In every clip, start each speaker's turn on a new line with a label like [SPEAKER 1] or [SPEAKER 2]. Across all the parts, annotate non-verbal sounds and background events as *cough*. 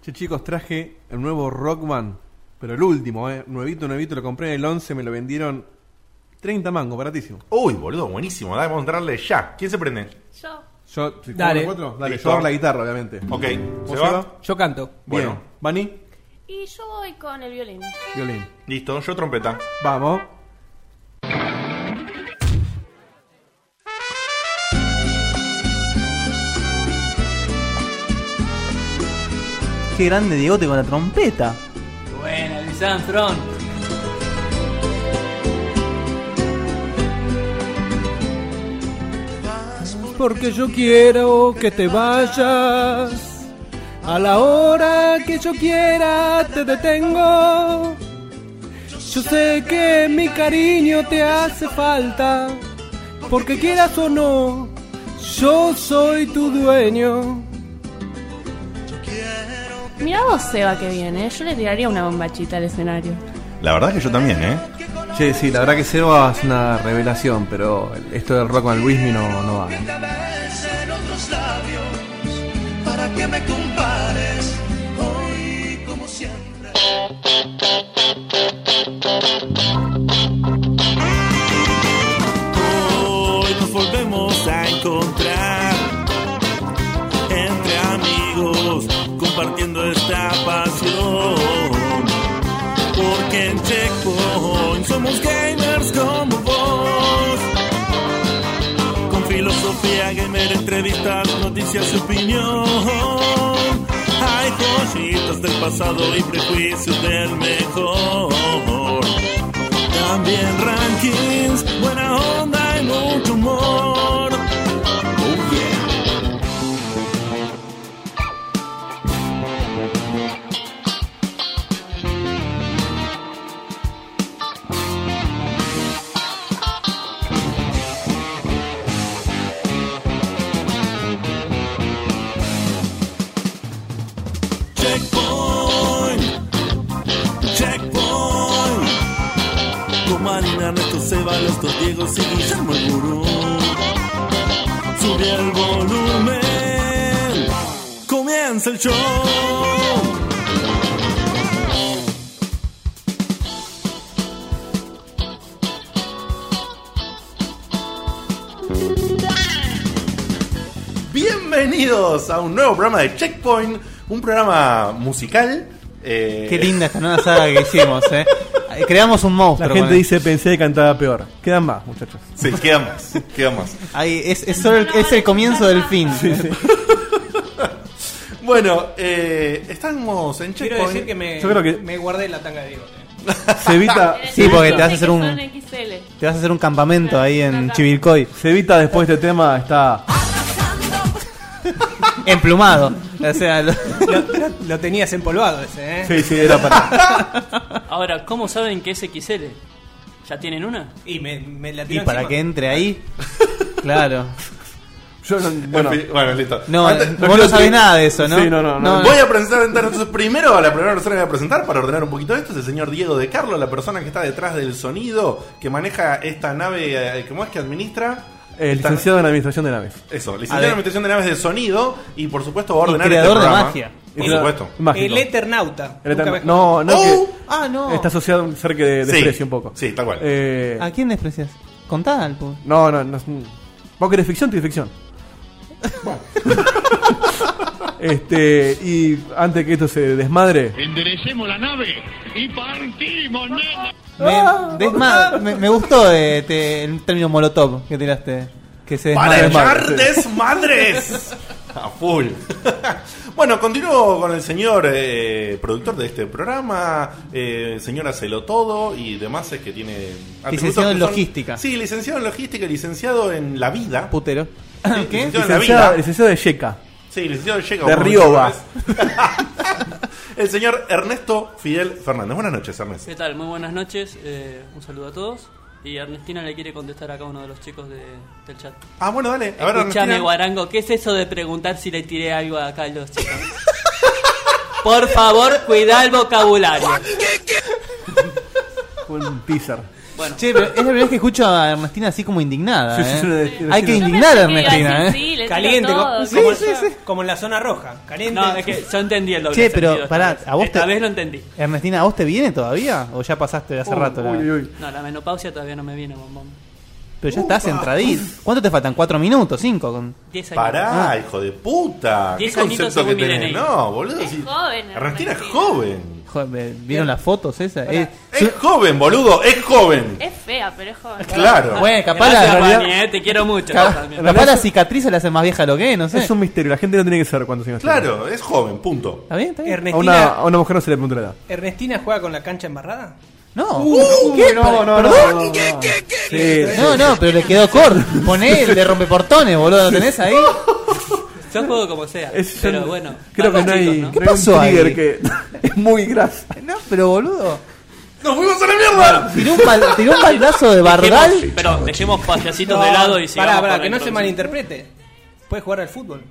[SPEAKER 1] Che, chicos, traje el nuevo Rockman, pero el último, ¿eh? Nuevito, nuevito, lo compré en el 11, me lo vendieron 30 mangos, baratísimo.
[SPEAKER 2] Uy, boludo, buenísimo. Dale, vamos a entrarle ya. ¿Quién se prende?
[SPEAKER 3] Yo.
[SPEAKER 1] Yo, si juego
[SPEAKER 4] Dale.
[SPEAKER 1] los cuatro, dale,
[SPEAKER 2] Listo.
[SPEAKER 1] yo abro la guitarra, obviamente.
[SPEAKER 2] Ok, ¿se
[SPEAKER 1] ¿Vos,
[SPEAKER 2] va?
[SPEAKER 1] Seba?
[SPEAKER 4] Yo canto.
[SPEAKER 2] Bueno.
[SPEAKER 1] Bien. Bani,
[SPEAKER 3] Y yo voy con el violín.
[SPEAKER 1] violín.
[SPEAKER 2] Listo, yo trompeta.
[SPEAKER 1] Vamos.
[SPEAKER 5] Qué grande Diegote con la trompeta.
[SPEAKER 4] Buena, Luis Armstrong. Porque yo quiero que te vayas. A la hora que yo quiera te detengo. Yo sé que mi cariño te hace falta. Porque quieras o no, yo soy tu dueño.
[SPEAKER 3] Mirá vos, Seba, que viene. Yo le tiraría una bombachita al escenario.
[SPEAKER 2] La verdad que yo también, ¿eh?
[SPEAKER 1] Che, sí, la verdad que Seba es una revelación, pero esto del rock con el Luismi no, no va. ¿eh?
[SPEAKER 6] Te en otros labios para que me compares hoy como siempre. Hoy nos volvemos a encontrar entre amigos compartiendo esta pasión. Porque en Checkpoint somos gamers como vos. Con filosofía gamer, entrevistas, noticias y opinión. Hay cositas del pasado y prejuicios del mejor. También rankings, buena onda y mucho humor. Oh yeah. Checkpoint, checkpoint. Con Marina, Ernesto, Seba, los dos Diego y Guillermo el Gurú. Sube el volumen, comienza el show.
[SPEAKER 2] Bienvenidos a un nuevo programa de Checkpoint, un programa musical. eh,
[SPEAKER 5] Qué linda esta nueva saga que hicimos, eh. Creamos un
[SPEAKER 1] La
[SPEAKER 5] monstruo.
[SPEAKER 1] gente
[SPEAKER 5] con él.
[SPEAKER 1] dice, pensé que cantaba peor. Quedan más, muchachos.
[SPEAKER 2] *laughs* Sí, quedamos, quedamos.
[SPEAKER 5] Ahí, es, es solo el, es el comienzo del fin.
[SPEAKER 2] Bueno, eh, estamos en Checkpoint.
[SPEAKER 4] Quiero decir que me,
[SPEAKER 1] Yo creo que-
[SPEAKER 4] me guardé la tanga de Diego. eh.
[SPEAKER 1] Cevita,
[SPEAKER 5] Sí, porque te vas a hacer un-
[SPEAKER 3] Son XL.
[SPEAKER 5] Te vas a hacer un campamento ahí en Chivilcoy.
[SPEAKER 1] Cevita después de este tema está...
[SPEAKER 5] Emplumado. O sea, lo-
[SPEAKER 4] Lo, lo- lo tenías empolvado ese, ¿eh?
[SPEAKER 1] Sí, sí, era para...
[SPEAKER 7] Ahora, ¿cómo saben que es XL? ¿Ya tienen una?
[SPEAKER 4] Y me, me la
[SPEAKER 5] y
[SPEAKER 4] tiró
[SPEAKER 5] para
[SPEAKER 4] encima.
[SPEAKER 5] que entre ahí. Claro.
[SPEAKER 1] *laughs* Yo no,
[SPEAKER 2] Bueno,
[SPEAKER 1] bueno,
[SPEAKER 2] en fin, bueno, listo.
[SPEAKER 5] No,
[SPEAKER 2] Antes-
[SPEAKER 5] vos no
[SPEAKER 2] quiero-
[SPEAKER 5] sabés nada de eso, ¿no?
[SPEAKER 1] Ah, Sí, no, no, no.
[SPEAKER 2] Voy a presentar entonces primero a la primera persona que voy a presentar para ordenar un poquito esto es el señor Diego de Carlos, la persona que está detrás del sonido, que maneja esta nave, eh, ¿cómo es que administra?
[SPEAKER 1] el
[SPEAKER 2] Esta-
[SPEAKER 1] licenciado en administración de naves.
[SPEAKER 2] Eso,
[SPEAKER 5] A
[SPEAKER 2] licenciado
[SPEAKER 5] ver.
[SPEAKER 2] en administración de naves de sonido y por supuesto va a
[SPEAKER 5] Y
[SPEAKER 2] ordenar
[SPEAKER 5] creador
[SPEAKER 2] este
[SPEAKER 5] de
[SPEAKER 2] programa.
[SPEAKER 5] magia.
[SPEAKER 2] Por
[SPEAKER 1] Era-
[SPEAKER 2] supuesto.
[SPEAKER 1] Mágico.
[SPEAKER 4] El Eternauta.
[SPEAKER 1] Era tan-
[SPEAKER 4] Nunca me-
[SPEAKER 1] No, no,
[SPEAKER 2] ¡Oh!
[SPEAKER 5] Ah,
[SPEAKER 1] que
[SPEAKER 5] no.
[SPEAKER 1] está asociado cerca de
[SPEAKER 2] Sí.
[SPEAKER 1] desprecio un poco.
[SPEAKER 2] Sí, tal cual.
[SPEAKER 1] Eh,
[SPEAKER 5] ¿A quién desprecias? Contá al público.
[SPEAKER 1] no, no, no. es- ¿Vos querés ficción? Tienes ficción. *laughs* este, y antes que esto se desmadre,
[SPEAKER 8] Enderecemos la nave y partimos, nena.
[SPEAKER 5] Me,
[SPEAKER 1] Ah.
[SPEAKER 5] de- es más, me, me gustó eh, te- el término molotov que tiraste. Que se
[SPEAKER 2] ¡Para
[SPEAKER 5] desmadre.
[SPEAKER 2] echar desmadres! A full. *laughs* bueno, continúo con el señor eh, productor de este programa, eh, señor Hacelo Todo y demás es que tiene... atributos
[SPEAKER 5] Licenciado
[SPEAKER 2] que
[SPEAKER 5] en
[SPEAKER 2] son-
[SPEAKER 5] logística.
[SPEAKER 2] Sí, licenciado en logística y licenciado en la vida.
[SPEAKER 5] Putero.
[SPEAKER 2] Licenciado
[SPEAKER 5] ¿Qué?
[SPEAKER 2] en la
[SPEAKER 1] licenciado,
[SPEAKER 2] vida.
[SPEAKER 1] licenciado de Yeca.
[SPEAKER 2] Sí, licenciado llega.
[SPEAKER 1] De
[SPEAKER 2] por
[SPEAKER 1] Rioba.
[SPEAKER 2] última vez. *laughs* el señor Ernesto Fidel Fernández. Buenas noches, Ernesto.
[SPEAKER 7] ¿Qué tal? Muy buenas noches, eh, un saludo a todos. Y Ernestina le quiere contestar acá a uno de los chicos de- del chat.
[SPEAKER 2] Ah, bueno, dale. A ver,
[SPEAKER 7] Escúchame,
[SPEAKER 2] Ernestina.
[SPEAKER 7] Guarango, ¿qué es eso de preguntar si le tiré algo acá a los chicos? *laughs* Por favor, cuidá el vocabulario.
[SPEAKER 1] Un teaser.
[SPEAKER 7] Bueno,
[SPEAKER 5] Che, pero es la primera vez que escucho a Ernestina así como indignada.
[SPEAKER 1] Sí, sí,
[SPEAKER 5] ¿eh?
[SPEAKER 1] sí, sí, sí.
[SPEAKER 5] Hay que
[SPEAKER 1] Yo
[SPEAKER 5] indignar a Ernestina, ¿eh?
[SPEAKER 9] Caliente, co-
[SPEAKER 3] Todo,
[SPEAKER 9] como,
[SPEAKER 3] como-
[SPEAKER 9] el- como en la zona roja. Caliente.
[SPEAKER 7] no, es que yo entendí el doble
[SPEAKER 5] Che, pero
[SPEAKER 7] sentido esta
[SPEAKER 5] pará,
[SPEAKER 7] vez.
[SPEAKER 5] a vos
[SPEAKER 7] Esta
[SPEAKER 5] te-
[SPEAKER 7] vez lo entendí.
[SPEAKER 5] Ernestina, ¿a vos te viene todavía? ¿O ya pasaste hace rato? la-
[SPEAKER 1] Uy, uy, uy.
[SPEAKER 7] No, la menopausia todavía no me viene, bombón.
[SPEAKER 5] Pero ya estás entradito. ¿Cuánto te faltan? ¿Cuatro minutos? ¿Cinco? Con...
[SPEAKER 7] 10 años. Ah,
[SPEAKER 2] Pará, hijo de puta. ¿Qué
[SPEAKER 7] Diez añitos
[SPEAKER 2] concepto que
[SPEAKER 7] según mi
[SPEAKER 2] tenés?
[SPEAKER 7] DNI.
[SPEAKER 2] No, boludo.
[SPEAKER 3] Es
[SPEAKER 2] si-
[SPEAKER 3] joven,
[SPEAKER 2] Ernestina es
[SPEAKER 3] Ernestina.
[SPEAKER 2] joven.
[SPEAKER 5] Joder, ¿me- ¿Vieron las fotos esas? Eh,
[SPEAKER 2] Es joven, boludo. Es joven.
[SPEAKER 3] Es fea, pero es joven.
[SPEAKER 2] Claro.
[SPEAKER 5] bueno, Eh, capaz la,
[SPEAKER 7] Gracias,
[SPEAKER 5] realidad-
[SPEAKER 7] Juani, eh, te quiero mucho.
[SPEAKER 5] ca-
[SPEAKER 7] también.
[SPEAKER 5] capaz la cicatriz se la hace más vieja de lo que es, no sé.
[SPEAKER 1] Es un misterio, la gente no tiene que saber cuántos años tiene.
[SPEAKER 2] Claro, es joven, punto.
[SPEAKER 5] ¿Está bien? ¿Está bien?
[SPEAKER 1] A una,
[SPEAKER 9] Ernestina,
[SPEAKER 1] a una mujer no se le pregunta la edad.
[SPEAKER 9] ¿Ernestina juega con la cancha embarrada?
[SPEAKER 5] No.
[SPEAKER 1] ¿Qué? No, no, no. no, no. Sí, Uh, eh, sí.
[SPEAKER 5] No, no, pero le
[SPEAKER 1] *laughs*
[SPEAKER 5] quedó corto. Poné el de rompeportones, boludo. ¿Lo tenés ahí?
[SPEAKER 7] Yo juego como sea.
[SPEAKER 1] Es-
[SPEAKER 7] pero
[SPEAKER 1] yo-
[SPEAKER 7] bueno,
[SPEAKER 1] creo que
[SPEAKER 7] vamos,
[SPEAKER 1] no hay,
[SPEAKER 7] chicos, ¿no?
[SPEAKER 1] creo que
[SPEAKER 5] ¿Qué
[SPEAKER 1] hay
[SPEAKER 5] pasó
[SPEAKER 1] un trigger
[SPEAKER 5] ahí?
[SPEAKER 1] que *laughs* es muy grasa.
[SPEAKER 5] No, pero boludo.
[SPEAKER 2] ¡Nos fuimos a la mierda!
[SPEAKER 5] Tiró un, bal- tiró un baldazo de
[SPEAKER 7] Dejemos-
[SPEAKER 5] bardal.
[SPEAKER 7] Pero dejemos payasitos de lado y sigamos
[SPEAKER 9] Pará, pará,
[SPEAKER 7] con la
[SPEAKER 9] que no se
[SPEAKER 7] introducción.
[SPEAKER 9] malinterprete. Puede jugar al fútbol.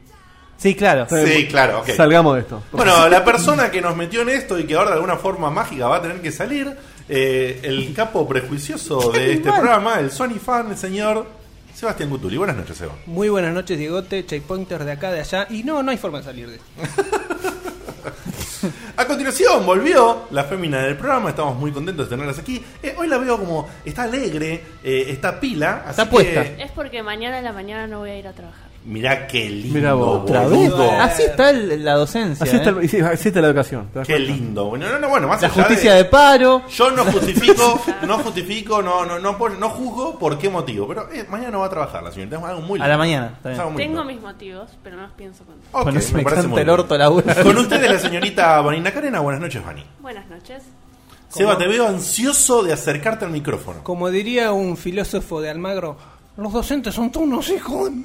[SPEAKER 5] Sí, claro.
[SPEAKER 2] Sí, claro, ok.
[SPEAKER 1] Salgamos de esto.
[SPEAKER 2] Bueno, la persona que nos metió en esto y que ahora de alguna forma mágica va a tener que salir, eh, el capo prejuicioso de este programa, el Sony fan, el señor Sebastián Gutuli. Buenas noches, Seba.
[SPEAKER 9] Muy buenas noches, Diegote, checkpointers de acá, de allá. Y no, no hay forma de salir de esto.
[SPEAKER 2] A continuación, volvió la fémina del programa, estamos muy contentos de tenerlas aquí. Eh, hoy la veo como, está alegre, eh, está pila. así
[SPEAKER 5] Está puesta.
[SPEAKER 2] que-
[SPEAKER 3] Es porque mañana en la mañana no voy a ir a trabajar.
[SPEAKER 2] Mirá qué lindo,
[SPEAKER 1] Mirá vos,
[SPEAKER 5] Otra vez. Ah,
[SPEAKER 2] boludo. Ah,
[SPEAKER 5] Así está el- la docencia.
[SPEAKER 1] Así está,
[SPEAKER 5] eh.
[SPEAKER 1] el- sí, así está la educación. ¿te das
[SPEAKER 2] Qué
[SPEAKER 1] cuenta?
[SPEAKER 2] lindo. Bueno, no, no, bueno, más
[SPEAKER 5] La
[SPEAKER 2] allá
[SPEAKER 5] justicia de paro.
[SPEAKER 2] Yo
[SPEAKER 5] *laughs*
[SPEAKER 2] no justifico, no justifico, no, no, no, pon- no juzgo por qué motivo. Pero eh, mañana no va a trabajar la señorita. Es algo muy
[SPEAKER 5] A la mañana, está bien.
[SPEAKER 2] Es algo muy
[SPEAKER 3] Tengo
[SPEAKER 2] lindo.
[SPEAKER 3] mis motivos, pero no los pienso contar.
[SPEAKER 2] Ok,
[SPEAKER 5] Bueno, se me
[SPEAKER 2] parece
[SPEAKER 5] canta
[SPEAKER 2] muy
[SPEAKER 5] el
[SPEAKER 2] bien.
[SPEAKER 5] orto la una.
[SPEAKER 2] Con ustedes la señorita Vanina Carena. Buenas noches, Vani.
[SPEAKER 3] Buenas noches.
[SPEAKER 2] Seba, te veo ansioso de acercarte al micrófono.
[SPEAKER 9] Como diría un filósofo de Almagro, los docentes son todos unos hijos. de-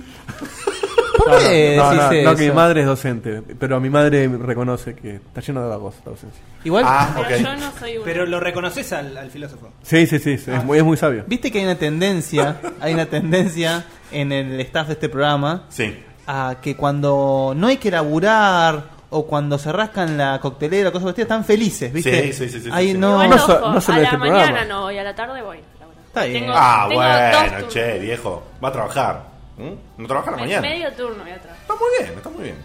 [SPEAKER 5] ¿Por qué
[SPEAKER 1] No, no,
[SPEAKER 5] decís
[SPEAKER 1] no, que mi
[SPEAKER 5] eso?
[SPEAKER 1] madre es docente, pero mi madre reconoce que está lleno de vagos la docencia.
[SPEAKER 5] Igual,
[SPEAKER 2] Ah,
[SPEAKER 3] Pero yo
[SPEAKER 2] ok.
[SPEAKER 3] no soy una.
[SPEAKER 9] Pero lo reconoces al, al filósofo.
[SPEAKER 1] Sí, sí, sí,
[SPEAKER 2] Ah.
[SPEAKER 1] sí, es, muy, es muy sabio.
[SPEAKER 5] viste que hay una tendencia, hay una tendencia en el staff de este programa
[SPEAKER 2] Sí.
[SPEAKER 5] a que cuando no hay que laburar o cuando se rascan la coctelera o cosas por el estilo, están felices, ¿viste?
[SPEAKER 2] Sí, sí, sí, sí,
[SPEAKER 5] Ahí
[SPEAKER 2] sí.
[SPEAKER 5] no,
[SPEAKER 3] Igual,
[SPEAKER 1] no
[SPEAKER 3] ojo,
[SPEAKER 1] so- no solo
[SPEAKER 3] a
[SPEAKER 1] de
[SPEAKER 3] la
[SPEAKER 1] este
[SPEAKER 3] mañana
[SPEAKER 1] programa.
[SPEAKER 3] no voy, a la tarde voy. la verdad.
[SPEAKER 5] Está bien.
[SPEAKER 3] Tengo-
[SPEAKER 2] Ah,
[SPEAKER 3] tengo dos
[SPEAKER 2] bueno,
[SPEAKER 3] turnos.
[SPEAKER 2] che, viejo. Va a trabajar. ¿Mm? No trabaja a la
[SPEAKER 3] Me-
[SPEAKER 2] mañana.
[SPEAKER 3] Medio turno voy a trabajar.
[SPEAKER 2] Está muy bien, está muy bien.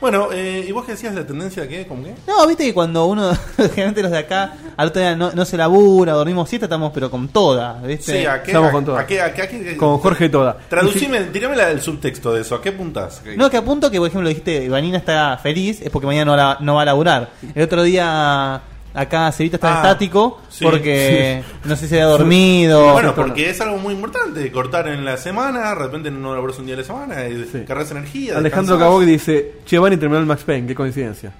[SPEAKER 2] Bueno, eh, ¿y vos qué decías de la tendencia de qué? ¿Cómo qué?
[SPEAKER 5] No, viste que cuando uno, *laughs* generalmente los de acá, al otro día no, no se labura, dormimos siesta, estamos pero con toda, ¿viste?
[SPEAKER 2] Sí, ¿a qué?
[SPEAKER 1] estamos
[SPEAKER 2] a-
[SPEAKER 1] con todo.
[SPEAKER 2] a qué- a qué- a qué- eh,
[SPEAKER 1] Con Jorge Toda.
[SPEAKER 2] Traducime, tirame la- el subtexto de eso. ¿A qué puntas?
[SPEAKER 5] No, que apunto que, por ejemplo, dijiste, Ivanina está feliz, es porque mañana no, la- no va a laburar. El otro día, acá Cevita está en
[SPEAKER 2] Ah,
[SPEAKER 5] estático,
[SPEAKER 2] sí.
[SPEAKER 5] porque no sé si había dormido.
[SPEAKER 2] Bueno, porque es algo muy importante. Cortar en la semana, de repente no laburas un día de la semana, y
[SPEAKER 1] Sí.
[SPEAKER 2] cargas energía.
[SPEAKER 1] Alejandro
[SPEAKER 2] descansás.
[SPEAKER 1] Caboclo dice, che, Vani terminó el Max Payne, qué coincidencia.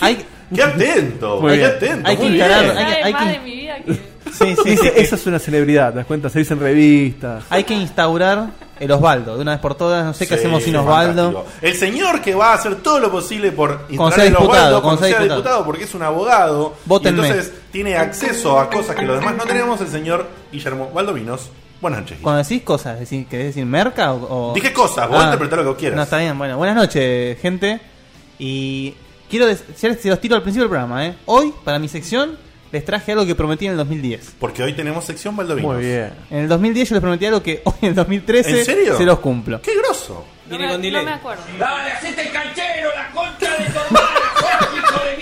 [SPEAKER 5] Hay,
[SPEAKER 2] ¡Qué atento!
[SPEAKER 1] Muy
[SPEAKER 2] ¡Qué
[SPEAKER 1] bien.
[SPEAKER 2] atento!
[SPEAKER 5] Hay que
[SPEAKER 2] muy
[SPEAKER 3] Sí,
[SPEAKER 2] bien.
[SPEAKER 5] encarar-
[SPEAKER 3] sabe
[SPEAKER 5] hay que- hay
[SPEAKER 3] más
[SPEAKER 5] que-
[SPEAKER 3] de mi vida que.
[SPEAKER 5] sí, sí, sí.
[SPEAKER 1] Ese- Esa es una celebridad, ¿te das cuenta? Se dicen revistas.
[SPEAKER 5] hay que instaurar el Osvaldo, de una vez por todas. No sé qué
[SPEAKER 2] Sí,
[SPEAKER 5] hacemos sin
[SPEAKER 2] fantástico.
[SPEAKER 5] Osvaldo.
[SPEAKER 2] El señor que va a hacer todo lo posible por
[SPEAKER 5] sea
[SPEAKER 2] instalar el
[SPEAKER 5] diputado,
[SPEAKER 2] Osvaldo
[SPEAKER 5] cuando
[SPEAKER 2] cuando
[SPEAKER 5] sea
[SPEAKER 2] sea
[SPEAKER 5] diputado.
[SPEAKER 2] diputado, porque es un abogado.
[SPEAKER 5] Vótenme.
[SPEAKER 2] Y entonces tiene acceso a cosas que los demás no tenemos, el señor Guillermo Valdovinos. Buenas noches, Guillermo.
[SPEAKER 5] Cuando decís cosas, decís, ¿querés decir merca? O, o-
[SPEAKER 2] Dije cosas, vos interpretá lo que vos quieras.
[SPEAKER 5] No, está bien, bueno. Buenas noches, gente. Y quiero des- ya les- se los tiro al principio del programa, ¿eh? Hoy, para mi sección, les traje algo que prometí en el 2010.
[SPEAKER 2] Porque hoy tenemos sección Valdovinos.
[SPEAKER 1] Muy bien.
[SPEAKER 5] En el 2010 yo les prometí algo que hoy en el 2013
[SPEAKER 2] ¿En serio?
[SPEAKER 5] se los cumplo.
[SPEAKER 2] ¡Qué grosso!
[SPEAKER 3] No
[SPEAKER 9] Viene
[SPEAKER 3] me,
[SPEAKER 9] con
[SPEAKER 3] no
[SPEAKER 9] delay.
[SPEAKER 3] me acuerdo.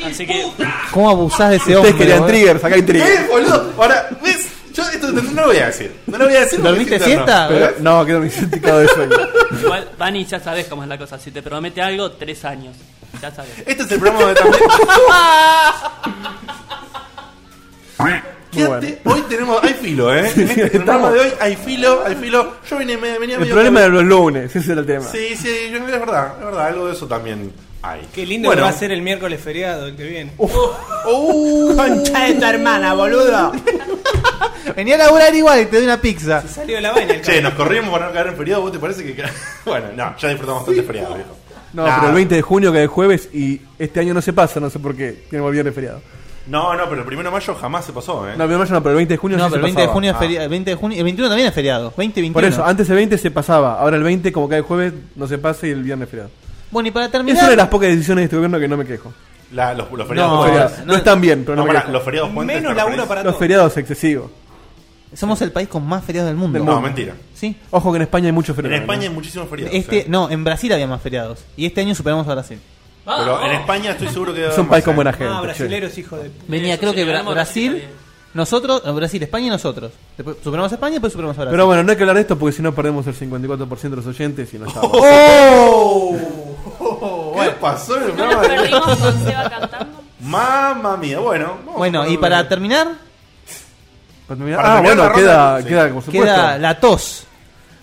[SPEAKER 7] Así que
[SPEAKER 5] ¿Cómo abusás de ese hombre?
[SPEAKER 1] Ustedes querían
[SPEAKER 5] boludo?
[SPEAKER 1] triggers, acá hay triggers.
[SPEAKER 2] ¿eh? ¿Qué, boludo? Ahora, ¿ves? Yo esto no lo voy a decir. No lo voy a decir. porque
[SPEAKER 5] ¿Dormiste
[SPEAKER 2] es interno.
[SPEAKER 5] siesta?
[SPEAKER 1] Pero, no, quedó mi certificado de
[SPEAKER 2] *laughs*
[SPEAKER 1] sueño.
[SPEAKER 7] igual, Vani, ya sabes cómo es la cosa. Si te promete algo, tres años. Ya sabes.
[SPEAKER 2] Este es el programa donde también.
[SPEAKER 1] *laughs*
[SPEAKER 2] Quédate, Hoy tenemos. Hay filo, ¿eh? En este programa de hoy hay filo, hay filo. Yo vine, me- venía
[SPEAKER 1] El
[SPEAKER 2] medio
[SPEAKER 1] problema de los lunes, ese era el tema.
[SPEAKER 2] Sí, sí, yo- es verdad, es verdad, algo de eso también hay.
[SPEAKER 9] Qué lindo
[SPEAKER 2] Bueno.
[SPEAKER 9] que va a ser el miércoles feriado, el que viene.
[SPEAKER 2] ¡Uh!
[SPEAKER 9] ¡Concha de tu hermana,
[SPEAKER 5] *laughs*
[SPEAKER 9] boludo!
[SPEAKER 5] Venía a laburar igual y te doy una pizza.
[SPEAKER 9] Salió de la vaina el Ah,
[SPEAKER 2] Che, nos corrimos para no caer en feriado, ¿vos te parece que.? *laughs* bueno, no, ya disfrutamos bastante feriado, viejo.
[SPEAKER 1] No,
[SPEAKER 2] Nah.
[SPEAKER 1] pero el 20 de junio que es jueves y este año no se pasa, no sé por qué. Tiene el viernes feriado.
[SPEAKER 2] No, no, pero el primero de mayo jamás se pasó, ¿eh?
[SPEAKER 1] No, pero, no, pero el 20 de junio
[SPEAKER 5] No,
[SPEAKER 1] sí
[SPEAKER 5] pero el
[SPEAKER 1] se
[SPEAKER 5] 20 de
[SPEAKER 1] pasaba.
[SPEAKER 5] junio es
[SPEAKER 2] Ah.
[SPEAKER 5] feriado. El 20 de junio, el 21 también es feriado. 20 21.
[SPEAKER 1] Por eso, antes el 20 se pasaba, ahora el 20 como cae jueves no se pasa y el viernes feriado.
[SPEAKER 5] Bueno, y para
[SPEAKER 1] Es una de las
[SPEAKER 5] terminar,
[SPEAKER 1] pocas decisiones de este gobierno que no me quejo.
[SPEAKER 2] La- los, los feriados
[SPEAKER 1] No,
[SPEAKER 2] pueden-
[SPEAKER 1] feriados. no están bien, pero
[SPEAKER 2] No,
[SPEAKER 1] no
[SPEAKER 2] pará,
[SPEAKER 1] quería-
[SPEAKER 2] los feriados puentes.
[SPEAKER 10] Menos
[SPEAKER 2] ¿te referís?
[SPEAKER 10] laburo para
[SPEAKER 1] Los
[SPEAKER 10] todos.
[SPEAKER 1] feriados excesivos.
[SPEAKER 5] Somos el país con más feriados del mundo.
[SPEAKER 1] Del
[SPEAKER 2] No, mentira.
[SPEAKER 5] Sí.
[SPEAKER 1] Ojo que en España hay muchos
[SPEAKER 2] En
[SPEAKER 1] feriados.
[SPEAKER 2] España hay
[SPEAKER 1] ¿no?
[SPEAKER 2] muchísimos feriados.
[SPEAKER 5] Este,
[SPEAKER 2] ¿eh?
[SPEAKER 5] no, en Brasil había más feriados. Y este año superamos a Brasil.
[SPEAKER 2] Pero en España estoy seguro que. debe
[SPEAKER 1] es
[SPEAKER 2] haber
[SPEAKER 1] un país
[SPEAKER 2] más,
[SPEAKER 1] con buena
[SPEAKER 2] ¿eh?
[SPEAKER 1] gente.
[SPEAKER 10] Ah,
[SPEAKER 1] che.
[SPEAKER 10] brasileros, hijo de. p-
[SPEAKER 5] Venía,
[SPEAKER 7] Eso
[SPEAKER 5] creo
[SPEAKER 7] sí,
[SPEAKER 5] que Bra-
[SPEAKER 7] ganamos a Brasil
[SPEAKER 5] Brasil, nosotros, no, Brasil, España y nosotros. Después superamos a España y después superamos a Brasil.
[SPEAKER 1] Pero bueno, no hay que hablar de esto porque si no perdemos el 54% de los oyentes y no estamos.
[SPEAKER 2] *laughs* ¿Qué pasó en el
[SPEAKER 3] ¿No nos
[SPEAKER 1] *laughs*
[SPEAKER 2] programa?
[SPEAKER 3] perdimos con Seba cantando?
[SPEAKER 2] Mamma mía, bueno. vamos
[SPEAKER 5] bueno,
[SPEAKER 2] a-
[SPEAKER 5] y para terminar,
[SPEAKER 1] Para terminar-
[SPEAKER 2] Para
[SPEAKER 1] ah,
[SPEAKER 2] terminar
[SPEAKER 1] bueno,
[SPEAKER 2] la ronda,
[SPEAKER 1] queda,
[SPEAKER 2] sí.
[SPEAKER 1] queda, por supuesto.
[SPEAKER 5] queda la tos.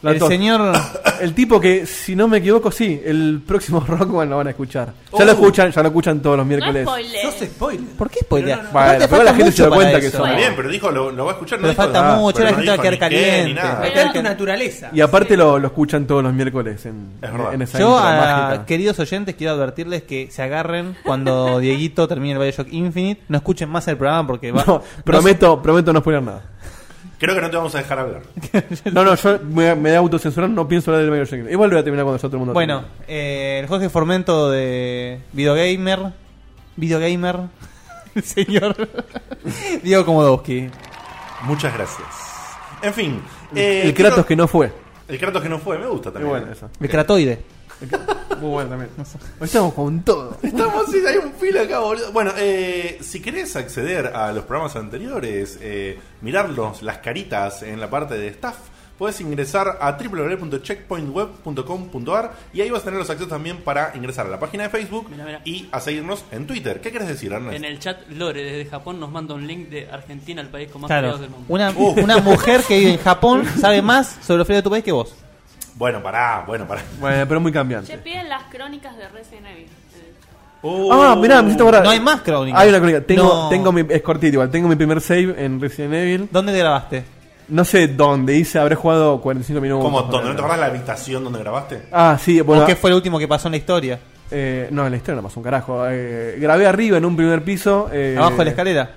[SPEAKER 1] La
[SPEAKER 5] el
[SPEAKER 1] tos. *coughs*
[SPEAKER 5] señor.
[SPEAKER 1] El tipo que, si no me equivoco, sí, el próximo *laughs* Rockman lo van a escuchar. Ya
[SPEAKER 2] Oh.
[SPEAKER 1] lo escuchan, ya lo escuchan todos los
[SPEAKER 3] No
[SPEAKER 1] miércoles.
[SPEAKER 3] spoiler.
[SPEAKER 10] Sos spoiler.
[SPEAKER 5] ¿Por qué spoilear?
[SPEAKER 10] Bueno,
[SPEAKER 5] Aparte,
[SPEAKER 1] pero
[SPEAKER 5] falta
[SPEAKER 1] la gente se da
[SPEAKER 5] mucho para
[SPEAKER 1] cuenta que
[SPEAKER 5] eso.
[SPEAKER 1] son-
[SPEAKER 2] Está bien, pero dijo, lo, lo va a escuchar. no
[SPEAKER 5] Pero
[SPEAKER 2] dijo
[SPEAKER 5] falta
[SPEAKER 2] nada,
[SPEAKER 5] mucho,
[SPEAKER 2] pero
[SPEAKER 5] la
[SPEAKER 2] no
[SPEAKER 5] gente va a
[SPEAKER 2] dijo
[SPEAKER 5] quedar
[SPEAKER 2] ni qué,
[SPEAKER 5] caliente.
[SPEAKER 2] ni nada.
[SPEAKER 5] Hay
[SPEAKER 10] Hay
[SPEAKER 5] que-
[SPEAKER 10] tanta naturaleza.
[SPEAKER 1] Y aparte lo, lo escuchan todos los miércoles en,
[SPEAKER 2] Es verdad.
[SPEAKER 1] en esa
[SPEAKER 5] Yo,
[SPEAKER 1] intro
[SPEAKER 5] a
[SPEAKER 1] mágica.
[SPEAKER 5] queridos oyentes, quiero advertirles que se agarren
[SPEAKER 7] *laughs*
[SPEAKER 5] cuando Dieguito termine el Bioshock Infinite. No escuchen más el programa porque va.
[SPEAKER 1] *laughs* No, prometo, prometo no spoiler nada.
[SPEAKER 2] Creo que no te vamos a dejar hablar.
[SPEAKER 1] No, no, yo me, me da autocensurar, no pienso hablar del Mario Jenkins. Igual lo voy a terminar cuando ya todo el mundo.
[SPEAKER 5] Bueno, eh, el Jorge Formento de Videogamer. Videogamer. *laughs* El
[SPEAKER 1] *laughs*
[SPEAKER 5] señor Diego Komodowski.
[SPEAKER 2] Muchas gracias. En fin.
[SPEAKER 1] termine.
[SPEAKER 2] eh,
[SPEAKER 1] el
[SPEAKER 2] quiero-
[SPEAKER 1] Kratos que no fue.
[SPEAKER 2] El Kratos que no fue, me gusta
[SPEAKER 1] Muy
[SPEAKER 2] también.
[SPEAKER 1] bueno, eso.
[SPEAKER 5] El Cratoide.
[SPEAKER 1] Muy bueno también. Hoy estamos con todo.
[SPEAKER 2] Estamos sí, hay un filo acá, boludo. Bueno, eh, si querés acceder a los programas anteriores, eh, mirarlos, las caritas en la parte de staff, podés ingresar a www.checkpointweb.com.ar y ahí vas a tener los accesos también para ingresar a la página de Facebook
[SPEAKER 7] Mirá, mirá.
[SPEAKER 2] y a seguirnos en Twitter. ¿Qué querés decir, Ernest?
[SPEAKER 7] En el chat Lore desde Japón nos manda un link de Argentina, el país con más
[SPEAKER 5] Claro.
[SPEAKER 7] feriados del mundo.
[SPEAKER 5] Una,
[SPEAKER 2] Uh.
[SPEAKER 5] *laughs* una mujer que vive en Japón sabe más sobre los feriados de tu país que vos.
[SPEAKER 2] Bueno, pará, bueno, pará.
[SPEAKER 1] Bueno, pero muy
[SPEAKER 3] Che,
[SPEAKER 1] cambiante.
[SPEAKER 3] piden las crónicas de Resident Evil. Eh,
[SPEAKER 1] Ah, mirá, me hiciste acordar.
[SPEAKER 5] No hay más crónicas.
[SPEAKER 1] Hay una crónica. Tengo,
[SPEAKER 5] No.
[SPEAKER 1] tengo mi, es cortito igual. Tengo mi primer save en Resident Evil.
[SPEAKER 5] ¿Dónde te grabaste?
[SPEAKER 1] No sé dónde hice, habré jugado 45 minutos.
[SPEAKER 2] ¿Cómo?
[SPEAKER 1] más o
[SPEAKER 2] ¿Dónde no
[SPEAKER 1] menos.
[SPEAKER 2] te acordás la habitación donde grabaste?
[SPEAKER 1] Ah, sí, bueno.
[SPEAKER 5] ¿O qué fue lo último que pasó en la historia?
[SPEAKER 1] eh, no, en la historia no pasó un carajo. Eh, grabé arriba en un primer piso. eh,
[SPEAKER 5] Abajo de la escalera.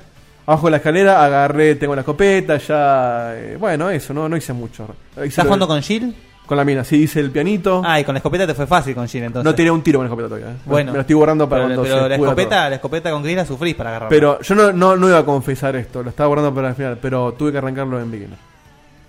[SPEAKER 1] Abajo de la escalera, agarré, tengo la escopeta, ya. eh, bueno, eso, no, no hice mucho. Hice
[SPEAKER 5] ¿Estás
[SPEAKER 1] lo-
[SPEAKER 5] jugando con Jill?
[SPEAKER 1] con la mina, sí, hice el pianito.
[SPEAKER 5] Ah, y con la escopeta te fue fácil con Jill entonces.
[SPEAKER 1] no tiré un tiro con la escopeta todavía. eh.
[SPEAKER 5] Bueno.
[SPEAKER 1] Me lo estoy borrando para
[SPEAKER 5] pero,
[SPEAKER 1] cuando
[SPEAKER 5] pero
[SPEAKER 1] se
[SPEAKER 5] la
[SPEAKER 1] pudra
[SPEAKER 5] escopeta,
[SPEAKER 1] todo.
[SPEAKER 5] la escopeta con Chris la sufrís para agarrar.
[SPEAKER 1] Pero yo no, no, no iba a confesar esto, lo estaba borrando para el final, pero tuve que arrancarlo en beginner.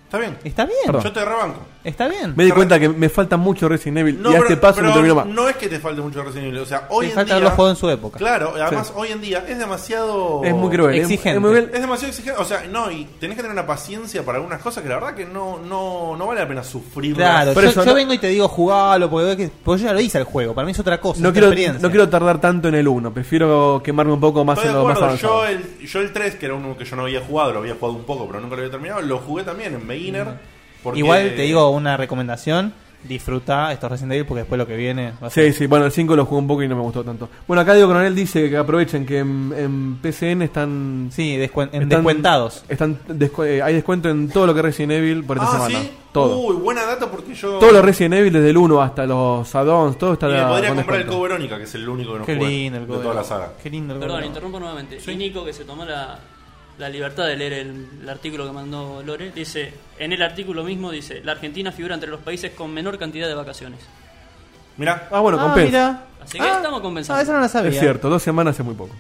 [SPEAKER 2] ¿Está bien?
[SPEAKER 5] Está bien.
[SPEAKER 1] Perdón.
[SPEAKER 2] Yo te rebanco.
[SPEAKER 5] Está bien.
[SPEAKER 1] Me di cuenta que me falta mucho Resident Evil
[SPEAKER 2] No,
[SPEAKER 1] y a
[SPEAKER 2] pero-
[SPEAKER 1] este paso
[SPEAKER 2] pero
[SPEAKER 1] no termino más.
[SPEAKER 2] no es que te falte mucho Resident Evil. O sea, hoy
[SPEAKER 5] Te
[SPEAKER 2] en
[SPEAKER 5] falta
[SPEAKER 2] día.
[SPEAKER 5] haberlo jugado en su época.
[SPEAKER 2] Claro, además hoy en día es demasiado.
[SPEAKER 1] es muy cruel. es-
[SPEAKER 5] Exigente.
[SPEAKER 1] Es muy cruel.
[SPEAKER 2] Es demasiado exigente, o sea, no, y tenés que tener una paciencia para algunas cosas que la verdad que no, no, no vale la pena sufrir.
[SPEAKER 5] Claro,
[SPEAKER 1] Por
[SPEAKER 5] yo,
[SPEAKER 1] eso
[SPEAKER 5] yo
[SPEAKER 1] no-
[SPEAKER 5] vengo y te digo jugalo, porque, ves que- porque yo ya lo hice el juego, para mí es otra cosa.
[SPEAKER 1] No
[SPEAKER 5] es
[SPEAKER 1] quiero,
[SPEAKER 5] experiencia.
[SPEAKER 1] no quiero tardar tanto en el 1, prefiero quemarme un poco más
[SPEAKER 2] Estoy
[SPEAKER 1] en
[SPEAKER 2] de
[SPEAKER 1] lo más
[SPEAKER 2] acuerdo, yo
[SPEAKER 1] avanzado.
[SPEAKER 2] el, yo el 3, que era uno que yo no había jugado, lo había jugado un poco, pero nunca lo había terminado, lo jugué también en Beginner. porque-
[SPEAKER 5] Igual te digo una recomendación, disfruta estos Resident Evil porque después lo que viene va a ser-
[SPEAKER 1] Sí, sí, bueno, el 5 lo jugué un poco y no me gustó tanto. Bueno, acá Diego Coronel dice que aprovechen que en, en PCN están...
[SPEAKER 5] Sí, descuen- en
[SPEAKER 1] están-
[SPEAKER 5] descuentados.
[SPEAKER 1] Están descu- eh, hay descuento en todo lo que es Resident Evil por esta
[SPEAKER 2] Ah,
[SPEAKER 1] semana.
[SPEAKER 2] sí.
[SPEAKER 1] Todo.
[SPEAKER 2] Uy, buena data porque yo.
[SPEAKER 1] Todo lo Resident Evil desde el 1 hasta los add-ons, todo está
[SPEAKER 2] y me
[SPEAKER 1] la-
[SPEAKER 2] podría
[SPEAKER 1] con
[SPEAKER 2] comprar el
[SPEAKER 1] descuento.
[SPEAKER 2] Code Verónica, que es el único que no
[SPEAKER 5] Qué
[SPEAKER 2] jugué
[SPEAKER 5] lindo el
[SPEAKER 2] de
[SPEAKER 5] juego.
[SPEAKER 2] toda la saga.
[SPEAKER 5] Qué lindo el
[SPEAKER 7] Perdón,
[SPEAKER 5] juego.
[SPEAKER 7] interrumpo nuevamente.
[SPEAKER 2] Sí.
[SPEAKER 7] Y Nico, que se tomó la, la libertad de leer el, el artículo que mandó Lore, dice, en el artículo mismo dice, la Argentina figura entre los países con menor cantidad de vacaciones.
[SPEAKER 2] Mirá,
[SPEAKER 1] Ah, bueno,
[SPEAKER 5] Ah,
[SPEAKER 1] compensa.
[SPEAKER 5] mira.
[SPEAKER 7] Así que estamos compensados.
[SPEAKER 5] Ah, eso no lo sabía.
[SPEAKER 1] Es cierto, dos semanas es muy poco.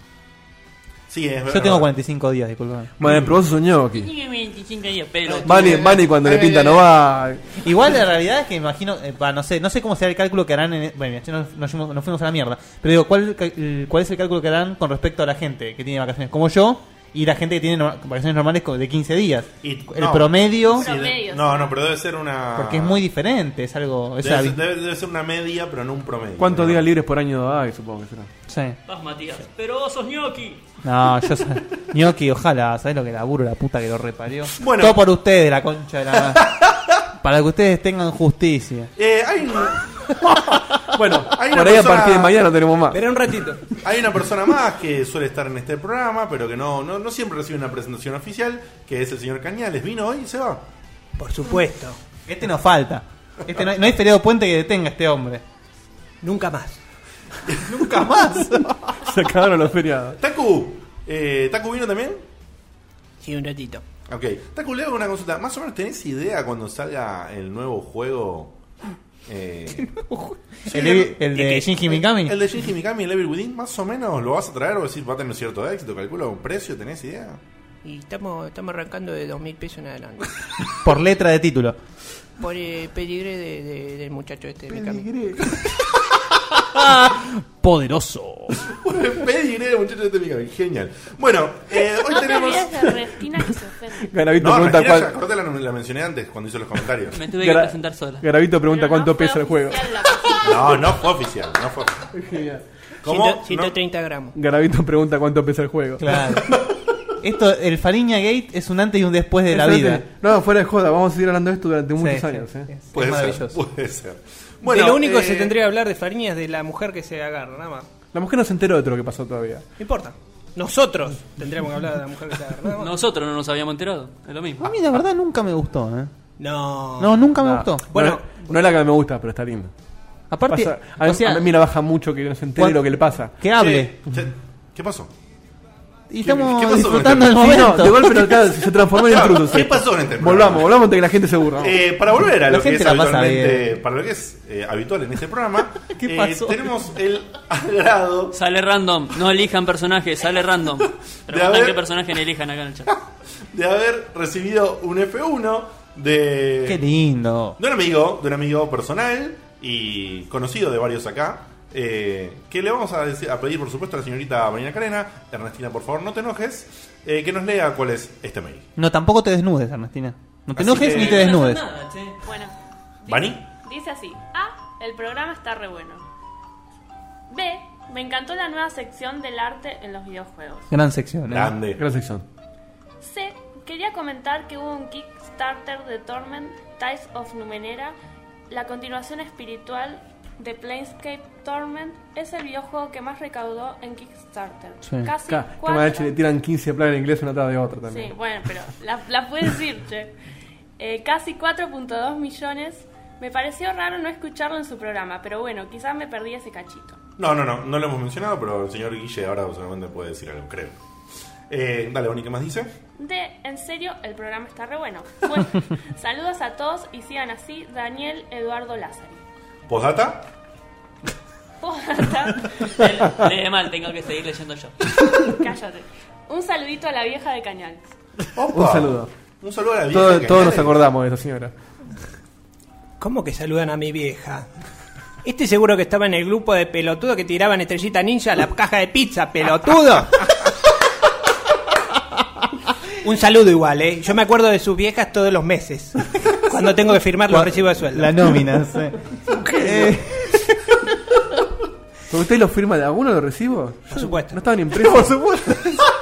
[SPEAKER 2] sí, es
[SPEAKER 5] Yo tengo
[SPEAKER 2] verdad.
[SPEAKER 5] 45 días, disculpame.
[SPEAKER 1] Bueno, pero vos sos un ñoqui.
[SPEAKER 7] Tiene 25 días, pero...
[SPEAKER 1] Mani, Mani cuando le pinta no va...
[SPEAKER 5] Igual la realidad es que me imagino, eh, bah, no sé, no sé cómo será el cálculo que harán en, bueno, ya nos, nos fuimos- nos fuimos a la mierda, pero digo, ¿cuál, ca- el- cuál es el cálculo que harán con respecto a la gente que tiene vacaciones como yo y la gente que tiene no- vacaciones normales co- de 15 días?
[SPEAKER 2] Y-
[SPEAKER 5] el
[SPEAKER 2] no.
[SPEAKER 5] promedio,
[SPEAKER 2] Sí, de-
[SPEAKER 3] Promedio,
[SPEAKER 2] no,
[SPEAKER 3] sí.
[SPEAKER 2] no, pero debe ser una.
[SPEAKER 5] porque es muy diferente, es algo, es
[SPEAKER 2] Debe, ser-
[SPEAKER 5] habi-
[SPEAKER 2] debe- debe ser una media, pero no un promedio.
[SPEAKER 1] ¿Cuántos
[SPEAKER 2] Pero-
[SPEAKER 1] días libres por año hay? Supongo que será.
[SPEAKER 5] sí.
[SPEAKER 7] Vas, Matías. Pero vos sos ñoqui.
[SPEAKER 5] No, *laughs* yo soy ñoqui, ojalá, ¿sabés lo que laburo la puta que lo reparió?
[SPEAKER 2] Bueno.
[SPEAKER 5] Todo por ustedes, la concha de
[SPEAKER 2] *laughs*
[SPEAKER 5] la madre. Para que ustedes tengan justicia.
[SPEAKER 2] Eh, hay, un-
[SPEAKER 1] *laughs* Bueno,
[SPEAKER 2] Hay una
[SPEAKER 1] por ahí a
[SPEAKER 2] persona-
[SPEAKER 1] partir de mañana no tenemos más. *laughs*
[SPEAKER 10] Verá un ratito.
[SPEAKER 2] Hay una persona más que suele estar en este programa, pero que no, no, no siempre recibe una presentación oficial, que es el señor Cañales. Vino hoy y se va.
[SPEAKER 10] Por supuesto.
[SPEAKER 5] Este nos falta. Este no, hay- no hay feriado puente que detenga a este hombre.
[SPEAKER 10] Nunca más.
[SPEAKER 5] Nunca más.
[SPEAKER 1] Se acabaron los feriados.
[SPEAKER 2] Taku, eh, ¿Taku vino también?
[SPEAKER 10] Sí, un ratito.
[SPEAKER 2] Ok. Taku, le hago una consulta. Más o menos, ¿tenés idea cuando salga el nuevo juego Eh,
[SPEAKER 5] *laughs* El de- el de
[SPEAKER 2] ¿Qué?
[SPEAKER 5] Shinji Mikami.
[SPEAKER 2] El de Shinji Mikami, el Evil Within, más o menos lo vas a traer o decir, va a tener cierto éxito, calculo un precio, ¿tenés idea?
[SPEAKER 10] Y estamos, estamos arrancando de 2.000 pesos en adelante.
[SPEAKER 5] Por letra de título.
[SPEAKER 10] Por
[SPEAKER 9] eh,
[SPEAKER 10] el peligre de- de- del muchacho este. de Mikami.
[SPEAKER 5] Poderoso.
[SPEAKER 2] Pediré, muchachos, este Mikami, genial. Bueno, eh, hoy
[SPEAKER 3] No te
[SPEAKER 2] tenemos.
[SPEAKER 3] olvides de Restina que se ofende.
[SPEAKER 1] Garabito
[SPEAKER 2] No,
[SPEAKER 1] *laughs* pregunta
[SPEAKER 2] Regina, ya,
[SPEAKER 1] cuál-
[SPEAKER 2] acordate, la, la mencioné antes cuando hizo
[SPEAKER 10] *laughs*
[SPEAKER 2] los comentarios.
[SPEAKER 7] Me tuve que
[SPEAKER 1] Gra-
[SPEAKER 7] presentar sola.
[SPEAKER 1] Garabito pregunta
[SPEAKER 3] Pero no
[SPEAKER 1] cuánto
[SPEAKER 3] fue
[SPEAKER 1] pesa el juego. *laughs*
[SPEAKER 3] oficial la cosa.
[SPEAKER 2] No, no fue oficial, no fue oficial. ¿Cómo?
[SPEAKER 10] Ciento- 130 gramos.
[SPEAKER 1] Garabito pregunta cuánto pesa el juego.
[SPEAKER 5] Claro. Esto, el Fariña Gate es un antes y un después de la
[SPEAKER 1] Eso no
[SPEAKER 5] vida.
[SPEAKER 1] te- No, fuera de joda, vamos a seguir hablando de esto durante muchos
[SPEAKER 5] Sí,
[SPEAKER 1] años.
[SPEAKER 5] sí,
[SPEAKER 1] eh.
[SPEAKER 5] sí, es
[SPEAKER 2] No, puede ser,
[SPEAKER 5] maravilloso.
[SPEAKER 2] puede ser.
[SPEAKER 9] de lo único que se
[SPEAKER 2] eh,
[SPEAKER 9] tendría que hablar de Fariña es de la mujer que se agarra, nada más. No
[SPEAKER 1] La mujer no se enteró de todo lo que pasó todavía.
[SPEAKER 9] importa. Nosotros tendríamos que hablar de la mujer que se agarra, nada más.
[SPEAKER 7] Nosotros no nos habíamos enterado, es lo mismo.
[SPEAKER 5] A mí la verdad nunca me gustó, ¿eh?
[SPEAKER 9] No.
[SPEAKER 5] No, nunca me
[SPEAKER 1] Ah, No,
[SPEAKER 5] gustó.
[SPEAKER 9] Bueno.
[SPEAKER 1] no, no es la que me gusta, pero está linda.
[SPEAKER 5] Aparte,
[SPEAKER 1] Pasa- a,
[SPEAKER 5] o sea,
[SPEAKER 1] a mí la baja mucho que no se entere
[SPEAKER 5] cuan-
[SPEAKER 1] lo que le pasa.
[SPEAKER 5] que
[SPEAKER 2] che,
[SPEAKER 5] hable.
[SPEAKER 2] che, ¿Qué pasó?
[SPEAKER 5] Y estamos
[SPEAKER 2] qué pasó?
[SPEAKER 5] disfrutando del
[SPEAKER 2] Sí,
[SPEAKER 1] Sí, no,
[SPEAKER 5] momento.
[SPEAKER 1] de golpe no, claro, se transformó
[SPEAKER 2] *laughs*
[SPEAKER 1] en
[SPEAKER 2] Claro,
[SPEAKER 1] intruso.
[SPEAKER 2] ¿qué pasó en este programa?
[SPEAKER 1] Volvamos, volvamos antes que la gente se burla. vamos.
[SPEAKER 2] Eh, para volver a
[SPEAKER 5] La
[SPEAKER 2] lo que
[SPEAKER 5] gente
[SPEAKER 2] es
[SPEAKER 5] la pasa
[SPEAKER 2] habitualmente, para lo que es eh, habitual en este programa,
[SPEAKER 5] *laughs* ¿Qué
[SPEAKER 2] eh,
[SPEAKER 5] pasó?
[SPEAKER 2] tenemos el *laughs* agrado
[SPEAKER 7] Sale random, no elijan personajes, sale random.
[SPEAKER 1] *laughs*
[SPEAKER 2] haber-
[SPEAKER 7] Preguntan qué personaje le elijan acá en el chat.
[SPEAKER 2] de haber recibido un F1 de
[SPEAKER 5] Qué lindo.
[SPEAKER 2] de un amigo, de un amigo personal y conocido de varios acá. eh, que le vamos a, decir- a pedir, por supuesto, a la señorita Marina Carena, Ernestina, por favor, no te enojes, eh, que nos lea cuál es este mail.
[SPEAKER 5] No, tampoco te desnudes, Ernestina. No te
[SPEAKER 2] Así
[SPEAKER 5] enojes
[SPEAKER 2] que-
[SPEAKER 5] ni te desnudes.
[SPEAKER 3] Bueno. dice-
[SPEAKER 2] ¿Vani?
[SPEAKER 3] Dice así. A. El programa está re bueno. B. Me encantó la nueva sección del arte en los videojuegos.
[SPEAKER 5] Gran sección. ¿eh?
[SPEAKER 2] Grande.
[SPEAKER 1] Gran sección.
[SPEAKER 3] C. Quería comentar que hubo un Kickstarter de Torment Ties of Numenera, la continuación espiritual de Planescape Torment, es el videojuego que más recaudó en Kickstarter.
[SPEAKER 5] Sí.
[SPEAKER 3] Casi
[SPEAKER 1] Acá, que
[SPEAKER 3] cuatro-
[SPEAKER 1] Madachi le tiran 15 plagas en inglés una atrás de otra también.
[SPEAKER 3] Sí, bueno, pero la, la puedes decir, che. Eh, casi 4.2 millones. Me pareció raro no escucharlo en su programa, pero bueno, quizás me perdí ese cachito.
[SPEAKER 2] No, no, no, no lo hemos mencionado, pero el señor Guille ahora seguramente puede decir algo, creo. Eh, dale, Bonnie, ¿qué más dice?
[SPEAKER 3] De, en serio, el programa está re bueno. Bueno, saludos a todos y sigan así, Daniel Eduardo Lázaro.
[SPEAKER 2] ¿Postdata?
[SPEAKER 3] Postdata.
[SPEAKER 7] Él Lee mal, tengo que seguir leyendo yo.
[SPEAKER 3] *laughs* Cállate. Un saludito a la vieja de Cañal.
[SPEAKER 2] Opa.
[SPEAKER 1] Un saludo.
[SPEAKER 2] Un saludo a la vieja.
[SPEAKER 1] Todo-
[SPEAKER 2] que
[SPEAKER 1] todos nos
[SPEAKER 2] añade.
[SPEAKER 1] acordamos de esa señora.
[SPEAKER 9] ¿Cómo que saludan a mi vieja? Este seguro que estaba en el grupo de pelotudo que tiraban estrellita ninja a la caja de pizza, pelotudo. Un saludo igual, ¿eh? Yo me acuerdo de sus viejas todos los meses. Cuando tengo que firmar los recibos de sueldo.
[SPEAKER 5] *laughs* La nómina. sí. Eh,
[SPEAKER 1] ¿Pero usted lo firma de alguno los recibos?
[SPEAKER 9] Por supuesto.
[SPEAKER 1] No estaban impresos. Por supuesto.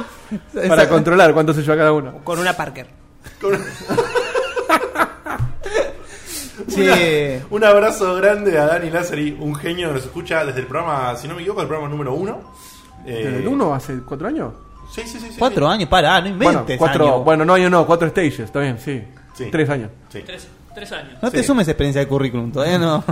[SPEAKER 1] *laughs* Para controlar cuánto se lleva cada uno.
[SPEAKER 9] Con una Parker. *laughs*
[SPEAKER 5] che,
[SPEAKER 2] Un abrazo grande a Dani Lázari, un genio que nos escucha desde el programa, si no me equivoco, el programa número uno. Eh,
[SPEAKER 1] ¿Desde el 1 hace 4 años?
[SPEAKER 2] Sí, sí, sí. sí,
[SPEAKER 5] cuatro
[SPEAKER 2] sí.
[SPEAKER 5] años, pará, no inventes.
[SPEAKER 1] Bueno, cuatro,
[SPEAKER 5] años.
[SPEAKER 1] bueno, no año no, cuatro stages, está bien, sí.
[SPEAKER 2] Sí.
[SPEAKER 1] Tres años.
[SPEAKER 2] Sí.
[SPEAKER 7] Tres, tres años.
[SPEAKER 5] no te
[SPEAKER 2] sí.
[SPEAKER 5] sumes experiencia de currículum,
[SPEAKER 1] *laughs*
[SPEAKER 5] todavía no.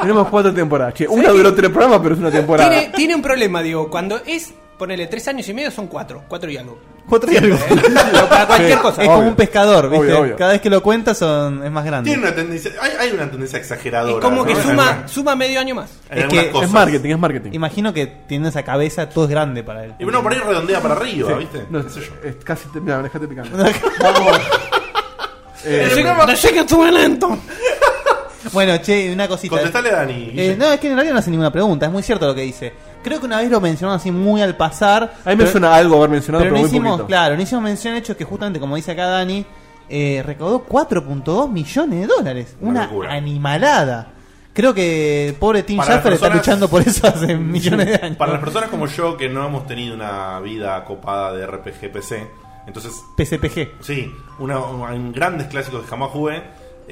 [SPEAKER 1] Tenemos cuatro temporadas. Che, una duró tres programas, pero es una temporada.
[SPEAKER 9] Tiene, tiene un problema, digo. Cuando es, ponele, tres años y medio son cuatro. Cuatro y algo.
[SPEAKER 5] cuatro y algo.
[SPEAKER 9] Pero para cualquier
[SPEAKER 1] Sí.
[SPEAKER 9] cosa.
[SPEAKER 5] es como
[SPEAKER 1] Obvio.
[SPEAKER 5] un pescador, ¿viste?
[SPEAKER 1] Obvio, obvio.
[SPEAKER 5] Cada vez que lo cuentas son, es más grande.
[SPEAKER 2] Tiene una tendencia, hay, hay una tendencia exageradora.
[SPEAKER 9] Es como que
[SPEAKER 2] ¿no? En
[SPEAKER 9] suma,
[SPEAKER 2] algunas-
[SPEAKER 9] suma medio año más.
[SPEAKER 2] en
[SPEAKER 5] es
[SPEAKER 2] algunas
[SPEAKER 5] que es
[SPEAKER 2] cosas.
[SPEAKER 1] es marketing, es marketing.
[SPEAKER 5] Imagino que tiene esa cabeza, todo es grande para él.
[SPEAKER 2] Y bueno, por ahí redondea para arriba,
[SPEAKER 1] Sí.
[SPEAKER 2] ¿viste?
[SPEAKER 1] No,
[SPEAKER 2] Qué sé yo.
[SPEAKER 1] es casi. te- Mira, dejate
[SPEAKER 5] *laughs*
[SPEAKER 1] picando.
[SPEAKER 2] *laughs*
[SPEAKER 1] Vamos. Eh,
[SPEAKER 9] No sé que estuve lento.
[SPEAKER 5] Bueno, che, una cosita.
[SPEAKER 2] Contestale a Dani.
[SPEAKER 5] Eh,
[SPEAKER 2] Guille.
[SPEAKER 5] no, es que en realidad no hace ninguna pregunta, es muy cierto lo que dice. Creo que una vez lo mencionaron así muy al pasar.
[SPEAKER 1] a mí me
[SPEAKER 5] pero-
[SPEAKER 1] suena algo haber mencionado,
[SPEAKER 5] pero
[SPEAKER 1] pero,
[SPEAKER 5] no
[SPEAKER 1] muy
[SPEAKER 5] hicimos,
[SPEAKER 1] poquito.
[SPEAKER 5] claro, no hicimos mención al hecho que justamente como dice acá Dani, eh, recaudó 4.2 millones de dólares.
[SPEAKER 2] Una
[SPEAKER 5] Una,
[SPEAKER 2] locura.
[SPEAKER 5] animalada. Creo que pobre Tim
[SPEAKER 2] Para las
[SPEAKER 5] Schafer está
[SPEAKER 2] personas-
[SPEAKER 5] luchando por
[SPEAKER 2] *laughs*
[SPEAKER 5] eso hace millones de años.
[SPEAKER 2] Para las personas como yo que no hemos tenido una vida copada de RPG PC, entonces
[SPEAKER 5] PCPG.
[SPEAKER 2] Sí, una, un- grandes clásicos que jamás jugué.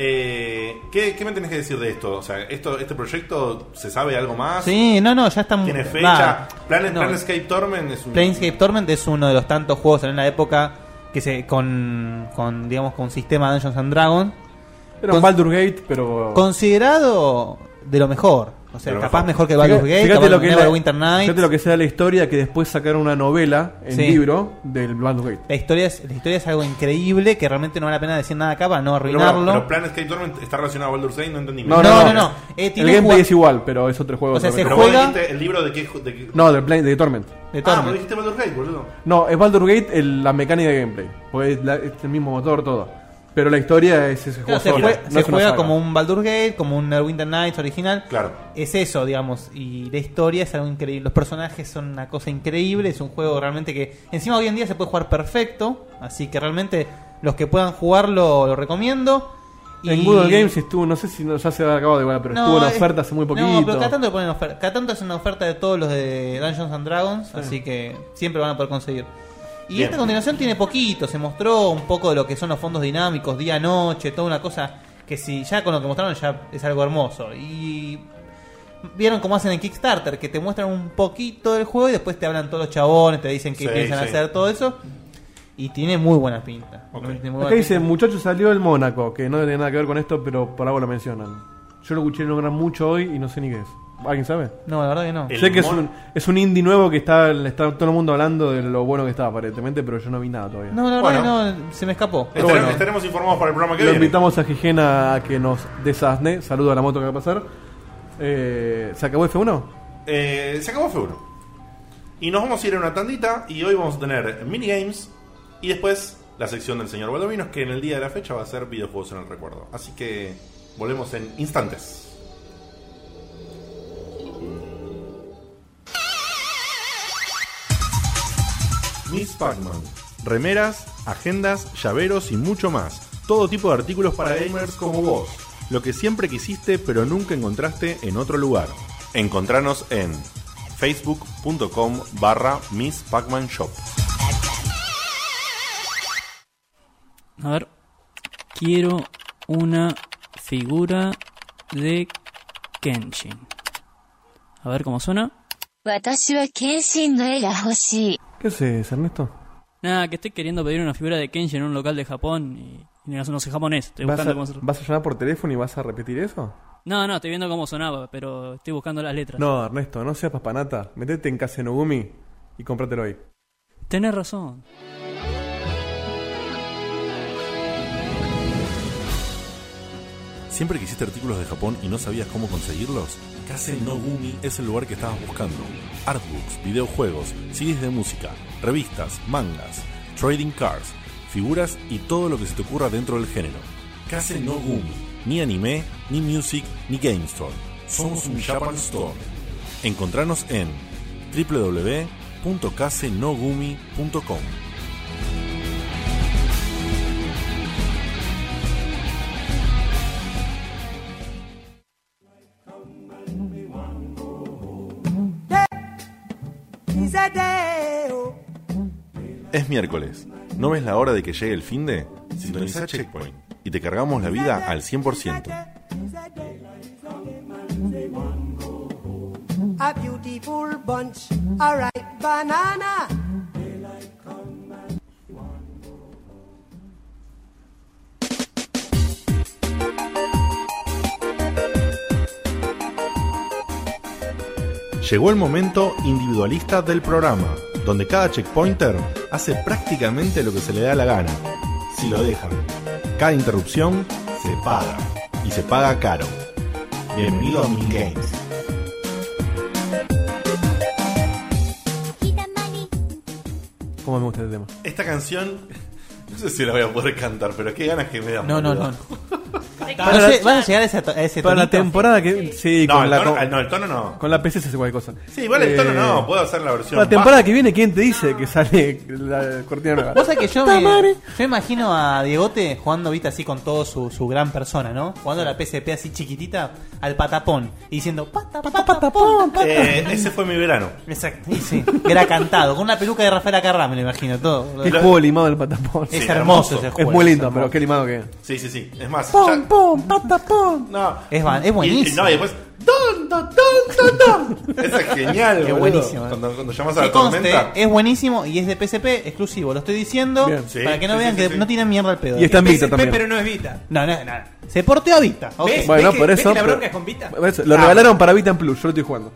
[SPEAKER 2] Eh, ¿qué, qué me tenés que decir de esto? O sea, esto, ¿este proyecto se sabe algo más?
[SPEAKER 5] Sí, no, no, ya están...
[SPEAKER 2] Ah, ¿Tiene fecha?
[SPEAKER 5] va.
[SPEAKER 2] Planet,
[SPEAKER 5] No,
[SPEAKER 2] Planescape Torment es un.
[SPEAKER 5] Planescape Torment es uno de los tantos juegos en la época que se con, con digamos con sistema Dungeons and Dragons
[SPEAKER 1] Era un
[SPEAKER 5] Con-
[SPEAKER 1] Baldur Gate, pero.
[SPEAKER 5] considerado de lo mejor. O sea,
[SPEAKER 1] Pero
[SPEAKER 5] capaz mejor que Baldur's Gate,
[SPEAKER 1] Fíjate
[SPEAKER 5] capaz
[SPEAKER 1] lo que es
[SPEAKER 5] Never
[SPEAKER 1] la-
[SPEAKER 5] Winter Nights.
[SPEAKER 1] Fíjate lo que sea la historia que después sacaron una novela en
[SPEAKER 5] Sí.
[SPEAKER 1] libro del Baldur's Gate.
[SPEAKER 5] La historia, es, la historia es algo increíble que realmente no vale la pena decir nada acá para no
[SPEAKER 2] Pero, bueno,
[SPEAKER 5] arruinarlo.
[SPEAKER 2] pero Planet Escape Torment está relacionado a Baldur's Gate, no entendí.
[SPEAKER 5] No, no, no, no. Eh, tiene
[SPEAKER 1] el gameplay
[SPEAKER 5] jugab-
[SPEAKER 1] es igual, pero es otro juego.
[SPEAKER 5] O sea, se
[SPEAKER 1] totalmente.
[SPEAKER 2] Pero vos dijiste el libro de qué... ju- De qué-
[SPEAKER 1] No, de, Plane- de Torment.
[SPEAKER 2] Ah, pero dijiste Baldur's Gate, boludo.
[SPEAKER 1] No, es Baldur's Gate el- la mecánica de gameplay. Pues es, la- es el mismo motor, todo. Pero la historia es ese
[SPEAKER 5] Claro,
[SPEAKER 1] juego
[SPEAKER 5] se
[SPEAKER 1] solo,
[SPEAKER 5] jue-
[SPEAKER 1] no
[SPEAKER 5] se
[SPEAKER 1] es una
[SPEAKER 5] juega
[SPEAKER 1] saga.
[SPEAKER 5] como un Baldur's Gate, como un Neverwinter Nights original.
[SPEAKER 2] Claro.
[SPEAKER 5] Es eso, digamos. Y la historia es algo increíble. Los personajes son una cosa increíble. Es un juego realmente que. Encima hoy en día se puede jugar perfecto. Así que realmente los que puedan jugarlo lo recomiendo.
[SPEAKER 1] En Google Games estuvo, no sé si no- ya se ha acabado de igual, pero
[SPEAKER 5] No,
[SPEAKER 1] estuvo una
[SPEAKER 5] es-
[SPEAKER 1] oferta hace muy
[SPEAKER 5] no,
[SPEAKER 1] poquito.
[SPEAKER 5] pero cada tanto, le ponen oferta. Cada tanto es una oferta de todos los de Dungeons and Dragons, así que siempre van a poder conseguir. Y
[SPEAKER 1] Bien.
[SPEAKER 5] esta continuación tiene poquito, se mostró un poco de lo que son los fondos dinámicos, día-noche, toda una cosa que si ya con lo que mostraron ya es algo hermoso. Y vieron cómo hacen en Kickstarter, que te muestran un poquito del juego y después te hablan todos los chabones, te dicen qué
[SPEAKER 1] Sí,
[SPEAKER 5] piensan
[SPEAKER 1] sí.
[SPEAKER 5] hacer, todo eso. Y tiene muy buena pinta. Tiene muy buena
[SPEAKER 1] Acá dice,
[SPEAKER 5] pinta.
[SPEAKER 1] muchachos, salió el Mónaco, que no tiene nada que ver con esto, pero por algo lo mencionan. Yo lo escuché nombrar mucho hoy y no sé ni qué es. ¿Alguien sabe?
[SPEAKER 5] No, la verdad que no.
[SPEAKER 1] Sé
[SPEAKER 5] El
[SPEAKER 1] que es
[SPEAKER 5] Mon-
[SPEAKER 1] un, es un indie nuevo que está, está todo el mundo hablando de lo bueno que está, aparentemente, pero yo no vi nada todavía.
[SPEAKER 5] No, la verdad
[SPEAKER 2] Bueno. Este
[SPEAKER 5] que no, se me escapó.
[SPEAKER 1] Pero bueno.
[SPEAKER 2] Estaremos informados para el programa que
[SPEAKER 1] Lo
[SPEAKER 2] viene.
[SPEAKER 1] invitamos a Gigena a que nos desasne. Saludo a la moto que va a pasar. Eh, ¿Se acabó F1?
[SPEAKER 2] Eh, se acabó F1. Y nos vamos a ir a una tandita y hoy vamos a tener minigames y después la sección del señor Valdovinos que en el día de la fecha va a ser videojuegos en el recuerdo. Así que volvemos en instantes. Miss Pac-Man. Remeras, agendas, llaveros y mucho más. Todo tipo de artículos para gamers como vos. Lo que siempre quisiste pero nunca encontraste en otro lugar. Encontranos en facebook.com barra Miss Pac-Man Shop.
[SPEAKER 11] A ver. Quiero una figura de Kenshin. A ver cómo suena.
[SPEAKER 12] 私は謙信の絵が欲しい。
[SPEAKER 1] ¿Qué haces, Ernesto?
[SPEAKER 11] Nada, que estoy queriendo pedir una figura de Kenshin en un local de Japón y, y no, no sé japonés. Estoy
[SPEAKER 1] ¿Vas a,
[SPEAKER 11] buscando cómo se-
[SPEAKER 1] vas a llamar por teléfono y vas a repetir eso?
[SPEAKER 11] No, no, estoy viendo cómo sonaba, pero estoy buscando las letras.
[SPEAKER 1] No, Ernesto, no seas papanata. Metete en Kasenogumi y cómpratelo hoy.
[SPEAKER 11] Tenés razón.
[SPEAKER 2] ¿Siempre quisiste artículos de Japón y no sabías cómo conseguirlos? Kase no Gumi es el lugar que estabas buscando. Artbooks, videojuegos, CDs de música, revistas, mangas, trading cards, figuras y todo lo que se te ocurra dentro del género. Kase no Gumi. Ni anime, ni music, ni game store. Somos un Japan Store. Encontranos en www.kasenogumi.com. Es miércoles. ¿No ves la hora de que llegue el fin de? Sintoniza Checkpoint y te cargamos la vida al 100%.
[SPEAKER 13] A beautiful bunch, a ripe banana.
[SPEAKER 2] Llegó el momento individualista del programa, donde cada checkpointer hace prácticamente lo que se le da la gana, si lo dejan. Cada interrupción se paga, y se paga caro. Bienvenido a Min Games.
[SPEAKER 1] ¿Cómo me gusta este tema?
[SPEAKER 2] Esta canción, *laughs* no sé si la voy a poder cantar, pero qué ganas que me da.
[SPEAKER 5] No, no,
[SPEAKER 2] boludo.
[SPEAKER 5] no. No sé, ¿Van a llegar a ese, to- a ese
[SPEAKER 1] Para la
[SPEAKER 5] tonito?
[SPEAKER 1] temporada que. Sí,
[SPEAKER 2] No,
[SPEAKER 1] con
[SPEAKER 2] el
[SPEAKER 1] la,
[SPEAKER 2] tono-
[SPEAKER 1] con-
[SPEAKER 2] eh, no, el tono no.
[SPEAKER 1] Con la PC se hace cualquier cosa. Eh,
[SPEAKER 2] Sí, igual el tono no, puedo hacer la versión
[SPEAKER 1] La temporada que viene, ¿quién te dice que sale la cortina
[SPEAKER 2] *laughs*
[SPEAKER 1] nueva?
[SPEAKER 5] Vos sabés que yo
[SPEAKER 1] ¡Ta
[SPEAKER 5] me,
[SPEAKER 1] madre!
[SPEAKER 5] yo imagino a Diegote jugando, viste, así con todo su, su gran persona, ¿no? Jugando a la PSP así chiquitita al patapón y diciendo, pata, pata, patapón, pata.
[SPEAKER 2] Eh, ese fue mi verano.
[SPEAKER 5] Exacto, y sí, que era cantado, con una peluca de Rafael Acarrá, me lo imagino, todo.
[SPEAKER 1] Qué juego limado el patapón.
[SPEAKER 5] Es Sí, hermoso hermoso. ese juego,
[SPEAKER 1] Es muy
[SPEAKER 5] es
[SPEAKER 1] lindo,
[SPEAKER 5] hermoso.
[SPEAKER 1] pero qué limado que es.
[SPEAKER 2] Sí, sí, sí. Es más,
[SPEAKER 5] Pum,
[SPEAKER 2] ya-
[SPEAKER 5] pum, patapón.
[SPEAKER 2] No.
[SPEAKER 5] Es, ba- es buenísimo.
[SPEAKER 2] Y- y no, y después,
[SPEAKER 1] Don,
[SPEAKER 6] ton, ton, ton, ton.
[SPEAKER 2] Esa es
[SPEAKER 5] *laughs*
[SPEAKER 2] genial,
[SPEAKER 5] Qué
[SPEAKER 2] boludo.
[SPEAKER 5] buenísimo. eh.
[SPEAKER 2] Cuando, cuando llamas a
[SPEAKER 5] Que
[SPEAKER 2] la
[SPEAKER 5] conste, eh.
[SPEAKER 2] tormenta.
[SPEAKER 5] Es buenísimo y es de PSP exclusivo. Lo estoy diciendo
[SPEAKER 2] Bien.
[SPEAKER 5] para
[SPEAKER 2] Sí,
[SPEAKER 5] que no
[SPEAKER 2] sí,
[SPEAKER 5] vean
[SPEAKER 2] sí,
[SPEAKER 5] que
[SPEAKER 2] sí, sí.
[SPEAKER 5] no tiran mierda al pedo.
[SPEAKER 1] Y está en
[SPEAKER 5] Es
[SPEAKER 1] Vita
[SPEAKER 5] PSP,
[SPEAKER 1] también.
[SPEAKER 5] Pero no es Vita. No, no, no. Se porteó a Vita. ok.
[SPEAKER 1] Bueno, por eso. pero- por eso, Lo
[SPEAKER 2] Ah.
[SPEAKER 1] regalaron para Vita en Plus, yo lo estoy jugando.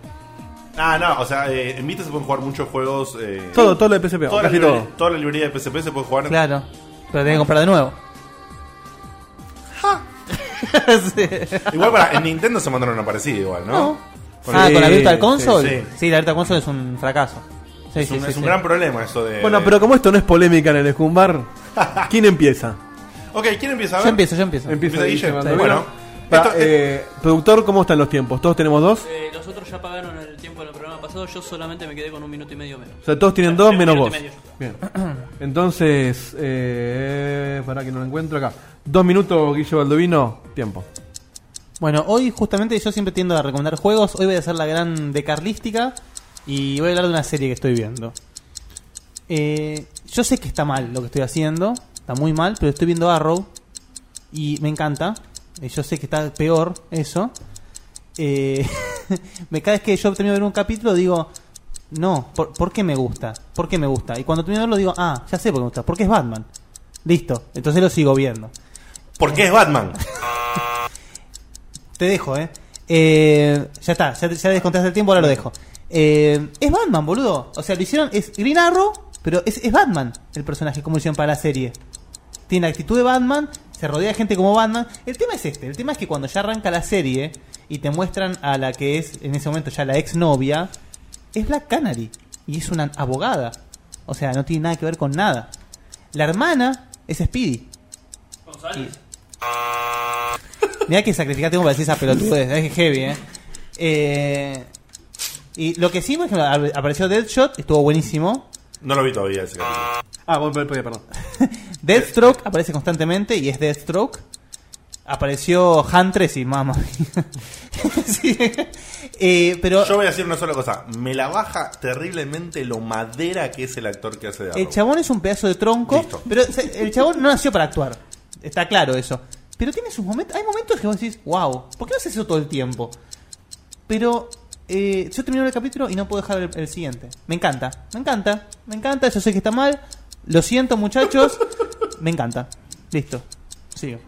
[SPEAKER 2] Ah, no, o sea, eh, en Vita se pueden jugar muchos juegos. eh,
[SPEAKER 1] Todo, todo lo de PSP,
[SPEAKER 2] toda
[SPEAKER 1] casi
[SPEAKER 2] la librería-
[SPEAKER 1] todo.
[SPEAKER 2] Toda la librería de PSP se puede jugar.
[SPEAKER 5] Claro. Pero tenés que comprar de nuevo. *laughs*
[SPEAKER 2] Igual para, en Nintendo se mandaron una parecida, igual, ¿no?
[SPEAKER 5] No. ah,
[SPEAKER 2] el-
[SPEAKER 5] con la
[SPEAKER 2] Sí,
[SPEAKER 5] Virtual Console. Sí,
[SPEAKER 2] sí, sí.
[SPEAKER 5] la Virtual Console es un fracaso. Sí,
[SPEAKER 2] Es
[SPEAKER 5] sí,
[SPEAKER 2] un-
[SPEAKER 5] sí,
[SPEAKER 2] es un
[SPEAKER 5] sí.
[SPEAKER 2] gran problema eso de.
[SPEAKER 1] Bueno, pero como esto no es polémica en el Escumbar, ¿quién empieza?
[SPEAKER 2] Ok, ¿quién empieza? A
[SPEAKER 5] Yo
[SPEAKER 2] ver.
[SPEAKER 5] empiezo, yo
[SPEAKER 2] Em-
[SPEAKER 5] empiezo.
[SPEAKER 1] Empieza
[SPEAKER 2] Guille.
[SPEAKER 1] Guille. Mandolino.
[SPEAKER 2] Bueno,
[SPEAKER 1] Pa- eh, productor, ¿cómo están los tiempos? ¿Todos tenemos dos?
[SPEAKER 7] Eh, los otros ya pagaron el tiempo en el programa pasado, yo solamente me quedé con un minuto y medio menos.
[SPEAKER 1] O sea, todos tienen dos
[SPEAKER 7] Un
[SPEAKER 1] menos
[SPEAKER 7] minuto
[SPEAKER 1] vos.
[SPEAKER 7] y medio.
[SPEAKER 1] Bien. Entonces, eh, para que no lo encuentro acá. Dos minutos, Guille Baldovino, tiempo.
[SPEAKER 5] Bueno, hoy justamente yo siempre tiendo a recomendar juegos. Hoy voy a hacer la gran de Carlística y voy a hablar de una serie que estoy viendo. Eh, yo sé que está mal lo que estoy haciendo, está muy mal, pero estoy viendo Arrow y me encanta. Eh, yo sé que está peor eso. Eh, *laughs* me cada vez que yo termino de ver un capítulo digo, no, ¿por, por qué me gusta? ¿Por qué me gusta? Y cuando termino de verlo digo, ah, ya sé por qué me gusta, porque es Batman. Listo, entonces lo sigo viendo.
[SPEAKER 2] ¿Por qué es Batman?
[SPEAKER 5] Te dejo, eh. Eh, ya está, ya, ya descontaste el tiempo, ahora lo dejo. Eh, es Batman, boludo. O sea, lo hicieron, es Green Arrow, pero es, es Batman el personaje como lo hicieron para la serie. Tiene la actitud de Batman, se rodea de gente como Batman. El tema es este, el tema es que cuando ya arranca la serie y te muestran a la que es en ese momento ya la exnovia, es Black Canary y es una abogada. O sea, no tiene nada que ver con nada. La hermana es Speedy.
[SPEAKER 7] González.
[SPEAKER 5] Mirá que sacrificar tengo para decir esa pelotudez, es heavy, ¿eh? Eh, Y lo que sí, por ejemplo, ap- apareció Deadshot, estuvo buenísimo.
[SPEAKER 2] No lo vi todavía ese capítulo.
[SPEAKER 1] Ah, vos, perdón.
[SPEAKER 5] Deathstroke aparece constantemente y es Deathstroke. Apareció Huntress y mamá. mía. *laughs* Sí. Eh, pero
[SPEAKER 2] Yo voy a decir una sola cosa. Me la baja terriblemente lo madera que es el actor que hace de Arrow.
[SPEAKER 5] el Eh, chabón es un pedazo de tronco, pero o sea, el chabón no nació para actuar. Está claro eso. Pero tiene sus momentos, hay momentos que vos decís, wow, ¿por qué no haces eso todo el tiempo? Pero eh, yo termino el capítulo y no puedo dejar el, el siguiente. Me encanta, me encanta, me encanta. Yo sé que está mal. Lo siento, muchachos. me encanta. Listo. Sigo.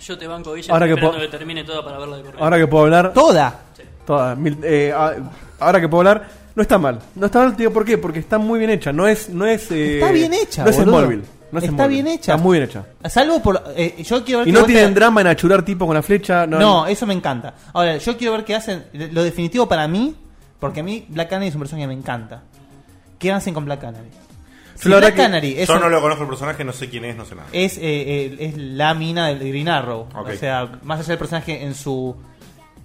[SPEAKER 7] Yo te banco, Guille,
[SPEAKER 1] Ahora que
[SPEAKER 7] esperando
[SPEAKER 1] po-
[SPEAKER 7] que termine toda para verla de corrido.
[SPEAKER 1] Ahora que puedo hablar.
[SPEAKER 5] Toda.
[SPEAKER 1] Toda. Mil- eh, a- ahora que puedo hablar, no está mal. No está mal, tío, ¿por qué? Porque está muy bien hecha. No es. No es eh,
[SPEAKER 5] Está bien hecha,
[SPEAKER 1] No es
[SPEAKER 5] boludo.
[SPEAKER 1] Smallville. No es
[SPEAKER 5] Está
[SPEAKER 1] Smallville.
[SPEAKER 5] bien hecha.
[SPEAKER 1] Está muy bien hecha.
[SPEAKER 5] Salvo por. eh, yo quiero ver
[SPEAKER 1] Y
[SPEAKER 5] que
[SPEAKER 1] no
[SPEAKER 5] vuelta-
[SPEAKER 1] tienen drama en achurar tipo con la flecha. No,
[SPEAKER 5] No, eso me encanta. Ahora, yo quiero ver qué hacen. Lo definitivo para mí, porque a mí Black Canary es un personaje que me encanta. ¿Qué hacen con Black Canary? Si
[SPEAKER 2] la verdad
[SPEAKER 5] Black
[SPEAKER 2] que
[SPEAKER 5] Canary es,
[SPEAKER 2] yo
[SPEAKER 5] un-
[SPEAKER 2] no lo conozco el personaje, no sé quién es, no sé nada.
[SPEAKER 5] es, eh, eh, es la mina del Green Arrow.
[SPEAKER 2] Ok.
[SPEAKER 5] O sea, más allá del personaje en su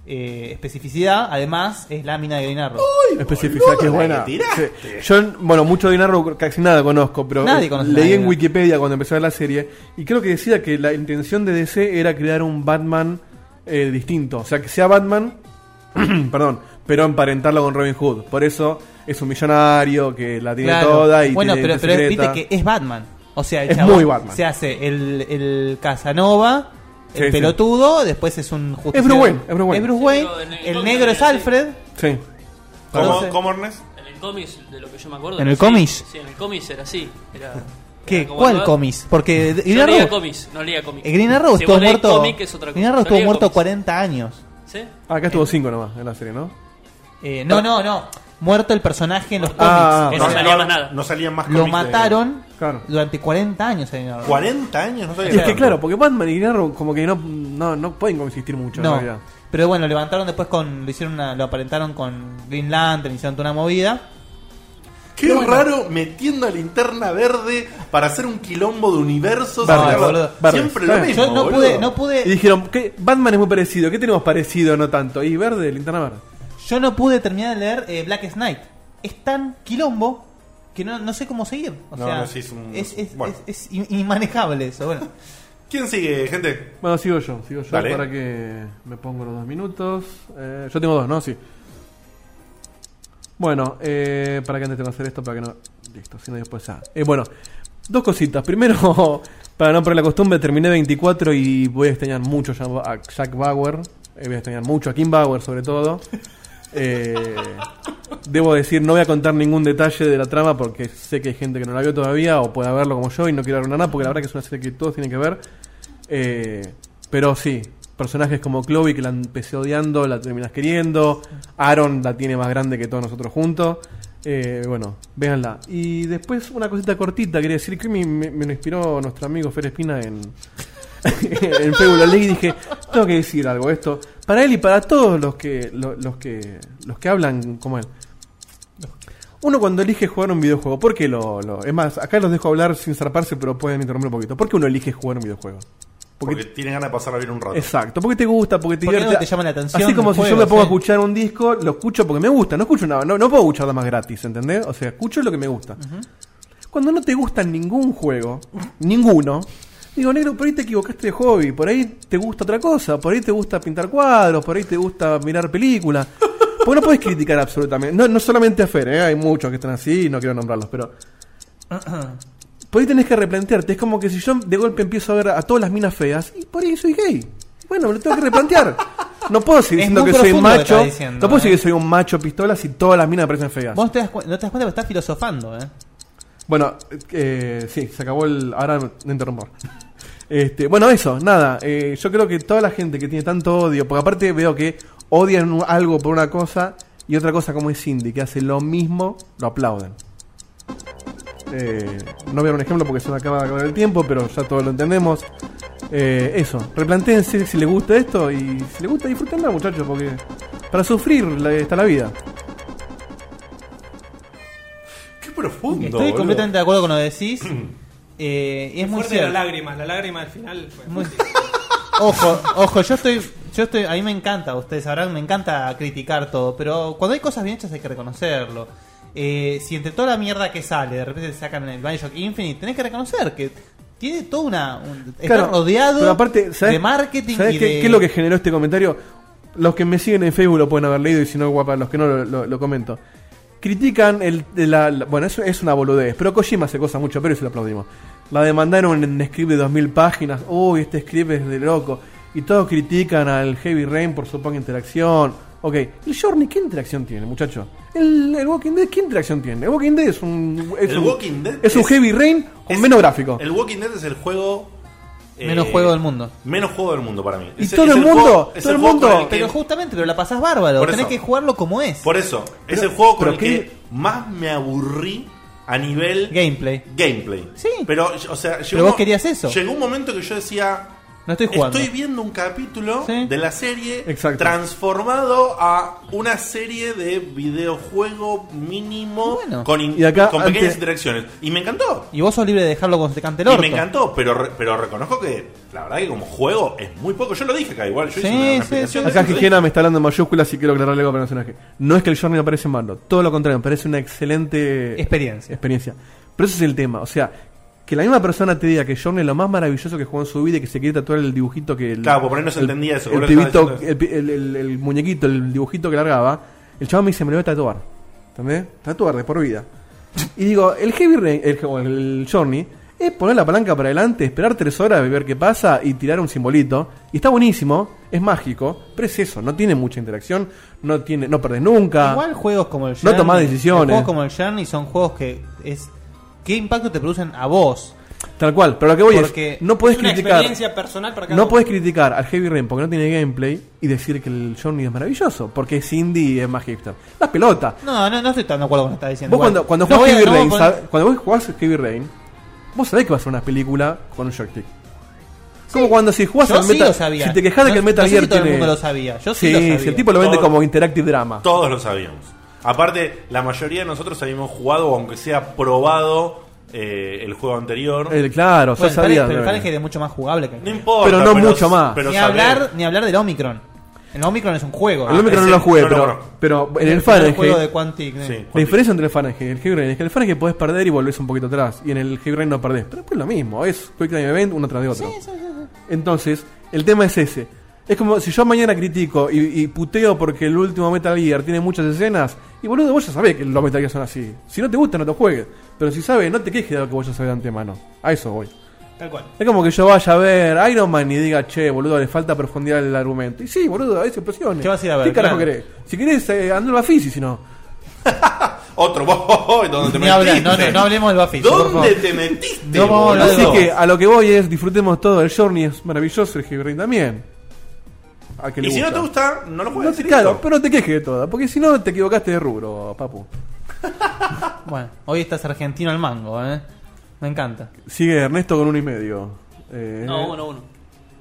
[SPEAKER 5] eh, especificidad, además es la mina de Green Arrow.
[SPEAKER 1] Especificidad que es buena.
[SPEAKER 5] tiraste.
[SPEAKER 1] Sí. Yo, bueno, mucho de Dinarro casi nada conozco, pero eh,
[SPEAKER 5] Nadie conoce
[SPEAKER 1] leí
[SPEAKER 5] nada
[SPEAKER 1] en
[SPEAKER 5] de-
[SPEAKER 1] Wikipedia cuando empezó la serie y creo que decía que la intención de DC era crear un Batman eh, distinto. O sea, que sea Batman, *clears throat* perdón, pero emparentarlo con Robin Hood. Por eso es un millonario que la tiene
[SPEAKER 5] Claro.
[SPEAKER 1] toda y
[SPEAKER 5] bueno,
[SPEAKER 1] tiene
[SPEAKER 5] pero,
[SPEAKER 1] gente
[SPEAKER 5] pero
[SPEAKER 1] secreta.
[SPEAKER 5] viste que es Batman. O sea, el
[SPEAKER 1] Es
[SPEAKER 5] chabón
[SPEAKER 1] muy Batman.
[SPEAKER 5] se hace el, el Casanova, el
[SPEAKER 1] Sí, sí.
[SPEAKER 5] pelotudo, después es un justiciero.
[SPEAKER 1] Bruce Wayne, es Bruce Wayne.
[SPEAKER 5] Wayne, el negro es Alfred.
[SPEAKER 1] Sí.
[SPEAKER 2] ¿Cómo,
[SPEAKER 5] Entonces-
[SPEAKER 2] ¿Cómo Ernest?
[SPEAKER 7] En el cómics, de lo que yo me acuerdo.
[SPEAKER 5] ¿En
[SPEAKER 7] era
[SPEAKER 5] el
[SPEAKER 7] así.
[SPEAKER 5] cómics?
[SPEAKER 7] Sí, en el cómics era así. Era,
[SPEAKER 5] ¿Qué?
[SPEAKER 7] era como
[SPEAKER 5] ¿Cuál
[SPEAKER 7] algo-
[SPEAKER 5] cómics? Porque
[SPEAKER 7] Yo
[SPEAKER 5] Green
[SPEAKER 7] leía
[SPEAKER 5] Arrow-
[SPEAKER 7] cómics, no leía cómics.
[SPEAKER 5] El Green Arrow
[SPEAKER 7] Si
[SPEAKER 5] estuvo
[SPEAKER 7] vos leís
[SPEAKER 5] muerto.
[SPEAKER 7] cómic, es otra cosa.
[SPEAKER 5] Green Arrow
[SPEAKER 7] Yo
[SPEAKER 5] estuvo
[SPEAKER 7] leía
[SPEAKER 5] muerto
[SPEAKER 7] cómics.
[SPEAKER 5] 40 años.
[SPEAKER 7] ¿Sí?
[SPEAKER 1] Ah, acá estuvo 5 nomás en la serie, ¿no?
[SPEAKER 5] Eh, no, no, no. Muerto el personaje en los cómics.
[SPEAKER 1] Ah,
[SPEAKER 5] O
[SPEAKER 1] no
[SPEAKER 5] sea,
[SPEAKER 1] salía
[SPEAKER 2] más nada. No salían más
[SPEAKER 5] Lo
[SPEAKER 2] cómics de-
[SPEAKER 5] mataron durante 40 años. en Green Arrow.
[SPEAKER 2] 40 años, no
[SPEAKER 5] eh,
[SPEAKER 2] sabía.
[SPEAKER 1] Y es que claro, porque Batman y Green Arrow como que no, no, no pueden coexistir mucho en
[SPEAKER 5] No.
[SPEAKER 1] realidad.
[SPEAKER 5] Pero bueno, levantaron después con. Lo hicieron una- lo aparentaron con Green Lantern, hicieron toda una movida.
[SPEAKER 2] Qué raro metiendo a linterna verde para hacer un quilombo de universos.
[SPEAKER 1] Verde,
[SPEAKER 2] Claro,
[SPEAKER 1] boludo.
[SPEAKER 2] Siempre
[SPEAKER 1] Verde.
[SPEAKER 2] lo mismo.
[SPEAKER 5] Yo no
[SPEAKER 2] boludo.
[SPEAKER 5] pude- no pude-
[SPEAKER 1] Y dijeron, ¿qué? Batman es muy parecido, ¿qué tenemos parecido no tanto? Y verde, linterna verde.
[SPEAKER 5] Yo no pude terminar de leer eh, Black Knight. Es tan quilombo que no, no sé cómo seguir. O
[SPEAKER 2] No,
[SPEAKER 5] sea,
[SPEAKER 2] no, sí, es un-
[SPEAKER 5] es, es-
[SPEAKER 2] bueno.
[SPEAKER 5] es- es in- inmanejable eso. Bueno.
[SPEAKER 2] ¿Quién sigue, gente?
[SPEAKER 1] Bueno, sigo yo, sigo yo
[SPEAKER 2] Dale.
[SPEAKER 1] para que me pongo los dos minutos. Eh, yo tengo dos, ¿no? Sí. Bueno, eh, para que antes tengo que hacer esto, para que no... Listo, si no después... Ah. Eh, bueno, dos cositas. *laughs* Primero, para no perder la costumbre, terminé 24 y voy a extrañar mucho a Jack Bauer. Eh, voy a extrañar mucho a Kim Bauer, sobre todo. Eh, debo decir, no voy a contar ningún detalle de la trama porque sé que hay gente que no la vio todavía o puede verlo como yo y no quiero arruinar nada porque la verdad que es una serie que todos tienen que ver. Eh, pero sí, personajes como Chloe que la empecé odiando, la terminas queriendo. Aaron la tiene más grande que todos nosotros juntos. Eh, bueno, véanla. Y después una cosita cortita, quería decir que me, me- me lo inspiró nuestro amigo Fer Espina en, *laughs* en Fébula League y dije, tengo que decir algo esto. Para él y para todos los que, lo- los, que, los que hablan como él. Uno cuando elige jugar un videojuego, ¿por qué lo, lo- Es más, acá los dejo hablar sin zarparse, pero pueden interrumpir un poquito. ¿Por qué uno elige jugar un videojuego?
[SPEAKER 2] Porque, tienen ganas de pasar a ver un rato.
[SPEAKER 1] Exacto, porque te gusta, porque te
[SPEAKER 5] Porque
[SPEAKER 1] divierte.
[SPEAKER 5] algo te llama la atención
[SPEAKER 1] Así como
[SPEAKER 5] del
[SPEAKER 1] si yo
[SPEAKER 5] juego,
[SPEAKER 1] me pongo a
[SPEAKER 5] sí.
[SPEAKER 1] escuchar un disco, lo escucho porque me gusta, no escucho nada, no, no puedo escuchar nada más gratis, ¿entendés? O sea, escucho lo que me gusta. Cuando no te gusta ningún juego, ninguno, digo, negro, por ahí te equivocaste de hobby, por ahí te gusta otra cosa, por ahí te gusta pintar cuadros, por ahí te gusta mirar películas. *laughs* Porque no puedes criticar absolutamente. No, no solamente a Fer, ¿eh? hay muchos que están así, no quiero nombrarlos, pero por ahí tenés que replantearte. Es como que si yo de golpe empiezo a ver a todas las minas feas, y por ahí soy gay. Bueno, me lo tengo que replantear. No puedo seguir
[SPEAKER 5] Es
[SPEAKER 1] diciendo
[SPEAKER 5] muy
[SPEAKER 1] que soy
[SPEAKER 5] profundo lo que
[SPEAKER 1] macho.
[SPEAKER 5] estás diciendo,
[SPEAKER 1] no puedo decir
[SPEAKER 5] ¿eh?
[SPEAKER 1] que soy un macho pistola si todas las minas me parecen feas.
[SPEAKER 5] Vos no te das, cu- no te das cuenta que estás filosofando, ¿eh?
[SPEAKER 1] Bueno, eh, sí, se acabó el. Ahora no interrumpo. Este, bueno, eso, nada. eh, yo creo que toda la gente que tiene tanto odio, porque aparte veo que odian un- algo por una cosa y otra cosa como es Cindy, que hace lo mismo, lo aplauden. Eh, no voy a dar un ejemplo porque se me acaba de acabar el tiempo, pero ya todos lo entendemos. Eh, eso, replantéense si les gusta esto y si les gusta disfrutenla, muchachos, porque para sufrir la- está la vida.
[SPEAKER 2] Qué profundo.
[SPEAKER 5] Estoy
[SPEAKER 2] boludo.
[SPEAKER 5] completamente de acuerdo con lo
[SPEAKER 2] *clears throat*
[SPEAKER 5] que decís. Eh, y es muy
[SPEAKER 9] Fuerte la
[SPEAKER 5] cierto.
[SPEAKER 9] lágrima, la lágrima al final. fue
[SPEAKER 5] Muy-
[SPEAKER 2] *laughs*
[SPEAKER 5] Ojo, ojo, yo estoy, yo estoy, a mí me encanta, ustedes sabrán, me encanta criticar todo, pero cuando hay cosas bien hechas hay que reconocerlo. Eh, si entre toda la mierda que sale, de repente te sacan el Bioshock Infinite, tenés que reconocer que tiene toda una... un- está
[SPEAKER 1] Claro,
[SPEAKER 5] rodeado
[SPEAKER 1] pero aparte, ¿sabes-
[SPEAKER 5] de marketing
[SPEAKER 1] ¿sabes
[SPEAKER 5] y
[SPEAKER 1] qué,
[SPEAKER 5] de...
[SPEAKER 1] qué es lo que generó este comentario? Los que me siguen en Facebook lo pueden haber leído y si no, guapa, los que no lo, lo- lo comento. Critican el. de la, la- bueno, eso es una boludez, pero Kojima hace cosas mucho pero y se lo aplaudimos. La demandaron en un script de 2000 páginas. Uy, este script es de loco. Y todos critican al Heavy Rain por su poca interacción. Ok, ¿el Journey qué interacción tiene, muchacho? ¿El, el Walking Dead qué interacción tiene? El Walking Dead es un. Es
[SPEAKER 2] El
[SPEAKER 1] un,
[SPEAKER 2] Walking Dead
[SPEAKER 1] es un
[SPEAKER 2] es-
[SPEAKER 1] Heavy Rain con menos gráfico.
[SPEAKER 2] El Walking Dead es el juego. eh,
[SPEAKER 5] Menos juego del mundo.
[SPEAKER 2] Menos juego del mundo para mí.
[SPEAKER 5] Y
[SPEAKER 2] Es-
[SPEAKER 5] todo
[SPEAKER 2] es
[SPEAKER 5] el mundo,
[SPEAKER 2] juego- es
[SPEAKER 5] todo el
[SPEAKER 2] juego
[SPEAKER 5] mundo.
[SPEAKER 2] con el que-
[SPEAKER 5] Pero justamente, pero la pasás bárbaro,
[SPEAKER 2] Por
[SPEAKER 5] tenés
[SPEAKER 2] eso.
[SPEAKER 5] que jugarlo como es.
[SPEAKER 2] Por eso, es el juego con el que más me aburrí a nivel.
[SPEAKER 5] Gameplay.
[SPEAKER 2] Gameplay.
[SPEAKER 5] Sí.
[SPEAKER 2] Pero, o sea,
[SPEAKER 5] Pero vos querías eso.
[SPEAKER 2] Llegó un momento que yo decía.
[SPEAKER 5] No estoy jugando.
[SPEAKER 2] Estoy viendo un capítulo de la serie
[SPEAKER 1] Exacto.
[SPEAKER 2] transformado a una serie de videojuego mínimo con, in-
[SPEAKER 5] Y acá,
[SPEAKER 2] con pequeñas
[SPEAKER 5] antes-
[SPEAKER 2] interacciones. Y me encantó.
[SPEAKER 5] Y vos sos libre de dejarlo cuando se te cante el
[SPEAKER 2] Y
[SPEAKER 5] orto.
[SPEAKER 2] me encantó, pero, re- pero reconozco que la verdad que como juego es muy poco. Yo lo dije acá igual. Yo hice
[SPEAKER 5] Sí,
[SPEAKER 2] una
[SPEAKER 5] sí,
[SPEAKER 2] replicación de
[SPEAKER 1] Acá
[SPEAKER 2] eso.
[SPEAKER 1] Gigena me está hablando en mayúsculas y quiero aclararle algo al personaje. No es que el Journey aparece en mando, todo lo contrario, me parece una excelente
[SPEAKER 5] Experiencia.
[SPEAKER 1] experiencia. Pero ese es el tema, o sea, que la misma persona te diga que Journey es lo más maravilloso que jugó en su vida y que se quiere tatuar el dibujito que el,
[SPEAKER 2] Claro, porque por ahí no se
[SPEAKER 1] el-
[SPEAKER 2] entendía eso,
[SPEAKER 1] El,
[SPEAKER 2] por eso estaba
[SPEAKER 1] pibito- el, pi- el- el- el muñequito, el dibujito que largaba, el chaval me dice, me lo voy a tatuar. ¿Entendés? Tatuar de por vida. Y digo, el Heavy Rain, el, o el Journey, es poner la palanca para adelante, esperar tres horas, ver qué pasa y tirar un simbolito. Y está buenísimo, es mágico, pero es eso, no tiene mucha interacción, no tiene, no perdés nunca.
[SPEAKER 5] Igual juegos como el
[SPEAKER 1] Ah. No
[SPEAKER 5] Journey,
[SPEAKER 1] tomás decisiones.
[SPEAKER 5] Juegos como el Journey son juegos que es qué impacto te producen a vos.
[SPEAKER 1] Tal cual, pero lo que voy
[SPEAKER 5] Porque
[SPEAKER 1] es, no puedes
[SPEAKER 5] es una
[SPEAKER 1] criticar.
[SPEAKER 5] experiencia personal para cada
[SPEAKER 1] no
[SPEAKER 5] uno.
[SPEAKER 1] puedes criticar al Heavy Rain porque no tiene gameplay y decir que el Journey es maravilloso, porque es indie y es más hipster. Las pelotas.
[SPEAKER 5] No, no, no estoy tan de acuerdo con lo que estás diciendo.
[SPEAKER 1] Vos cuando,
[SPEAKER 5] Igual,
[SPEAKER 1] cuando
[SPEAKER 5] no
[SPEAKER 1] jugás
[SPEAKER 5] voy a-
[SPEAKER 1] Heavy
[SPEAKER 5] no voy a
[SPEAKER 1] Rain,
[SPEAKER 5] poner-
[SPEAKER 1] sab- cuando vos jugás Heavy Rain, vos sabés que va a ser una película con un joystick. Como cuando si jugás
[SPEAKER 5] Yo
[SPEAKER 1] al
[SPEAKER 5] sí
[SPEAKER 1] Metal
[SPEAKER 5] lo sabía.
[SPEAKER 1] Si te quejas de
[SPEAKER 5] No-
[SPEAKER 1] que el Metal
[SPEAKER 5] no sé
[SPEAKER 1] Gear
[SPEAKER 5] si todo el
[SPEAKER 1] tiene.
[SPEAKER 5] mundo lo sabía. Yo sí lo
[SPEAKER 1] si
[SPEAKER 5] sabía.
[SPEAKER 1] el tipo lo vende
[SPEAKER 2] Todo-
[SPEAKER 1] como Interactive Drama.
[SPEAKER 2] Todos lo sabíamos. Aparte, la mayoría de nosotros habíamos jugado, o aunque sea probado, eh, el juego anterior.
[SPEAKER 1] El- Eh, claro,
[SPEAKER 5] Bueno,
[SPEAKER 1] yo
[SPEAKER 5] el
[SPEAKER 1] sabía.
[SPEAKER 5] Fahrenheit- pero el
[SPEAKER 1] pero-
[SPEAKER 5] Fahrenheit es mucho más jugable que el
[SPEAKER 2] No importa, pues,
[SPEAKER 1] Pero no mucho más.
[SPEAKER 2] pero
[SPEAKER 5] ni,
[SPEAKER 2] saber-
[SPEAKER 5] hablar, ni hablar del Omicron. El Omicron es un juego.
[SPEAKER 1] el Omicron no lo jugué, pero, pero en el
[SPEAKER 5] fan Es un
[SPEAKER 1] Fahrenheit.
[SPEAKER 5] juego de Quantic. eh. ¿no?
[SPEAKER 1] La diferencia entre el Fahrenheit y el Heavy Rain es que el Fahrenheit podés perder y volvés un poquito atrás. Y en el Heavy Rain no perdés. Pero es lo mismo, es Quick Time Event uno tras de otro. Entonces, el tema es ese. Es como si yo mañana critico y, y puteo porque el último Metal Gear tiene muchas escenas. Y boludo, vos ya sabés que los Metal Gear son así. Si no te gusta, no te juegues. Pero si sabes, no te quejes de lo que vos ya sabés de antemano. A eso voy.
[SPEAKER 9] Tal cual.
[SPEAKER 1] Es como que yo vaya a ver Iron Man y diga, che, boludo, le falta profundidad al argumento. Y sí, boludo, a veces explosiones.
[SPEAKER 5] ¿Qué vas a ir a ver?
[SPEAKER 1] carajo
[SPEAKER 5] Claro.
[SPEAKER 1] querés? Si querés, eh, andá al Bafisi, si no.
[SPEAKER 2] Otro, *laughs* vos, donde te
[SPEAKER 5] Ni hablar, no,
[SPEAKER 2] metiste.
[SPEAKER 5] no, no hablemos del Bafisi. por
[SPEAKER 2] ¿Dónde
[SPEAKER 5] favor.
[SPEAKER 2] te metiste?
[SPEAKER 5] No vamos a hablar
[SPEAKER 1] Así
[SPEAKER 5] de
[SPEAKER 1] que a lo que voy es, disfrutemos todo. El Journey es maravilloso, el Heavy también. A que le
[SPEAKER 2] Y si no te gusta, no lo
[SPEAKER 1] No
[SPEAKER 2] juegues.
[SPEAKER 1] te,
[SPEAKER 2] y
[SPEAKER 1] claro,
[SPEAKER 2] listo.
[SPEAKER 1] pero no te quejes de toda, porque si no te equivocaste de rubro, papu.
[SPEAKER 5] Bueno, hoy estás argentino al mango, ¿eh? Me encanta.
[SPEAKER 1] Sigue Ernesto con uno y medio. Eh,
[SPEAKER 5] No, uno, uno.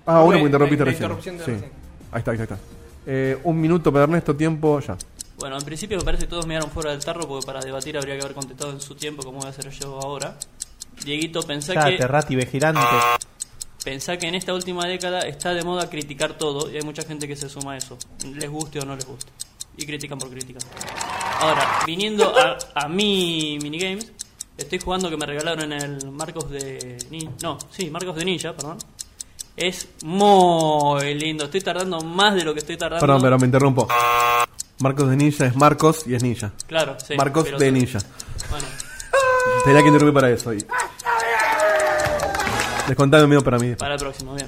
[SPEAKER 1] Ah, uno
[SPEAKER 5] Fue
[SPEAKER 1] porque interrumpiste
[SPEAKER 5] la- la
[SPEAKER 1] recién.
[SPEAKER 5] interrupción de
[SPEAKER 1] Sí.
[SPEAKER 5] recién.
[SPEAKER 1] Ahí está, ahí está. ahí está. Eh, un minuto para Ernesto, tiempo, ya.
[SPEAKER 7] Bueno, en principio me parece que todos me dieron fuera del tarro porque para debatir habría que haber contestado en su tiempo como voy a hacer yo ahora. Dieguito, pensá
[SPEAKER 5] Cállate,
[SPEAKER 7] que
[SPEAKER 5] Rati vigilante.
[SPEAKER 7] pensá que en esta última década está de moda criticar todo y hay mucha gente que se suma a eso, les guste o no les guste. Y critican por criticar. Ahora, viniendo a, a mi minigames, estoy jugando que me regalaron en el Marcos de Nin- No, sí, Marcos de Ninja, perdón. Es muy lindo, estoy tardando más de lo que estoy tardando.
[SPEAKER 1] Perdón, pero me interrumpo. Marcos de Ninja es Marcos y es Ninja.
[SPEAKER 7] Claro, sí,
[SPEAKER 1] Marcos
[SPEAKER 7] pero
[SPEAKER 1] de
[SPEAKER 7] sí.
[SPEAKER 1] Ninja.
[SPEAKER 7] Bueno.
[SPEAKER 1] Tenía que interrumpir para eso. Y... Descontame un miedo para mí.
[SPEAKER 7] Para el próximo, bien.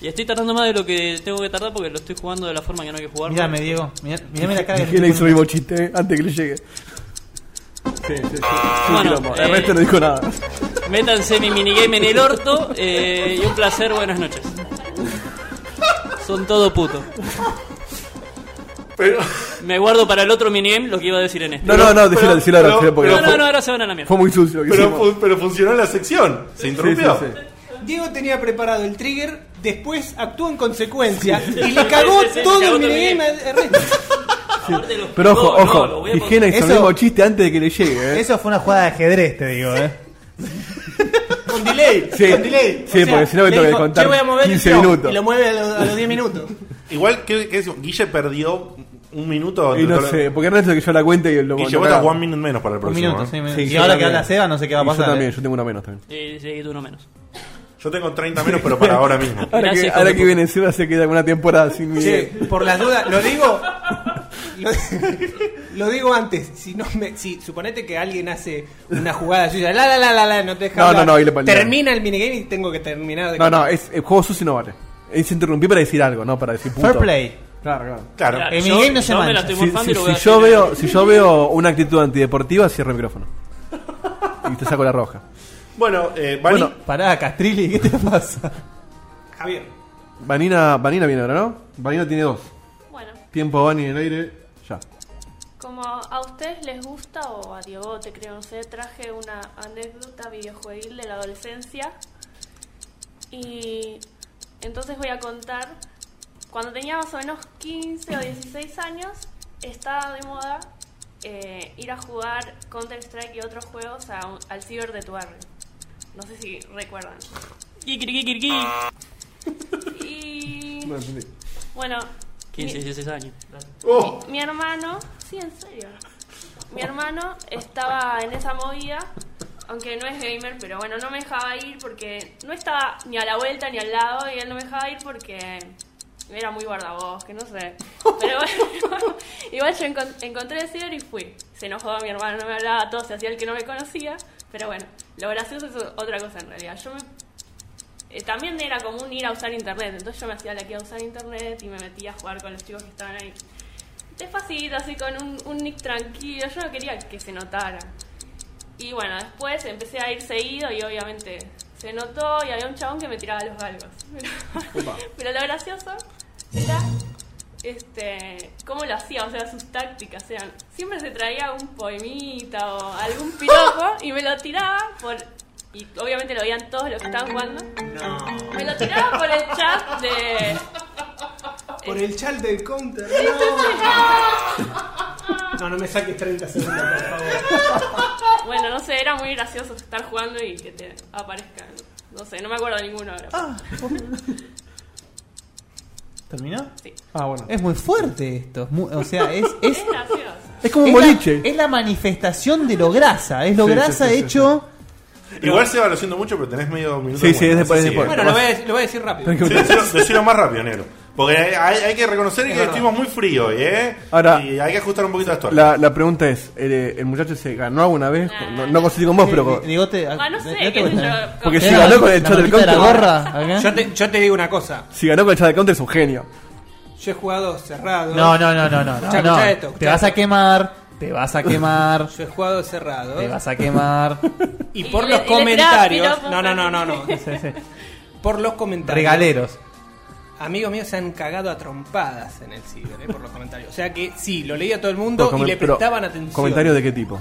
[SPEAKER 7] Y estoy tardando más de lo que tengo que tardar porque lo estoy jugando de la forma que no hay que jugar.
[SPEAKER 5] Mírame, Diego. Mirá- Mírame la cara que
[SPEAKER 1] Dije, le hizo el mismo chiste antes que le llegue. Sí, sí, sí. Sí,
[SPEAKER 7] Bueno,
[SPEAKER 1] quilombo.
[SPEAKER 7] eh,
[SPEAKER 1] El resto no dijo nada.
[SPEAKER 7] Métanse mi minigame en el orto eh, y un placer, buenas noches. Son todo puto.
[SPEAKER 2] Pero...
[SPEAKER 7] Me guardo para el otro minigame lo que iba a decir en este.
[SPEAKER 1] No, no, no, decilo, decilo ahora.
[SPEAKER 2] pero-
[SPEAKER 1] decilo, porque
[SPEAKER 7] no, no, no, ahora se van a la mierda.
[SPEAKER 1] Fue muy sucio lo que
[SPEAKER 2] Pero,
[SPEAKER 1] hicimos.
[SPEAKER 2] fu- pero funcionó la sección. Se interrumpió.
[SPEAKER 1] sí, sí.
[SPEAKER 9] Diego tenía preparado el trigger, después actuó en consecuencia
[SPEAKER 7] Sí.
[SPEAKER 9] y le cagó
[SPEAKER 7] Sí, sí, le
[SPEAKER 9] todo
[SPEAKER 7] cagó
[SPEAKER 9] el
[SPEAKER 7] todo el
[SPEAKER 9] minigame a Ernesto.
[SPEAKER 1] Pero ojo,
[SPEAKER 5] No, no,
[SPEAKER 1] ojo.
[SPEAKER 5] lo voy a
[SPEAKER 1] Higiene hizo el
[SPEAKER 5] Eso-
[SPEAKER 1] mismo chiste antes de que le llegue. ¿eh?
[SPEAKER 5] Eso fue una jugada de ajedrez, te digo, ¿eh?
[SPEAKER 9] Con delay,
[SPEAKER 1] Sí.
[SPEAKER 9] con delay.
[SPEAKER 1] Sí, porque si no me
[SPEAKER 9] le
[SPEAKER 1] tengo que
[SPEAKER 9] dijo,
[SPEAKER 1] contar
[SPEAKER 9] "Che, voy a mover el
[SPEAKER 1] 15
[SPEAKER 9] clock",
[SPEAKER 1] minutos.
[SPEAKER 9] Y lo mueve a, lo- a los 10 minutos.
[SPEAKER 2] Igual, ¿qué, qué decimos? Guille perdió un minuto.
[SPEAKER 1] Y no
[SPEAKER 2] Total-
[SPEAKER 1] sé, porque Ernesto que yo la cuenta y lo
[SPEAKER 2] Guille,
[SPEAKER 1] lo
[SPEAKER 2] vos estás
[SPEAKER 1] cago.
[SPEAKER 2] one minute menos para el próximo.
[SPEAKER 5] minuto,
[SPEAKER 2] ¿eh?
[SPEAKER 5] sí,
[SPEAKER 1] Sí,
[SPEAKER 5] Y
[SPEAKER 1] yo
[SPEAKER 5] ahora que
[SPEAKER 1] también.
[SPEAKER 5] habla Seba, no sé qué va a
[SPEAKER 1] Y
[SPEAKER 5] pasar,
[SPEAKER 1] Yo también,
[SPEAKER 5] ¿eh?
[SPEAKER 1] yo tengo una menos también.
[SPEAKER 7] Sí, sí, tú uno menos.
[SPEAKER 2] Yo tengo 30 menos, pero para ahora mismo.
[SPEAKER 5] *laughs*
[SPEAKER 1] Ahora, que,
[SPEAKER 7] Gracias,
[SPEAKER 1] ahora
[SPEAKER 7] hijo
[SPEAKER 1] que viene Seba se queda una temporada sin mi.
[SPEAKER 9] Che, por las dudas, lo digo. Lo, *laughs* lo digo antes, si no me, si suponete que alguien hace una jugada suya, la la la la la, no te deja
[SPEAKER 1] No,
[SPEAKER 9] hablar.
[SPEAKER 1] no, no, y le paldean.
[SPEAKER 9] termina el minigame y tengo que terminar de
[SPEAKER 1] No, no, es, el juego sucio no vale. Es interrumpir para decir algo, no para decir puto.
[SPEAKER 5] Fair play.
[SPEAKER 1] Claro, claro.
[SPEAKER 2] Claro.
[SPEAKER 5] El minigame no se
[SPEAKER 7] yo me
[SPEAKER 5] mancha.
[SPEAKER 7] la estoy
[SPEAKER 1] Si,
[SPEAKER 7] morfando
[SPEAKER 1] si-
[SPEAKER 7] y lo voy a
[SPEAKER 1] si yo
[SPEAKER 7] hacer.
[SPEAKER 1] veo, si yo veo una actitud antideportiva, cierro el micrófono. Y te saco la roja.
[SPEAKER 2] Bueno, eh, Bani-
[SPEAKER 1] Bueno.
[SPEAKER 5] Pará, Castrilli, ¿qué te pasa?
[SPEAKER 9] Javier.
[SPEAKER 1] Vanina, Vanina viene ahora, ¿no? Vanina tiene dos.
[SPEAKER 3] Bueno.
[SPEAKER 1] Tiempo a Vani en el aire, ya.
[SPEAKER 3] Como a ustedes les gusta, o a Diego te creo, no sé, traje una anécdota videojueguil de la adolescencia. Y entonces voy a contar, cuando tenía más o menos 15 o 16 años, estaba de moda eh, ir a jugar Counter-Strike y otros juegos a un- al ciber de tu barrio. No sé si recuerdan.
[SPEAKER 7] Kikirikikiriki.
[SPEAKER 3] Y bueno,
[SPEAKER 7] 15, 16 años.
[SPEAKER 3] mi hermano, sí, en serio. Mi hermano estaba en esa movida, aunque no es gamer, pero bueno, no me dejaba ir porque no estaba ni a la vuelta ni al lado y él no me dejaba ir porque era muy guardabosque, no sé. Pero bueno, *laughs* igual yo encon- encontré el ciber y fui. Se enojó mi hermano, no me hablaba, todo se hacía el que no me conocía. Pero bueno, lo gracioso es otra cosa en realidad. Yo me eh, también era común ir a usar internet, entonces yo me hacía la que iba a usar internet y me metía a jugar con los chicos que estaban ahí. Despacito, así con un, un nick tranquilo, yo no quería que se notara. Y bueno, después empecé a ir seguido y obviamente se notó y había un chabón que me tiraba los galgos. *laughs* Pero, pero lo gracioso era este, cómo lo hacía, o sea, sus tácticas eran, siempre se traía un poemita o algún piropo y me lo tiraba por... Y obviamente lo veían todos los que estaban jugando. Me lo tiraba por el chat de.
[SPEAKER 9] Por el chat del counter.
[SPEAKER 3] Sí, sí, sí.
[SPEAKER 9] No. no, no me saques 30 segundos, por favor.
[SPEAKER 3] Bueno, no sé, era muy gracioso estar jugando y que te aparezcan. No sé, no me acuerdo de ninguno ahora.
[SPEAKER 1] Ah.
[SPEAKER 5] ¿Terminó?
[SPEAKER 3] Sí.
[SPEAKER 1] Ah, bueno.
[SPEAKER 5] Es muy fuerte esto. es muy- o sea, es.
[SPEAKER 3] *laughs*
[SPEAKER 5] Es,
[SPEAKER 3] Es gracioso.
[SPEAKER 5] es
[SPEAKER 1] como un
[SPEAKER 5] la-
[SPEAKER 1] boliche.
[SPEAKER 5] es la manifestación de lo grasa. Es lo
[SPEAKER 2] Sí, sí,
[SPEAKER 5] grasa
[SPEAKER 2] sí, sí,
[SPEAKER 5] hecho.
[SPEAKER 2] Igual se va lo siento mucho, pero tenés medio minuto.
[SPEAKER 1] Sí, sí, es después,
[SPEAKER 2] así
[SPEAKER 1] después.
[SPEAKER 2] que- *laughs*
[SPEAKER 9] Bueno, lo voy, a, lo voy a decir rápido.
[SPEAKER 2] Sí, decilo- decilo más rápido, negro. Porque hay, hay que reconocer que
[SPEAKER 1] verdad.
[SPEAKER 2] estuvimos muy fríos, hoy, ¿eh?
[SPEAKER 1] Ahora-
[SPEAKER 2] y hay que ajustar un poquito las torres.
[SPEAKER 1] La, la pregunta es, ¿el, eh, el muchacho se ganó alguna vez? No, no conseguí con vos, pero... con-
[SPEAKER 5] Ah,
[SPEAKER 9] no sé,
[SPEAKER 5] qué sé yo.
[SPEAKER 1] Porque si ganó con el chat del counter... ¿Eh?
[SPEAKER 9] Yo te, yo te digo una cosa.
[SPEAKER 1] Si ganó con el chat del counter es un genio.
[SPEAKER 9] Yo he jugado cerrado.
[SPEAKER 5] No, no, no, no, no. no,
[SPEAKER 9] Escuchá,
[SPEAKER 5] no.
[SPEAKER 9] escuchá esto,
[SPEAKER 5] te
[SPEAKER 9] escuchá
[SPEAKER 5] vas a quemar, te vas a quemar,
[SPEAKER 9] Yo he jugado cerrado.
[SPEAKER 5] te vas a
[SPEAKER 9] *laughs*
[SPEAKER 5] quemar.
[SPEAKER 9] Y por
[SPEAKER 10] Y
[SPEAKER 9] los
[SPEAKER 10] le- y le
[SPEAKER 9] comentarios.
[SPEAKER 10] tirás piropos
[SPEAKER 9] No, no, no, no, no. Por los comentarios.
[SPEAKER 5] Regaleros.
[SPEAKER 9] Amigos míos se han cagado a trompadas en el ciber, eh, por los comentarios. O sea que sí, lo leía todo el mundo
[SPEAKER 1] Pero
[SPEAKER 9] y
[SPEAKER 1] comen-
[SPEAKER 9] le
[SPEAKER 1] pero,
[SPEAKER 9] prestaban atención.
[SPEAKER 1] ¿Comentarios de qué tipo?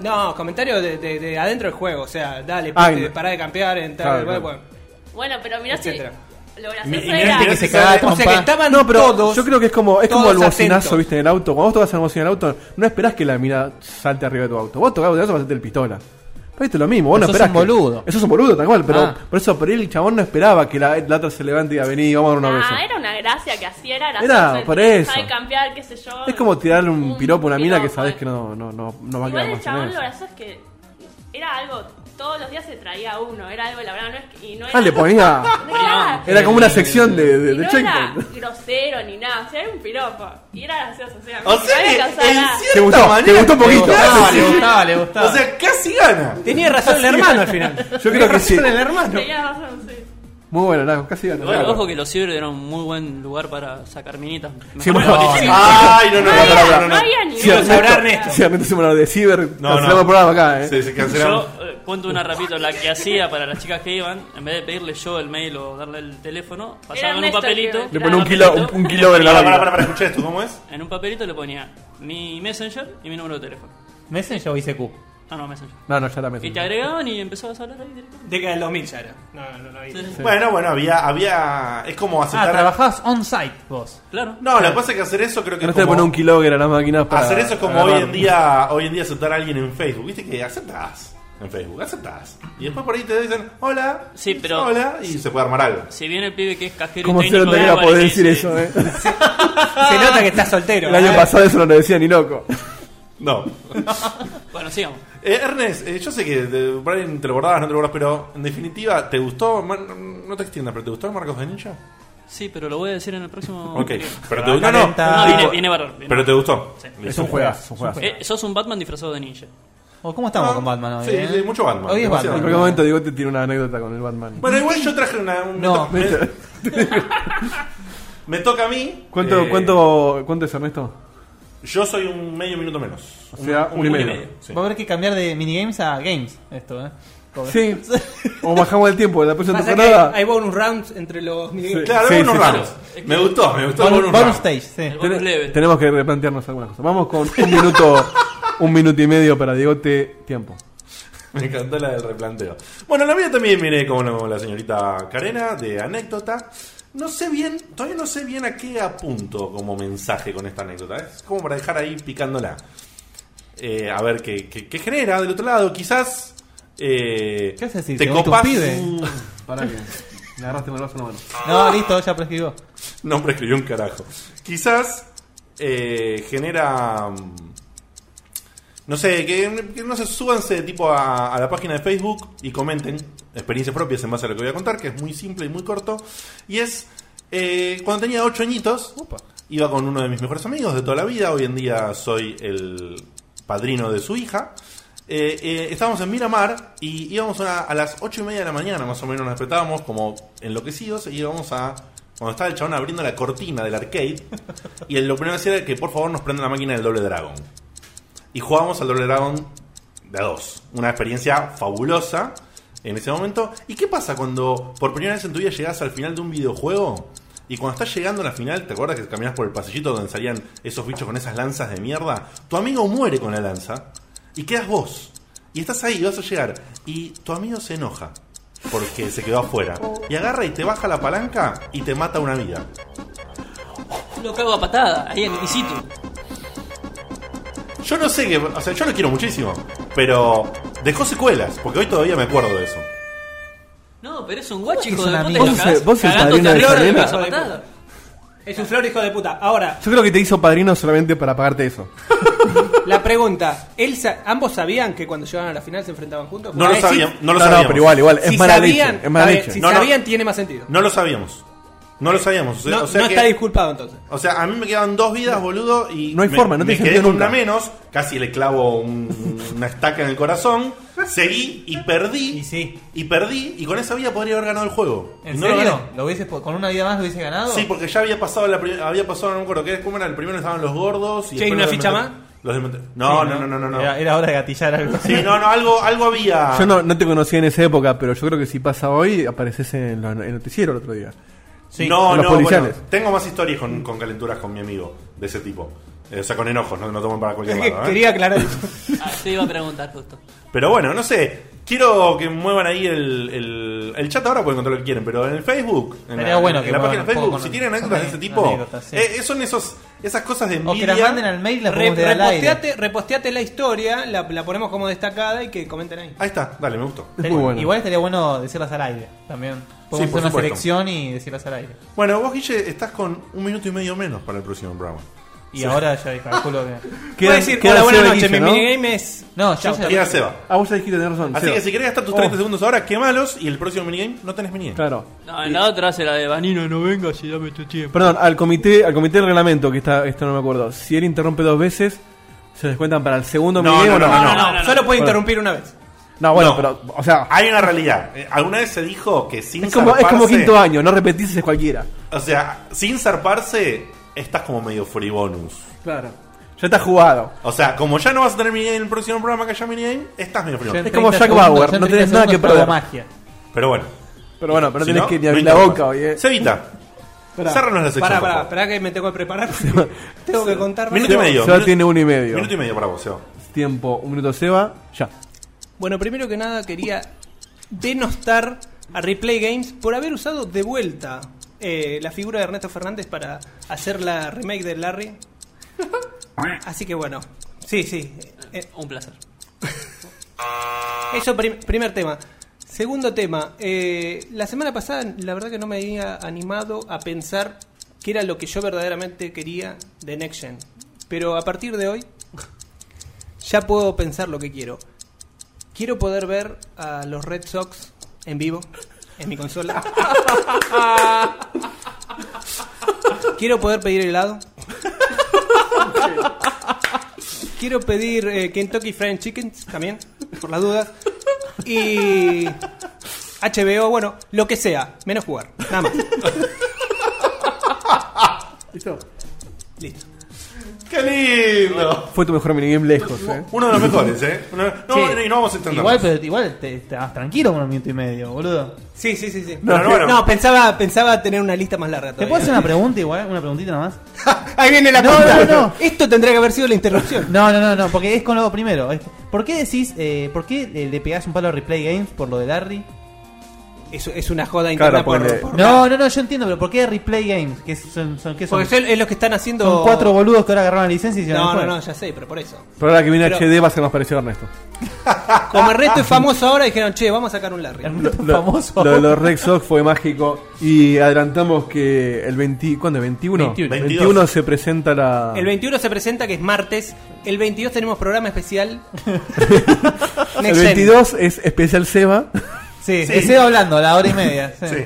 [SPEAKER 9] No, comentarios de, de- de adentro del juego. O sea, dale,
[SPEAKER 1] Ay,
[SPEAKER 9] pete,
[SPEAKER 1] no.
[SPEAKER 9] pará de campear, en tal,
[SPEAKER 1] Claro,
[SPEAKER 9] bueno,
[SPEAKER 1] claro.
[SPEAKER 9] bueno.
[SPEAKER 3] Bueno, pero mirá
[SPEAKER 9] Etcétera.
[SPEAKER 3] si lo gracioso
[SPEAKER 9] Mi- y
[SPEAKER 3] era-
[SPEAKER 9] mirá que se cagaba
[SPEAKER 1] O sea,
[SPEAKER 9] trompa. estaban
[SPEAKER 1] no, pero
[SPEAKER 9] todos-
[SPEAKER 1] Yo creo que es como, es como el
[SPEAKER 9] todos
[SPEAKER 1] bocinazo,
[SPEAKER 9] atentos.
[SPEAKER 1] viste, en el auto. Cuando vos tocas el bocina en el auto, no esperás que la mina salte arriba de tu auto. Vos tocás el bocinazo para hacerte el pistola. Pero esto es lo mismo, vos no
[SPEAKER 5] Pero sos
[SPEAKER 1] esperás.
[SPEAKER 5] un boludo.
[SPEAKER 1] Que... Eso es un boludo, tal cual. Pero
[SPEAKER 5] Ah.
[SPEAKER 1] por eso, por él el chabón no esperaba que la, la otra se levante y diga, vení, vamos a dar una beso.
[SPEAKER 3] Ah, era una gracia que hacía, era
[SPEAKER 1] Era,
[SPEAKER 3] gracioso. el
[SPEAKER 1] por
[SPEAKER 3] tipo
[SPEAKER 1] eso.
[SPEAKER 3] Sabe campear, qué sé yo.
[SPEAKER 1] Es como tirarle un piropo a una mina que
[SPEAKER 3] piropo,
[SPEAKER 1] sabés que no, no, no, no va a quedar
[SPEAKER 3] Igual el
[SPEAKER 1] más en
[SPEAKER 3] chabón
[SPEAKER 1] eso.
[SPEAKER 3] lo gracioso es que era algo, todos los días se traía uno, era algo elaborado, no es que- y no era...
[SPEAKER 1] Ah, le ponía.
[SPEAKER 3] No era,
[SPEAKER 1] Era como una sección de, de,
[SPEAKER 3] y
[SPEAKER 1] de *laughs*
[SPEAKER 3] no era
[SPEAKER 1] checkpoint.
[SPEAKER 3] grosero ni nada, o sea, era un piropo. Y era gracioso, o sea,
[SPEAKER 2] O
[SPEAKER 3] no
[SPEAKER 2] sea,
[SPEAKER 3] había
[SPEAKER 2] en
[SPEAKER 3] causado nada.
[SPEAKER 2] cierta
[SPEAKER 1] Te gustó,
[SPEAKER 2] manera-
[SPEAKER 1] te gustó un poquito.
[SPEAKER 2] Le gustaba,
[SPEAKER 1] Sí.
[SPEAKER 2] le gustaba, le gustaba.
[SPEAKER 1] O sea,
[SPEAKER 2] casi gana.
[SPEAKER 9] Tenía razón el hermano al final.
[SPEAKER 1] Yo creo que sí.
[SPEAKER 3] Tenía razón, sí.
[SPEAKER 1] *laughs* Muy bueno, Naco, casi gana.
[SPEAKER 7] Igual,
[SPEAKER 1] Naco.
[SPEAKER 7] ojo que los ciber eran un muy buen lugar para sacar minitas.
[SPEAKER 1] Sí,
[SPEAKER 7] Mejor
[SPEAKER 1] bueno.
[SPEAKER 7] que los
[SPEAKER 2] Ay, no, no, no, no,
[SPEAKER 1] pará,
[SPEAKER 2] no,
[SPEAKER 1] pará.
[SPEAKER 2] no, no.
[SPEAKER 7] había ni-
[SPEAKER 1] Si
[SPEAKER 7] Vamos a
[SPEAKER 1] Ernesto-
[SPEAKER 7] hablar, Ernesto.
[SPEAKER 1] Si Ernesto se me habla de Ciber,
[SPEAKER 2] No,
[SPEAKER 1] cancelamos
[SPEAKER 2] no.
[SPEAKER 1] el programa acá, eh.
[SPEAKER 2] Sí, sí, cancelamos.
[SPEAKER 7] Yo eh, cuento una rapidito, la que hacía para las chicas que iban, en vez de pedirle yo el mail o darle el teléfono, pasaban un
[SPEAKER 3] Ernesto
[SPEAKER 7] papelito.
[SPEAKER 1] Le ponía un kilo, un, un kilo de la
[SPEAKER 2] Para, para,
[SPEAKER 1] lámina.
[SPEAKER 2] para, para, escuché esto, ¿cómo es?
[SPEAKER 7] En un papelito le ponía mi messenger y mi número de teléfono.
[SPEAKER 5] ¿Messenger o ICQ?
[SPEAKER 7] Ah, no, messenger.
[SPEAKER 1] No, no, ya la
[SPEAKER 7] Y
[SPEAKER 5] Ah,
[SPEAKER 1] metí.
[SPEAKER 7] te agregaban y empezabas a hablar ahí directamente.
[SPEAKER 9] Década del 2000 ya era. No, no, no. había.
[SPEAKER 2] Bueno, bueno, había, había. Es como aceptar.
[SPEAKER 5] Ah, trabajabas on-site vos.
[SPEAKER 7] Claro.
[SPEAKER 2] No, lo que pasa es que hacer eso creo que es
[SPEAKER 1] Ernesto le pone
[SPEAKER 2] como-
[SPEAKER 1] un kilo a las máquinas para.
[SPEAKER 2] Hacer eso es como
[SPEAKER 1] agarrar.
[SPEAKER 2] hoy en día hoy en día aceptar a alguien en Facebook. Viste que aceptás en Facebook, aceptás. Y después por ahí te dicen, hola,
[SPEAKER 7] Sí, pero-
[SPEAKER 2] hola, y se puede armar algo.
[SPEAKER 7] Si viene el pibe que es cajero
[SPEAKER 1] Como
[SPEAKER 7] y
[SPEAKER 1] si no
[SPEAKER 7] técnico de
[SPEAKER 1] tenía
[SPEAKER 7] Álvarez,
[SPEAKER 1] poder
[SPEAKER 7] que
[SPEAKER 1] decir
[SPEAKER 7] dice,
[SPEAKER 1] eso, eh.
[SPEAKER 9] Se
[SPEAKER 2] Ah.
[SPEAKER 9] nota que estás soltero.
[SPEAKER 1] El año
[SPEAKER 9] ¿eh?
[SPEAKER 1] pasado eso no lo decía ni loco.
[SPEAKER 2] No.
[SPEAKER 7] Bueno, sigamos.
[SPEAKER 2] Eh, Ernest, eh, yo sé que te, por ahí te lo bordabas, no te lo bordabas, pero en definitiva, ¿te gustó? Mar- no te extiendas, pero ¿te gustó Marcos de Ninja?
[SPEAKER 7] Sí, pero lo voy a decir en el próximo.
[SPEAKER 2] Ok,
[SPEAKER 7] video.
[SPEAKER 2] pero te gustó. No, no,
[SPEAKER 7] No,
[SPEAKER 2] digo,
[SPEAKER 7] viene, viene bárbaro, viene
[SPEAKER 2] Pero te gustó.
[SPEAKER 7] Sí.
[SPEAKER 2] Listo.
[SPEAKER 1] Es un juegazo, es un juegazo.
[SPEAKER 7] Eh, sos un Batman disfrazado de ninja.
[SPEAKER 5] Oh, ¿Cómo estamos
[SPEAKER 2] Ah,
[SPEAKER 5] con Batman hoy?
[SPEAKER 2] sí,
[SPEAKER 5] eh?
[SPEAKER 2] sí, mucho Batman,
[SPEAKER 5] Hoy es
[SPEAKER 2] demasiado.
[SPEAKER 1] En
[SPEAKER 5] Batman.
[SPEAKER 1] cualquier momento digo te tiene una anécdota con el Batman.
[SPEAKER 2] Bueno, igual yo traje una. un-
[SPEAKER 5] No.
[SPEAKER 2] me,
[SPEAKER 1] este-
[SPEAKER 2] to- me toca a mí.
[SPEAKER 1] ¿Cuánto,
[SPEAKER 2] Eh,
[SPEAKER 1] cuánto, ¿Cuánto es Ernesto?
[SPEAKER 2] Yo soy un medio minuto menos.
[SPEAKER 1] O sea, un y medio.
[SPEAKER 2] sí.
[SPEAKER 5] Va a haber que cambiar de minigames a games esto, ¿eh? Porque-
[SPEAKER 1] Sí. O bajamos el tiempo de la próxima
[SPEAKER 9] Pasa que hay,
[SPEAKER 1] temporada.
[SPEAKER 9] hay bonus rounds entre los minigames.
[SPEAKER 2] Claro,
[SPEAKER 1] Sí,
[SPEAKER 2] bonus
[SPEAKER 1] sí,
[SPEAKER 2] rounds.
[SPEAKER 7] sí.
[SPEAKER 2] Me gustó, me gustó. el
[SPEAKER 5] Bonus,
[SPEAKER 2] bonus
[SPEAKER 5] bonus
[SPEAKER 2] round.
[SPEAKER 5] stage, sí.
[SPEAKER 7] bonus
[SPEAKER 1] Ten-
[SPEAKER 7] level.
[SPEAKER 1] Tenemos que replantearnos algunas cosas. Vamos con un minuto, un minuto y medio para Diegote. Tiempo.
[SPEAKER 2] *laughs* Me encantó la del replanteo. Bueno, la mía también viene como la señorita Carena, de anécdota. No sé bien, todavía no sé bien a qué apunto como mensaje con esta anécdota. Es como para dejar ahí picándola. Eh, a ver qué, qué- qué genera del otro lado. Quizás eh,
[SPEAKER 5] ¿Qué vas a decir?
[SPEAKER 2] te
[SPEAKER 5] Según tus
[SPEAKER 2] copas.
[SPEAKER 5] pibes.
[SPEAKER 1] Para que me agarraste con el brazo en la mano.
[SPEAKER 5] No, listo, ya prescribió.
[SPEAKER 2] *laughs* No, hombre, escribió un carajo. Quizás eh, genera. mm, No sé, que, que no sé, súbanse tipo a, a la página de Facebook y comenten experiencias propias en base a lo que voy a contar, que es muy simple y muy corto. Y es. eh, cuando tenía 8 añitos, iba con uno de mis mejores amigos de toda la vida. Hoy en día soy el padrino de su hija. Eh, eh, estábamos en Miramar y íbamos a, a las 8 y media de la mañana, más o menos, nos despertábamos como enloquecidos y íbamos a. Cuando estaba el chabón abriendo la cortina del arcade, y él lo primero que hacía era que por favor nos prenda la máquina del doble dragón. Y jugábamos al doble dragón de a dos. Una experiencia fabulosa en ese momento. ¿Y qué pasa cuando por primera vez en tu vida llegás al final de un videojuego? Y cuando estás llegando a la final, ¿te acuerdas que caminas por el pasillito donde salían esos bichos con esas lanzas de mierda? Tu amigo muere con la lanza y quedas vos. Y estás ahí, vas a llegar. Y tu amigo se enoja porque se quedó afuera. Y agarra y te baja la palanca y te mata una vida.
[SPEAKER 7] Lo cago a patada, ahí en el situ.
[SPEAKER 2] Yo no sé que. O sea, yo lo quiero muchísimo. Pero dejó secuelas, porque hoy todavía me acuerdo de eso.
[SPEAKER 7] No, pero es un guacho, hijo
[SPEAKER 5] Es
[SPEAKER 7] de
[SPEAKER 5] una
[SPEAKER 7] puta. y
[SPEAKER 5] mierda.
[SPEAKER 7] lo
[SPEAKER 1] Vos
[SPEAKER 7] cagás-
[SPEAKER 1] sos- vos sos
[SPEAKER 7] cagándote
[SPEAKER 1] padrino de
[SPEAKER 7] arriba
[SPEAKER 1] esa
[SPEAKER 7] de
[SPEAKER 1] nena.
[SPEAKER 7] cabeza a patada.
[SPEAKER 9] Es un flor, hijo de puta. Ahora,
[SPEAKER 1] Yo creo que te hizo padrino solamente para pagarte eso.
[SPEAKER 9] La pregunta, ¿él sa- ¿ambos sabían que cuando llegaban a la final se enfrentaban juntos?
[SPEAKER 2] No lo
[SPEAKER 9] Porque ahí Ah, sí-
[SPEAKER 2] sabíamos. No lo
[SPEAKER 1] No, no,
[SPEAKER 2] sabíamos.
[SPEAKER 1] pero igual, igual. Es
[SPEAKER 9] si
[SPEAKER 1] mala
[SPEAKER 9] sabían,
[SPEAKER 1] leche. Es mala
[SPEAKER 9] a ver,
[SPEAKER 1] leche.
[SPEAKER 9] si
[SPEAKER 2] No, no.
[SPEAKER 9] sabían tiene más sentido.
[SPEAKER 2] No lo sabíamos. No lo sabíamos. O sea,
[SPEAKER 9] No-
[SPEAKER 2] o sea
[SPEAKER 9] no
[SPEAKER 2] que-
[SPEAKER 9] está
[SPEAKER 2] *laughs*
[SPEAKER 9] disculpado entonces.
[SPEAKER 2] O sea, a mí me quedan dos vidas, boludo, y
[SPEAKER 1] No hay
[SPEAKER 2] me,
[SPEAKER 1] forma, no
[SPEAKER 2] me
[SPEAKER 1] tiene
[SPEAKER 2] quedé
[SPEAKER 1] sentido
[SPEAKER 2] con una
[SPEAKER 1] nunca.
[SPEAKER 2] menos, casi le clavo un- una estaca en el corazón, seguí y perdí. Y perdí, y con esa vida podría haber ganado el juego.
[SPEAKER 5] ¿En
[SPEAKER 2] Y no lo
[SPEAKER 5] serio?
[SPEAKER 2] gané.
[SPEAKER 5] ¿Lo hubiese, po- ¿Con una vida más lo hubiese ganado?
[SPEAKER 2] Sí, porque ya había pasado la primera, había pasado, no me acuerdo qué era, cómo era, el primero estaban los gordos y
[SPEAKER 5] Che, ¿y
[SPEAKER 2] después
[SPEAKER 5] una
[SPEAKER 2] los
[SPEAKER 5] ficha
[SPEAKER 2] desmenta- Los desmenta- no,
[SPEAKER 5] Sí,
[SPEAKER 2] no, no, no, no, no.
[SPEAKER 5] Era, era hora de gatillar algo.
[SPEAKER 2] Sí, no, no, algo, algo había.
[SPEAKER 1] Yo no, no te conocía en esa época, pero yo creo que si pasa hoy, apareces en la- en el noticiero el otro día.
[SPEAKER 2] No,
[SPEAKER 1] En los
[SPEAKER 2] no,
[SPEAKER 1] policiales.
[SPEAKER 2] bueno, tengo más historias con, con calenturas con mi amigo de ese tipo. Eh, o sea, con enojos, no, no tomen para cualquier lado. ¿eh?
[SPEAKER 5] *laughs*
[SPEAKER 7] Ah, te iba a preguntar justo.
[SPEAKER 2] Pero bueno, no sé. Quiero que muevan ahí el, el, el chat ahora, pueden encontrar lo que quieren, pero en el Facebook, en
[SPEAKER 5] Estaría bueno que
[SPEAKER 2] en la
[SPEAKER 5] muevan
[SPEAKER 2] página de
[SPEAKER 5] un poco
[SPEAKER 2] Facebook,
[SPEAKER 5] con-
[SPEAKER 2] si tienen anécdotas de ese
[SPEAKER 5] con
[SPEAKER 2] tipo,
[SPEAKER 5] anécdotas, sí.
[SPEAKER 2] eh, son esos, esas cosas de
[SPEAKER 5] O que
[SPEAKER 2] envidia.
[SPEAKER 5] las manden al mail y las
[SPEAKER 9] Re-
[SPEAKER 5] podemos leer al aire.
[SPEAKER 9] reposteate, reposteate la historia, la, la ponemos como destacada y que comenten ahí.
[SPEAKER 2] Ahí está, dale, me gustó.
[SPEAKER 5] Estaría- Igual estaría bueno decirlas al aire también.
[SPEAKER 2] por
[SPEAKER 5] Podemos hacer una
[SPEAKER 2] supuesto.
[SPEAKER 5] selección y decirlas al aire.
[SPEAKER 2] Bueno, vos, Guille, estás con un minuto y medio menos para el próximo programa.
[SPEAKER 5] Y ahora ya calculo que.
[SPEAKER 2] Queda- queda Seba y Guille, ¿no?
[SPEAKER 5] No, yo ya-
[SPEAKER 2] Queda Seba.
[SPEAKER 1] Ah, vos ya dijiste tener razón.
[SPEAKER 2] Así
[SPEAKER 1] Seba.
[SPEAKER 2] que si querés gastar tus
[SPEAKER 1] Oh.
[SPEAKER 2] 30 segundos ahora, quemalos y el próximo minigame no tenés minigame.
[SPEAKER 1] Claro.
[SPEAKER 7] No, en la otra será de Vanino, no vengas y dame tu tiempo.
[SPEAKER 1] Perdón, al comité, al comité del reglamento, que está, esto no me acuerdo. Si él interrumpe dos veces, se descuentan para el segundo
[SPEAKER 2] No,
[SPEAKER 1] minigame
[SPEAKER 2] no,
[SPEAKER 1] o
[SPEAKER 2] no, no, no, no, no. Solo puede
[SPEAKER 1] Bueno.
[SPEAKER 2] interrumpir
[SPEAKER 9] una vez.
[SPEAKER 1] No, bueno, pero, o sea.
[SPEAKER 2] Hay una realidad. Eh, Alguna vez se dijo que sin
[SPEAKER 1] Es como, es como
[SPEAKER 2] zarparse-
[SPEAKER 1] quinto año, no repetís es cualquiera.
[SPEAKER 2] O sea, sin zarparse, estás como medio fribonus.
[SPEAKER 1] Claro. Ya está jugado.
[SPEAKER 2] O sea, como ya no vas a tener minigame en el próximo programa que haya minigame, estás medio
[SPEAKER 1] Ya
[SPEAKER 2] fribonus.
[SPEAKER 1] en Es como 30 Jack segundos, Bauer, ya en no 30 tenés nada que segundos hago perder.
[SPEAKER 5] magia.
[SPEAKER 2] Pero bueno.
[SPEAKER 1] Pero bueno, pero no tenés que ni abrir la
[SPEAKER 2] interrumpas.
[SPEAKER 1] boca hoy, eh.
[SPEAKER 2] Cevita,
[SPEAKER 1] Pará.
[SPEAKER 2] cérranos la sección.
[SPEAKER 9] Pará,
[SPEAKER 2] por
[SPEAKER 9] pará,
[SPEAKER 2] favor.
[SPEAKER 9] pará que me tengo que preparar. porque tengo que contar.
[SPEAKER 2] Minuto y medio.
[SPEAKER 1] Seba
[SPEAKER 2] Minu-
[SPEAKER 1] tiene uno y medio.
[SPEAKER 2] Minuto y medio para vos, Seba.
[SPEAKER 1] Tiempo, un minuto Seba, ya.
[SPEAKER 9] Bueno, primero que nada quería denostar a Replay Games por haber usado de vuelta eh, la figura de Ernesto Fernández para hacer la remake de Larry. Así que bueno, sí, sí. Eh,
[SPEAKER 7] Un placer.
[SPEAKER 9] Eso, prim- primer tema. Segundo tema, eh, la semana pasada la verdad que no me había animado a pensar que era lo que yo verdaderamente quería de Next Gen. Pero a partir de hoy *laughs* ya puedo pensar lo que quiero. Quiero poder ver a los Red Sox en vivo, en mi consola. Quiero poder pedir helado. Quiero pedir eh, Kentucky Fried Chicken también, por las dudas. Y HBO, bueno, lo que sea, menos jugar, nada más.
[SPEAKER 1] ¿Listo?
[SPEAKER 9] Listo.
[SPEAKER 2] ¡Qué lindo!
[SPEAKER 1] Fue tu mejor minigame lejos, eh.
[SPEAKER 2] Uno de los mejores, eh. Uno- No,
[SPEAKER 5] Sí.
[SPEAKER 2] y no vamos a extendernos.
[SPEAKER 5] Igual, pero, igual te, te vas tranquilo con un minuto y medio, boludo.
[SPEAKER 9] Sí, sí, sí, sí.
[SPEAKER 5] No,
[SPEAKER 9] No,
[SPEAKER 5] no, bueno.
[SPEAKER 9] pensaba, pensaba tener una lista más larga.
[SPEAKER 5] ¿Te
[SPEAKER 9] todavía.
[SPEAKER 5] puedo hacer una pregunta igual? ¿Una preguntita nomás?
[SPEAKER 9] *laughs* Ahí viene la
[SPEAKER 5] No,
[SPEAKER 9] pregunta.
[SPEAKER 5] no, no.
[SPEAKER 9] Esto tendría que haber sido la interrupción.
[SPEAKER 5] No, no, no, no, porque es con lo primero. Es- ¿Por qué decís, eh, por qué eh, le pegás un palo a Replay Games por lo de Larry?
[SPEAKER 9] Es, es una joda interna por, por-
[SPEAKER 5] No, no, no, yo entiendo, pero ¿por qué Replay Games? ¿Qué son, son, qué son?
[SPEAKER 9] Porque son- es lo que están haciendo.
[SPEAKER 5] Son cuatro boludos que ahora agarraron la licencia y se
[SPEAKER 9] No, no,
[SPEAKER 5] *laughs*
[SPEAKER 9] no, ya sé, pero por eso.
[SPEAKER 1] Pero ahora que viene
[SPEAKER 9] Pero-
[SPEAKER 1] HD va a ser más parecido a Ernesto.
[SPEAKER 9] Como el resto es famoso ahora, dijeron, che, vamos a sacar un Larry.
[SPEAKER 1] Lo- Lo de los Red Sox fue mágico. Y adelantamos que el 20, ¿cuándo? es? 21.
[SPEAKER 9] 21.
[SPEAKER 1] 21 se presenta la.
[SPEAKER 9] El 21 se presenta, que es martes. El 22 tenemos programa
[SPEAKER 5] *laughs*
[SPEAKER 9] especial.
[SPEAKER 1] El
[SPEAKER 9] Next Gen.
[SPEAKER 1] 22 es especial Seba. *laughs*
[SPEAKER 5] Sí, Sí. Seba hablando, la hora y media, sí. Sí.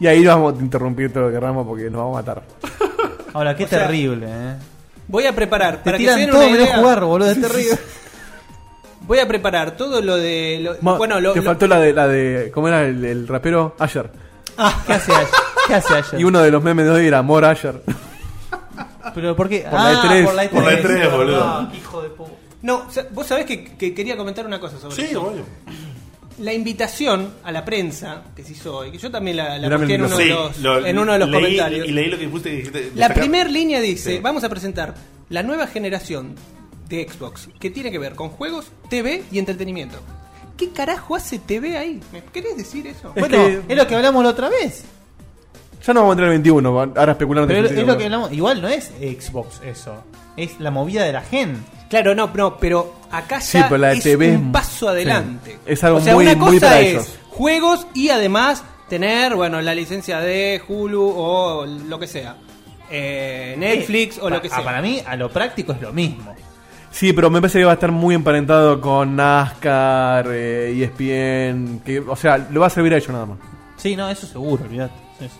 [SPEAKER 1] Y ahí vamos a interrumpir todo lo que queramos porque nos vamos a matar.
[SPEAKER 5] Ahora, qué
[SPEAKER 9] O sea,
[SPEAKER 5] terrible, eh.
[SPEAKER 9] Voy a preparar. para que
[SPEAKER 5] tiran
[SPEAKER 9] se den
[SPEAKER 5] todo
[SPEAKER 9] una
[SPEAKER 5] menos
[SPEAKER 9] idea-
[SPEAKER 5] jugar, boludo,
[SPEAKER 9] *laughs*
[SPEAKER 5] es terrible.
[SPEAKER 9] Voy a preparar todo lo de. lo-
[SPEAKER 1] Ma,
[SPEAKER 9] bueno, lo,
[SPEAKER 1] te
[SPEAKER 9] lo-
[SPEAKER 1] faltó la de, la de. ¿Cómo era el, el rapero? Ayer.
[SPEAKER 9] Ah.
[SPEAKER 5] ¿Qué hace ayer? ¿Qué hace ayer?
[SPEAKER 1] Y uno de los memes de hoy era More Ayer.
[SPEAKER 5] ¿Pero por qué? Ah,
[SPEAKER 1] Por la E3.
[SPEAKER 5] Por la E E3,
[SPEAKER 1] Por la E3,
[SPEAKER 5] perdón,
[SPEAKER 1] boludo.
[SPEAKER 5] qué hijo de puta.
[SPEAKER 9] No, sa- vos sabés que, que quería comentar una cosa sobre
[SPEAKER 2] Sí,
[SPEAKER 9] eso.
[SPEAKER 2] obvio.
[SPEAKER 9] La invitación a la prensa que se hizo hoy, que yo también la, la
[SPEAKER 2] Mirame
[SPEAKER 9] puse en
[SPEAKER 2] el
[SPEAKER 9] uno, de
[SPEAKER 2] micrófono.
[SPEAKER 9] los,
[SPEAKER 2] Sí, lo-
[SPEAKER 9] en uno de los
[SPEAKER 2] leí-
[SPEAKER 9] comentarios.
[SPEAKER 2] Y leí lo que pusiste y dijiste.
[SPEAKER 9] La
[SPEAKER 2] destacar-
[SPEAKER 9] primera línea dice,
[SPEAKER 2] Sí.
[SPEAKER 9] vamos a presentar la nueva generación de Xbox que tiene que ver con juegos, TV y entretenimiento. ¿Qué carajo hace TV ahí? ¿Me querés decir eso?
[SPEAKER 5] Es Bueno, que- es lo que hablamos la otra vez.
[SPEAKER 1] *laughs* Ya no vamos a entrar el 21, va- ahora especulando.
[SPEAKER 5] Pero es lo que hablamos. Igual no es Xbox eso. Es la movida de la gen.
[SPEAKER 9] Claro, no, no, pero acá ya
[SPEAKER 1] Sí, pero la de
[SPEAKER 9] es
[SPEAKER 1] TV es-
[SPEAKER 9] un paso adelante.
[SPEAKER 1] sí. Es algo
[SPEAKER 9] o sea,
[SPEAKER 1] muy-
[SPEAKER 9] una cosa
[SPEAKER 1] muy para
[SPEAKER 9] es
[SPEAKER 1] ellos.
[SPEAKER 9] juegos y además tener, bueno, la licencia de Hulu o lo que sea. Eh, Netflix o lo
[SPEAKER 1] ah,
[SPEAKER 9] que sea.
[SPEAKER 5] Para mí, a lo práctico es lo mismo.
[SPEAKER 1] Sí, pero me parece que va a estar muy emparentado con NASCAR, eh, ESPN. Que, o sea, lo va a servir a ellos nada más.
[SPEAKER 5] Sí, no, eso seguro, olvidate. Sí, sí.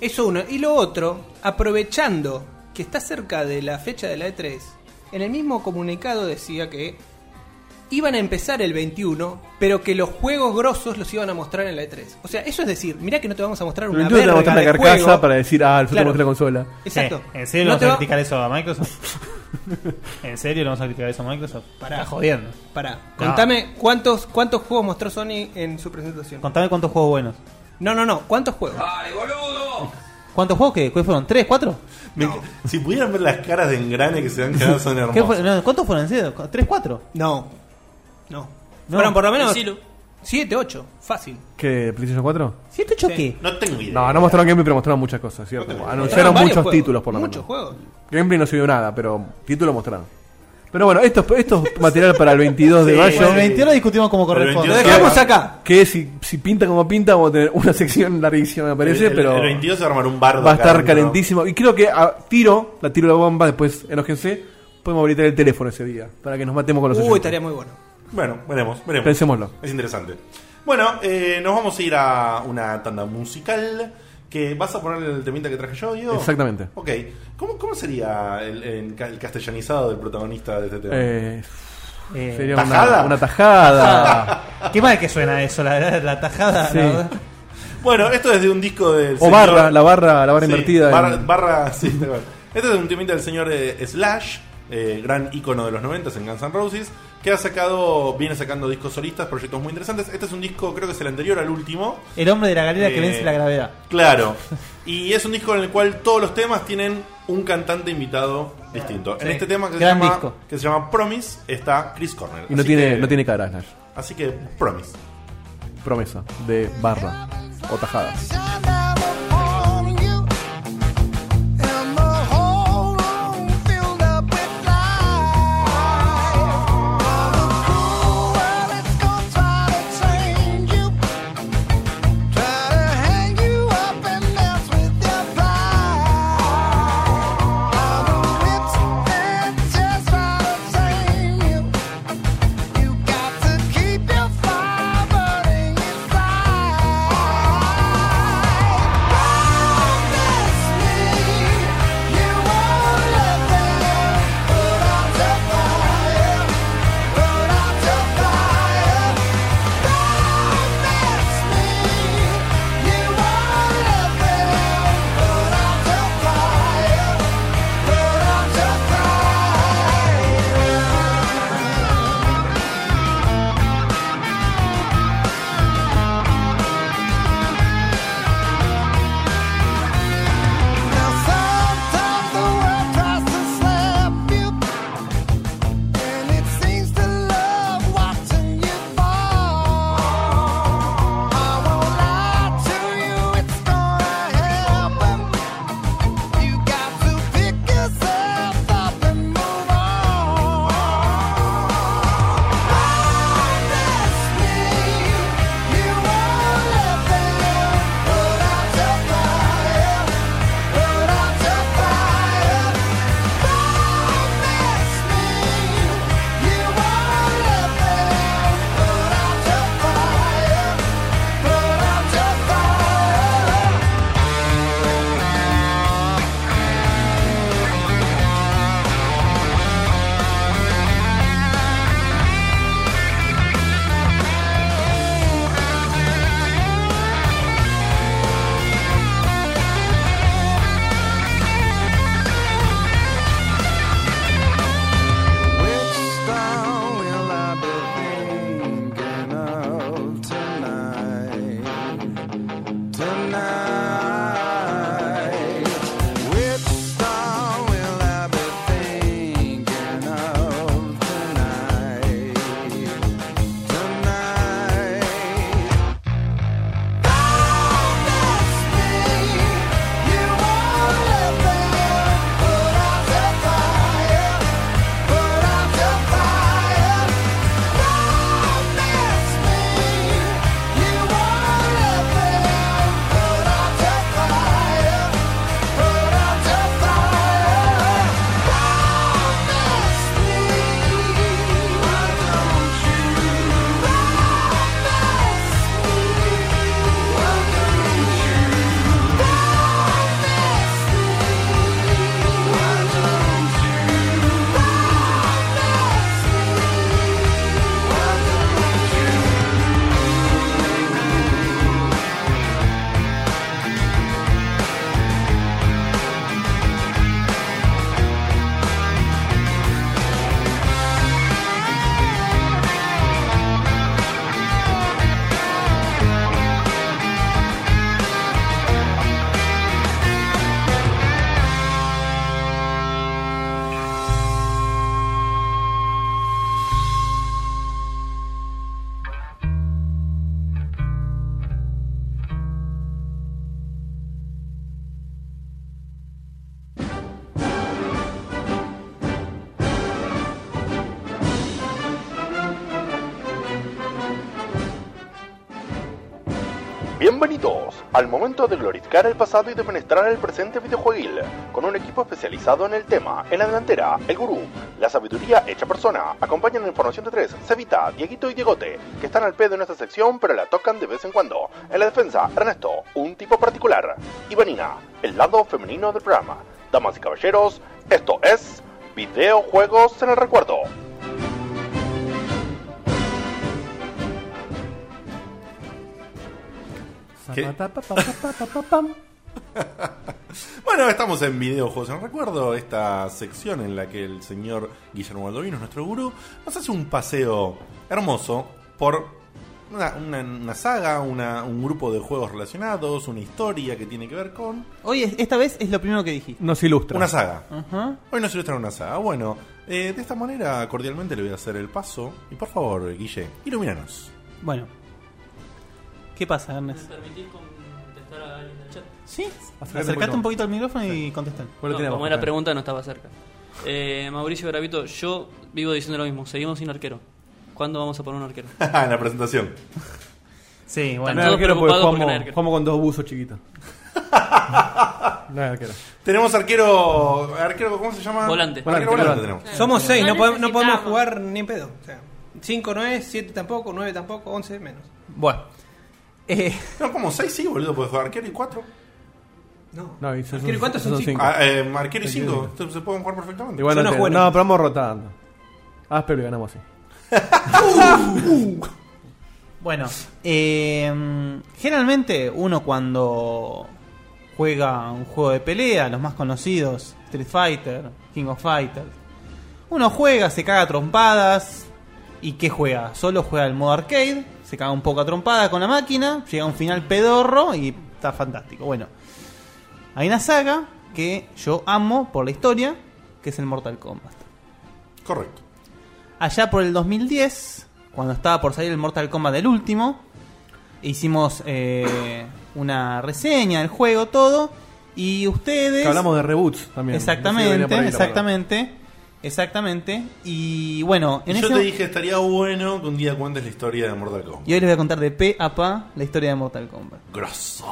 [SPEAKER 9] Eso uno. Y lo otro, aprovechando que está cerca de la fecha de la E3, en el mismo comunicado decía que iban a empezar el 21, pero que los juegos grosos los iban a mostrar en la E3. O sea, eso es decir, mirá que no te vamos a mostrar
[SPEAKER 1] Lo
[SPEAKER 9] una
[SPEAKER 1] entiendo, te va a
[SPEAKER 9] verga
[SPEAKER 1] mostrar la
[SPEAKER 9] de
[SPEAKER 1] carcasa
[SPEAKER 9] juego.
[SPEAKER 1] para decir, ah, el futuro
[SPEAKER 9] Claro.
[SPEAKER 1] es la consola.
[SPEAKER 9] Exacto.
[SPEAKER 5] Eh, ¿En
[SPEAKER 9] No
[SPEAKER 5] serio le vamos
[SPEAKER 9] te
[SPEAKER 5] a
[SPEAKER 9] va-
[SPEAKER 5] criticar eso a Microsoft? *laughs* ¿En serio le vamos a criticar eso a Microsoft?
[SPEAKER 9] Pará.
[SPEAKER 5] Está jodiendo.
[SPEAKER 9] Pará.
[SPEAKER 5] No.
[SPEAKER 9] Contame cuántos, cuántos juegos mostró Sony en su presentación.
[SPEAKER 5] Contame cuántos juegos buenos.
[SPEAKER 9] No, no, no. ¿Cuántos juegos?
[SPEAKER 5] ¿Cuántos juegos que ¿Cuáles fueron? ¿Tres? ¿Cuatro?
[SPEAKER 2] Me enc- Si pudieran ver las caras de engrane que se han quedado, son
[SPEAKER 5] ¿Qué
[SPEAKER 2] hermosas.
[SPEAKER 5] fue- no, ¿Cuántos fueron en serio? ¿Tres, cuatro?
[SPEAKER 9] No. No.
[SPEAKER 5] No.
[SPEAKER 9] Fueron por lo menos
[SPEAKER 5] Decilo.
[SPEAKER 9] 7, 8. Fácil.
[SPEAKER 1] ¿Qué? ¿PlayStation 4?
[SPEAKER 5] ¿Siete,
[SPEAKER 9] ocho qué?
[SPEAKER 5] ocho qué?
[SPEAKER 2] No tengo
[SPEAKER 9] Eh,
[SPEAKER 2] idea.
[SPEAKER 1] No, no mostraron gameplay, pero mostraron muchas cosas, ¿cierto? Anunciaron
[SPEAKER 9] Mostraron varios
[SPEAKER 1] muchos
[SPEAKER 9] juegos,
[SPEAKER 1] títulos, por lo
[SPEAKER 9] muchos
[SPEAKER 1] menos.
[SPEAKER 9] juegos.
[SPEAKER 1] Gameplay no se vio nada, pero títulos mostraron. Pero bueno, esto, es- esto es material para el 22 de
[SPEAKER 5] Sí,
[SPEAKER 1] mayo.
[SPEAKER 5] Eh, el 22 lo discutimos como corresponde.
[SPEAKER 1] Lo dejamos acá. Que si, si pinta como pinta, vamos a tener una sección larguísima, me parece,
[SPEAKER 2] El- el-
[SPEAKER 1] pero.
[SPEAKER 2] el 22 se va a armar un bardo
[SPEAKER 1] Va a
[SPEAKER 2] acá
[SPEAKER 1] estar
[SPEAKER 2] adentro.
[SPEAKER 1] calentísimo. Y creo que a tiro, la tiro la bomba, después enójense, podemos habilitar el teléfono ese día, para que nos matemos con los
[SPEAKER 9] Uy,
[SPEAKER 1] oyentes.
[SPEAKER 9] estaría muy bueno.
[SPEAKER 2] Bueno, veremos, veremos.
[SPEAKER 1] Pensémoslo.
[SPEAKER 2] Es interesante. Bueno, eh, nos vamos a ir a una tanda musical. Que vas a poner el temita que traje yo, Diego.
[SPEAKER 1] Exactamente.
[SPEAKER 2] Ok. ¿Cómo, cómo sería el, el ca- el castellanizado del protagonista de este tema?
[SPEAKER 1] Eh,
[SPEAKER 5] Eh,
[SPEAKER 1] sería una-
[SPEAKER 2] ¿tajada?
[SPEAKER 1] Una, tajada.
[SPEAKER 5] *laughs* Qué mal que suena eso, la, la tajada.
[SPEAKER 1] Sí.
[SPEAKER 5] la verdad.
[SPEAKER 2] Bueno, esto es de un disco del.
[SPEAKER 1] o barra, la barra, la barra
[SPEAKER 2] Sí,
[SPEAKER 1] invertida.
[SPEAKER 2] Barra,
[SPEAKER 1] en-
[SPEAKER 2] barra- sí, tal cual. Este es un temita del señor eh, Slash, eh, gran ícono de los 90 en Guns N' Roses, que ha sacado, viene sacando discos solistas, proyectos muy interesantes. Este es un disco, creo que es el anterior al último.
[SPEAKER 5] El hombre de la galera
[SPEAKER 2] Eh,
[SPEAKER 5] que vence la gravedad.
[SPEAKER 2] Claro. Y es un disco en el cual todos los temas tienen un cantante invitado distinto. En
[SPEAKER 5] Sí.
[SPEAKER 2] este tema que se,
[SPEAKER 5] Gran
[SPEAKER 2] llama,
[SPEAKER 5] disco.
[SPEAKER 2] que se llama Promise está Chris Cornell.
[SPEAKER 1] Y no
[SPEAKER 2] Así
[SPEAKER 1] tiene,
[SPEAKER 2] que-
[SPEAKER 1] no tiene cara, Slash.
[SPEAKER 2] Así que Promise.
[SPEAKER 1] Promesa de barra o tajada.
[SPEAKER 6] And the whole room filled up with lies. All the cruel world it's gonna try to change you, try to hang you up and mess with your pride. All the whips and just try to tame you. You got to keep your fire burning inside.
[SPEAKER 14] Bienvenidos al momento de glorificar el pasado y de penetrar el presente videojueguil, con un equipo especializado en el tema. En la delantera, el gurú, la sabiduría hecha persona, acompañan en formación de tres, Cevita, Dieguito y Diegote, que están al pedo en esta sección pero la tocan de vez en cuando. En la defensa, Ernesto, un tipo particular, y Vanina, el lado femenino del programa. Damas y caballeros, esto es Videojuegos en el Recuerdo.
[SPEAKER 2] ¿Qué? Bueno, estamos en videojuegos en recuerdo, esta sección en la que el señor Guillermo Baldovino, nuestro gurú, nos hace un paseo hermoso por una, una- una saga, una- un grupo de juegos relacionados, una historia que tiene que ver con...
[SPEAKER 5] Hoy, es- esta vez, es lo primero que dijiste.
[SPEAKER 1] Nos ilustra.
[SPEAKER 2] Una saga.
[SPEAKER 5] Ajá.
[SPEAKER 2] Hoy nos ilustran una saga. Bueno, eh, de esta manera cordialmente le voy a hacer el paso. Y por favor, Guille, ilumínanos. *laughs*
[SPEAKER 5] Bueno. ¿Qué pasa, Ernest?
[SPEAKER 7] ¿Permitís contestar a alguien del chat?
[SPEAKER 5] Sí, acercate un poquito al micrófono y contestan.
[SPEAKER 7] No, como era pregunta, no estaba cerca. Eh, Mauricio Gravito, yo vivo diciendo lo mismo. Seguimos sin arquero. ¿Cuándo vamos a poner un arquero?
[SPEAKER 2] en la presentación.
[SPEAKER 5] Sí,
[SPEAKER 1] No
[SPEAKER 7] todos
[SPEAKER 1] era arquero porque
[SPEAKER 7] preocupados porque no hay
[SPEAKER 1] jugamos,
[SPEAKER 7] arquero.
[SPEAKER 1] jugamos con dos buzos
[SPEAKER 2] *laughs*
[SPEAKER 1] chiquitos. no era arquero.
[SPEAKER 2] Tenemos arquero. arquero ¿Cómo se llama?
[SPEAKER 7] Volante.
[SPEAKER 2] Arquero volante, tenemos.
[SPEAKER 9] Somos seis, no,
[SPEAKER 10] No
[SPEAKER 9] podemos, no podemos
[SPEAKER 10] necesitamos.
[SPEAKER 9] jugar ni en pedo. O sea, cinco no es, siete tampoco, nueve tampoco, once menos.
[SPEAKER 5] Bueno. Eh,
[SPEAKER 2] No, como seis sí, boludo, puedes jugar arquero y cuatro.
[SPEAKER 1] No, y son-
[SPEAKER 9] Arquero, ¿cuántos son cinco?
[SPEAKER 2] Ah, eh, arquero y cinco. Entonces se pueden jugar perfectamente.
[SPEAKER 1] Igual no,
[SPEAKER 2] Yo
[SPEAKER 1] te-
[SPEAKER 2] juego.
[SPEAKER 1] no, pero vamos rotando. Ah, pero ganamos así.
[SPEAKER 5] Bueno, eh, generalmente uno cuando juega un juego de pelea, los más conocidos, Street Fighter, King of Fighters, uno juega, se caga a trompadas. ¿Y qué juega? Solo juega el modo arcade, se caga un poco a trompadas con la máquina, llega a un final pedorro y está fantástico. Bueno, hay una saga que yo amo por la historia, que es el Mortal Kombat.
[SPEAKER 2] Correcto.
[SPEAKER 5] Allá por el 2010, cuando estaba por salir el Mortal Kombat del último, hicimos eh, una reseña del juego, todo, y ustedes...
[SPEAKER 1] Que hablamos de reboots también. No sé si venía
[SPEAKER 5] Exactamente,
[SPEAKER 1] por ahí la
[SPEAKER 5] exactamente, exactamente. Y bueno, en
[SPEAKER 2] yo
[SPEAKER 5] ese-
[SPEAKER 2] te dije, estaría bueno que un día cuentes la historia de Mortal Kombat.
[SPEAKER 5] Y hoy les voy a contar de pe a pa la historia de Mortal Kombat.
[SPEAKER 2] Grosso.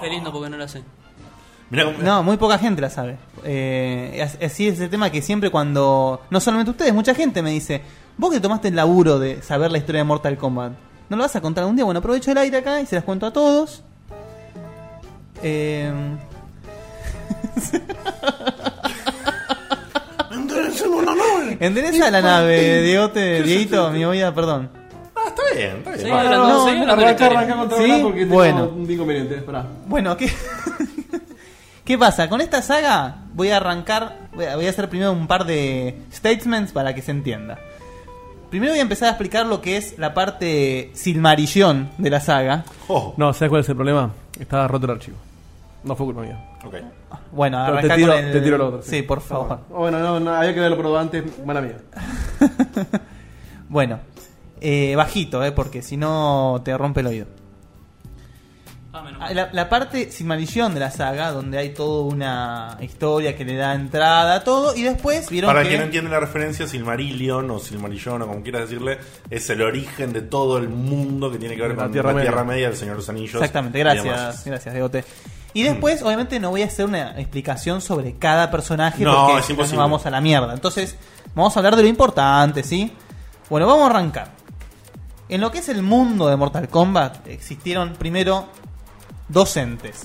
[SPEAKER 7] Qué lindo porque no lo sé.
[SPEAKER 2] *laughs*
[SPEAKER 5] No, muy poca gente la sabe. Eh, as- así es el tema que siempre cuando... No solamente ustedes, mucha gente me dice, vos que tomaste el laburo de saber la historia de Mortal Kombat, ¿no lo vas a contar un día? Bueno, aprovecho el aire acá y se las cuento a todos. Eh, Endereza la nave, Diegote, Dieguito, mi olla, perdón.
[SPEAKER 2] Ah, está bien, está bien.
[SPEAKER 5] Sí, ahora no, sí, ahora con la
[SPEAKER 1] arranca,
[SPEAKER 5] historia.
[SPEAKER 1] arranca con todo
[SPEAKER 5] Sí,
[SPEAKER 1] ahora porque
[SPEAKER 5] bueno.
[SPEAKER 1] tengo un inconveniente. Esperá.
[SPEAKER 5] Bueno, ¿qué, *laughs* ¿qué pasa? Con esta saga voy a arrancar, voy a, voy a hacer primero un par de statements para que se entienda. Primero voy a empezar a explicar lo que es la parte silmarillón de la saga.
[SPEAKER 1] No, ¿sabes cuál es el problema? Estaba roto el archivo. No fue culpa mía.
[SPEAKER 2] Ok.
[SPEAKER 5] Bueno,
[SPEAKER 1] Pero
[SPEAKER 5] arrancá
[SPEAKER 1] te tiro,
[SPEAKER 5] Ah, con el-
[SPEAKER 1] te tiro lo otro.
[SPEAKER 5] Sí, por favor.
[SPEAKER 1] Ah, Bueno, no, no, había que verlo por antes. Mala mía.
[SPEAKER 5] Bueno, eh, bajito, eh, porque si no te rompe el oído. Ah, La, la parte sin maldición de la saga, donde hay toda una historia que le da entrada a todo, y después vieron
[SPEAKER 2] Para
[SPEAKER 5] que...
[SPEAKER 2] quien no entiende la referencia, Silmarillion o Silmarillón o como quieras decirle, es el origen de todo el mundo que tiene que ver
[SPEAKER 5] La
[SPEAKER 2] con
[SPEAKER 5] Tierra
[SPEAKER 2] la
[SPEAKER 5] Media.
[SPEAKER 2] Tierra Media, el Señor de los Anillos.
[SPEAKER 5] Exactamente,
[SPEAKER 2] y
[SPEAKER 5] gracias,
[SPEAKER 2] demás.
[SPEAKER 5] gracias, Diegote. Y
[SPEAKER 2] Mm.
[SPEAKER 5] después, obviamente, no voy a hacer una explicación sobre cada personaje
[SPEAKER 2] No,
[SPEAKER 5] porque
[SPEAKER 2] es
[SPEAKER 5] si no nos
[SPEAKER 2] imposible.
[SPEAKER 5] vamos a la mierda. Entonces, vamos a hablar de lo importante, ¿sí? Bueno, vamos a arrancar. En lo que es el mundo de Mortal Kombat, existieron primero dos entes.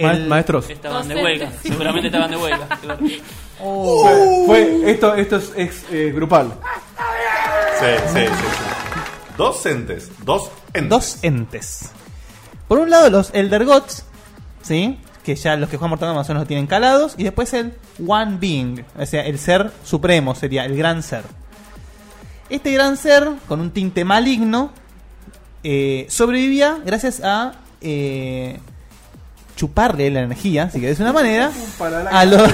[SPEAKER 1] Ma- maestros.
[SPEAKER 7] Estaban de *laughs* huelga,
[SPEAKER 5] Docentes.
[SPEAKER 7] seguramente estaban de huelga. *laughs* claro.
[SPEAKER 5] Oh,
[SPEAKER 1] Uh, Fue- fue- esto, esto es, es, eh, grupal.
[SPEAKER 2] Sí, sí, sí, sí. Dos entes, dos entes.
[SPEAKER 5] Dos entes. Por un lado, los Elder Gods, ¿sí? Que ya los que juegan Mortal Kombat más o menos lo tienen calados. Y después el One Being, o sea, el ser supremo, sería el gran ser. Este gran ser, con un tinte maligno, eh, sobrevivía gracias a eh, chuparle la energía, si querés de una manera, a *laughs* los.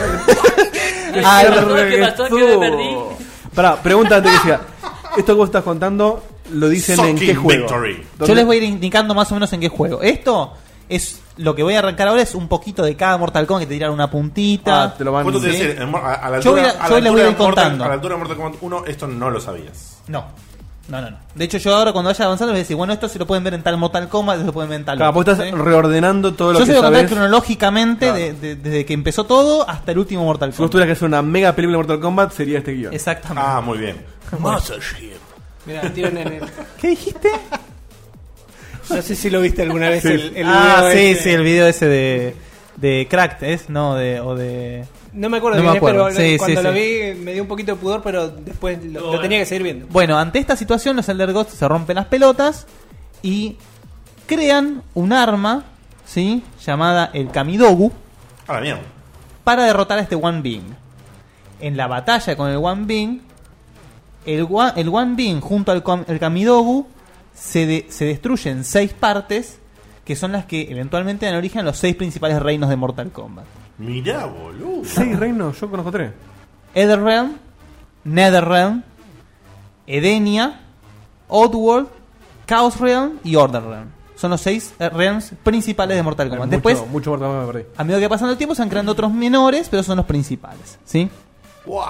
[SPEAKER 5] Ah,
[SPEAKER 1] ¿Qué pasó? ¿Qué me perdí? Pará, pregunta antes que decía. Esto que vos estás contando lo dicen en qué
[SPEAKER 5] Shocking
[SPEAKER 1] juego.
[SPEAKER 5] victory.
[SPEAKER 1] ¿Dónde-
[SPEAKER 5] Yo les voy a ir indicando más o menos en qué juego. Esto es lo que voy a arrancar ahora es un poquito de cada Mortal Kombat que te tiran una puntita.
[SPEAKER 1] Ah, te lo
[SPEAKER 2] ¿Cuánto te
[SPEAKER 5] Sí.
[SPEAKER 2] decía? En mor- A, a la
[SPEAKER 5] Yo voy
[SPEAKER 2] altura,
[SPEAKER 5] a-
[SPEAKER 2] a la
[SPEAKER 5] yo les voy
[SPEAKER 2] altura
[SPEAKER 5] a ir
[SPEAKER 2] de Mortal-
[SPEAKER 5] contando.
[SPEAKER 2] a la altura de Mortal Kombat 1, esto no lo sabías.
[SPEAKER 5] No. No, no, no. De hecho, yo ahora cuando vaya avanzando les voy a decir, bueno, esto se lo pueden ver en tal Mortal Kombat, esto se lo pueden ver en tal.
[SPEAKER 1] Claro,
[SPEAKER 5] otro,
[SPEAKER 1] vos estás
[SPEAKER 5] ¿sí?
[SPEAKER 1] reordenando todo lo
[SPEAKER 5] Yo
[SPEAKER 1] que
[SPEAKER 5] se lo voy a contar
[SPEAKER 1] sabés.
[SPEAKER 5] cronológicamente
[SPEAKER 1] Claro.
[SPEAKER 5] de- de- desde que empezó todo hasta el último Mortal Kombat.
[SPEAKER 1] Si vos tuvieras que hacer una mega película de Mortal Kombat, sería este guión.
[SPEAKER 5] Exactamente.
[SPEAKER 2] Ah, muy bien.
[SPEAKER 9] Mirá, tiran en el.
[SPEAKER 5] ¿Qué dijiste?
[SPEAKER 9] No sé si lo viste alguna vez el, el
[SPEAKER 5] ah,
[SPEAKER 9] video
[SPEAKER 5] sí,
[SPEAKER 9] ese.
[SPEAKER 5] sí, el video ese de, de Cracked, ¿es? No, de, o de...
[SPEAKER 9] No me acuerdo,
[SPEAKER 5] No
[SPEAKER 9] bien,
[SPEAKER 5] me acuerdo.
[SPEAKER 9] pero
[SPEAKER 5] Sí,
[SPEAKER 9] cuando
[SPEAKER 5] sí,
[SPEAKER 9] lo
[SPEAKER 5] sí.
[SPEAKER 9] vi me dio un poquito de pudor, pero después lo, lo tenía que seguir viendo.
[SPEAKER 5] Bueno, ante esta situación los Elder Ghosts se rompen las pelotas y crean un arma, ¿sí? Llamada el Kamidogu.
[SPEAKER 2] Ah, bien.
[SPEAKER 5] Para derrotar a este One Being. En la batalla con el One Being, el, Wa- el One Being junto al Kam- el Kamidogu se, de- se destruyen seis partes que son las que eventualmente dan origen a los seis principales reinos de Mortal Kombat.
[SPEAKER 2] Mirá, boludo.
[SPEAKER 1] Seis reinos, yo conozco tres.
[SPEAKER 5] Etherrealm, Netherrealm, Edenia, Oddworld, Chaos Realm y Order Realm. Son los seis eh, realms principales de Mortal Kombat.
[SPEAKER 1] Mucho-
[SPEAKER 5] Después,
[SPEAKER 1] mucho Mortal Kombat me perdí.
[SPEAKER 5] a medida que va pasando el tiempo, se van creando otros menores, pero son los principales. ¿sí?
[SPEAKER 2] ¡Wow!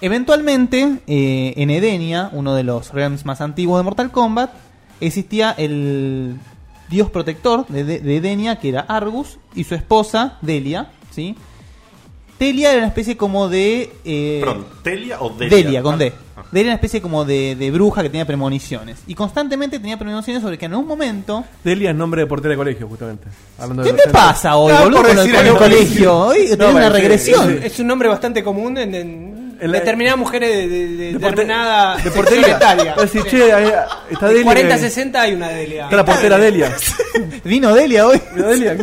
[SPEAKER 5] Eventualmente, eh, en Edenia, uno de los realms más antiguos de Mortal Kombat, existía el dios protector de, de- de Edenia, que era Argus, y su esposa, Delia. ¿sí? Delia era una especie como de... eh,
[SPEAKER 2] Perdón, ¿Telia o Delia?
[SPEAKER 5] Delia, con D.
[SPEAKER 2] Ah,
[SPEAKER 5] Delia era una especie como de, de bruja que tenía premoniciones. Y constantemente tenía premoniciones sobre que en un
[SPEAKER 1] *laughs*
[SPEAKER 5] momento...
[SPEAKER 1] Delia es nombre de portera de colegio, justamente. Hablando de
[SPEAKER 5] ¿Qué me
[SPEAKER 1] adolescentes.
[SPEAKER 5] pasa hoy, boludo, con el, con
[SPEAKER 1] *laughs*
[SPEAKER 5] el colegio? Hoy
[SPEAKER 1] No,
[SPEAKER 5] tenés una
[SPEAKER 1] parece-
[SPEAKER 5] regresión.
[SPEAKER 1] es-
[SPEAKER 9] Es un nombre bastante común en, en determinadas mujeres de, de- de determinada
[SPEAKER 1] de portería.
[SPEAKER 9] sección etaria.
[SPEAKER 1] Vas a decir, che, ahí está
[SPEAKER 9] De
[SPEAKER 1] Delia,
[SPEAKER 9] 40
[SPEAKER 1] eh.
[SPEAKER 9] 60 hay una Delia.
[SPEAKER 1] Está la portera Delia.
[SPEAKER 5] Vino Delia
[SPEAKER 1] *laughs*
[SPEAKER 5] hoy. *laughs*
[SPEAKER 1] Vino Delia,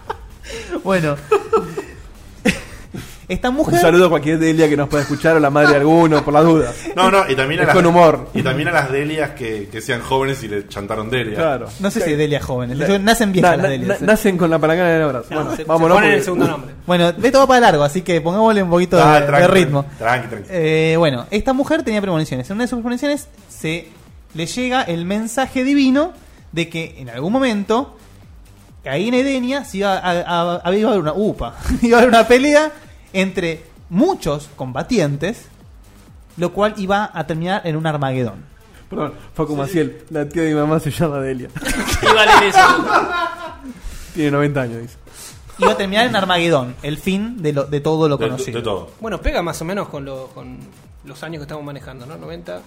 [SPEAKER 1] *laughs*
[SPEAKER 5] Bueno. Esta mujer.
[SPEAKER 1] Un saludo a cualquier Delia que nos pueda escuchar o la madre de alguno, por la duda.
[SPEAKER 2] No, no, y también a
[SPEAKER 1] Es
[SPEAKER 2] las,
[SPEAKER 1] con humor.
[SPEAKER 2] Y también a las Delias que, que sean jóvenes y le chantaron Delia. Ah,
[SPEAKER 1] Claro.
[SPEAKER 5] No sé si es Delia jóvenes. Yo- nacen viejas
[SPEAKER 1] Na-
[SPEAKER 5] las
[SPEAKER 1] na-
[SPEAKER 5] Delias. eh.
[SPEAKER 1] na- nacen con la palangana del abrazo.
[SPEAKER 5] No,
[SPEAKER 1] bueno,
[SPEAKER 5] se- se
[SPEAKER 1] vámonos.
[SPEAKER 5] ponen el
[SPEAKER 1] porque-
[SPEAKER 5] segundo nombre. Bueno, de todo para largo, así que pongámosle un poquito
[SPEAKER 2] Ah,
[SPEAKER 5] de,
[SPEAKER 2] tranqui,
[SPEAKER 5] de ritmo.
[SPEAKER 2] tranqui, tranqui.
[SPEAKER 5] Eh, bueno, esta mujer tenía premoniciones. En una de sus premoniciones se le llega el mensaje divino de que en algún momento ahí en Edenia se iba a, a- a- iba a haber una upa, *laughs* iba a haber una pelea entre muchos combatientes, lo cual iba a terminar en un Armagedón.
[SPEAKER 1] *laughs* Perdón, Facu Maciel, la tía de mi mamá se llama Delia.
[SPEAKER 7] Iba a leer eso.
[SPEAKER 1] Tiene 90 años, dice.
[SPEAKER 5] Iba a terminar en Armagedón, el fin de, lo- de todo lo
[SPEAKER 1] De- de-
[SPEAKER 5] conocido.
[SPEAKER 1] de todo.
[SPEAKER 9] Bueno, pega más o menos con, lo- con los años que estamos manejando, ¿no? 90.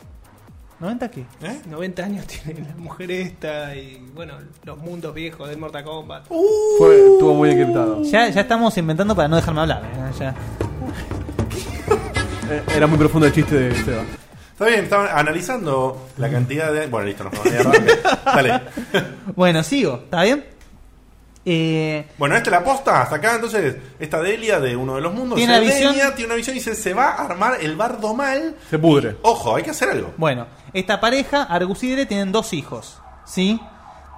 [SPEAKER 5] ¿90 qué?
[SPEAKER 9] 90 años tiene la mujer esta y, bueno, los mundos viejos de Mortal Kombat.
[SPEAKER 1] Uh, Fue, estuvo muy encriptado.
[SPEAKER 5] Ya, ya estamos inventando para no dejarme hablar. ¿eh? Ya.
[SPEAKER 1] Eh, Era muy profundo el chiste de Seba.
[SPEAKER 2] Está bien, estaban analizando la cantidad de. Bueno, listo, nos vamos a
[SPEAKER 5] *laughs*
[SPEAKER 2] mierda. Dale.
[SPEAKER 5] Bueno, sigo, ¿está bien? Eh,
[SPEAKER 2] Bueno, esta es la posta. Hasta acá, entonces, esta Delia de uno de los mundos.
[SPEAKER 5] Tiene
[SPEAKER 2] se
[SPEAKER 5] la visión-
[SPEAKER 2] Delia, tiene una visión y dice: Se va a armar el bardo mal.
[SPEAKER 1] Se pudre.
[SPEAKER 2] Ojo, hay que hacer algo.
[SPEAKER 5] Bueno, esta pareja, Argus y Dere, tienen dos hijos, ¿sí?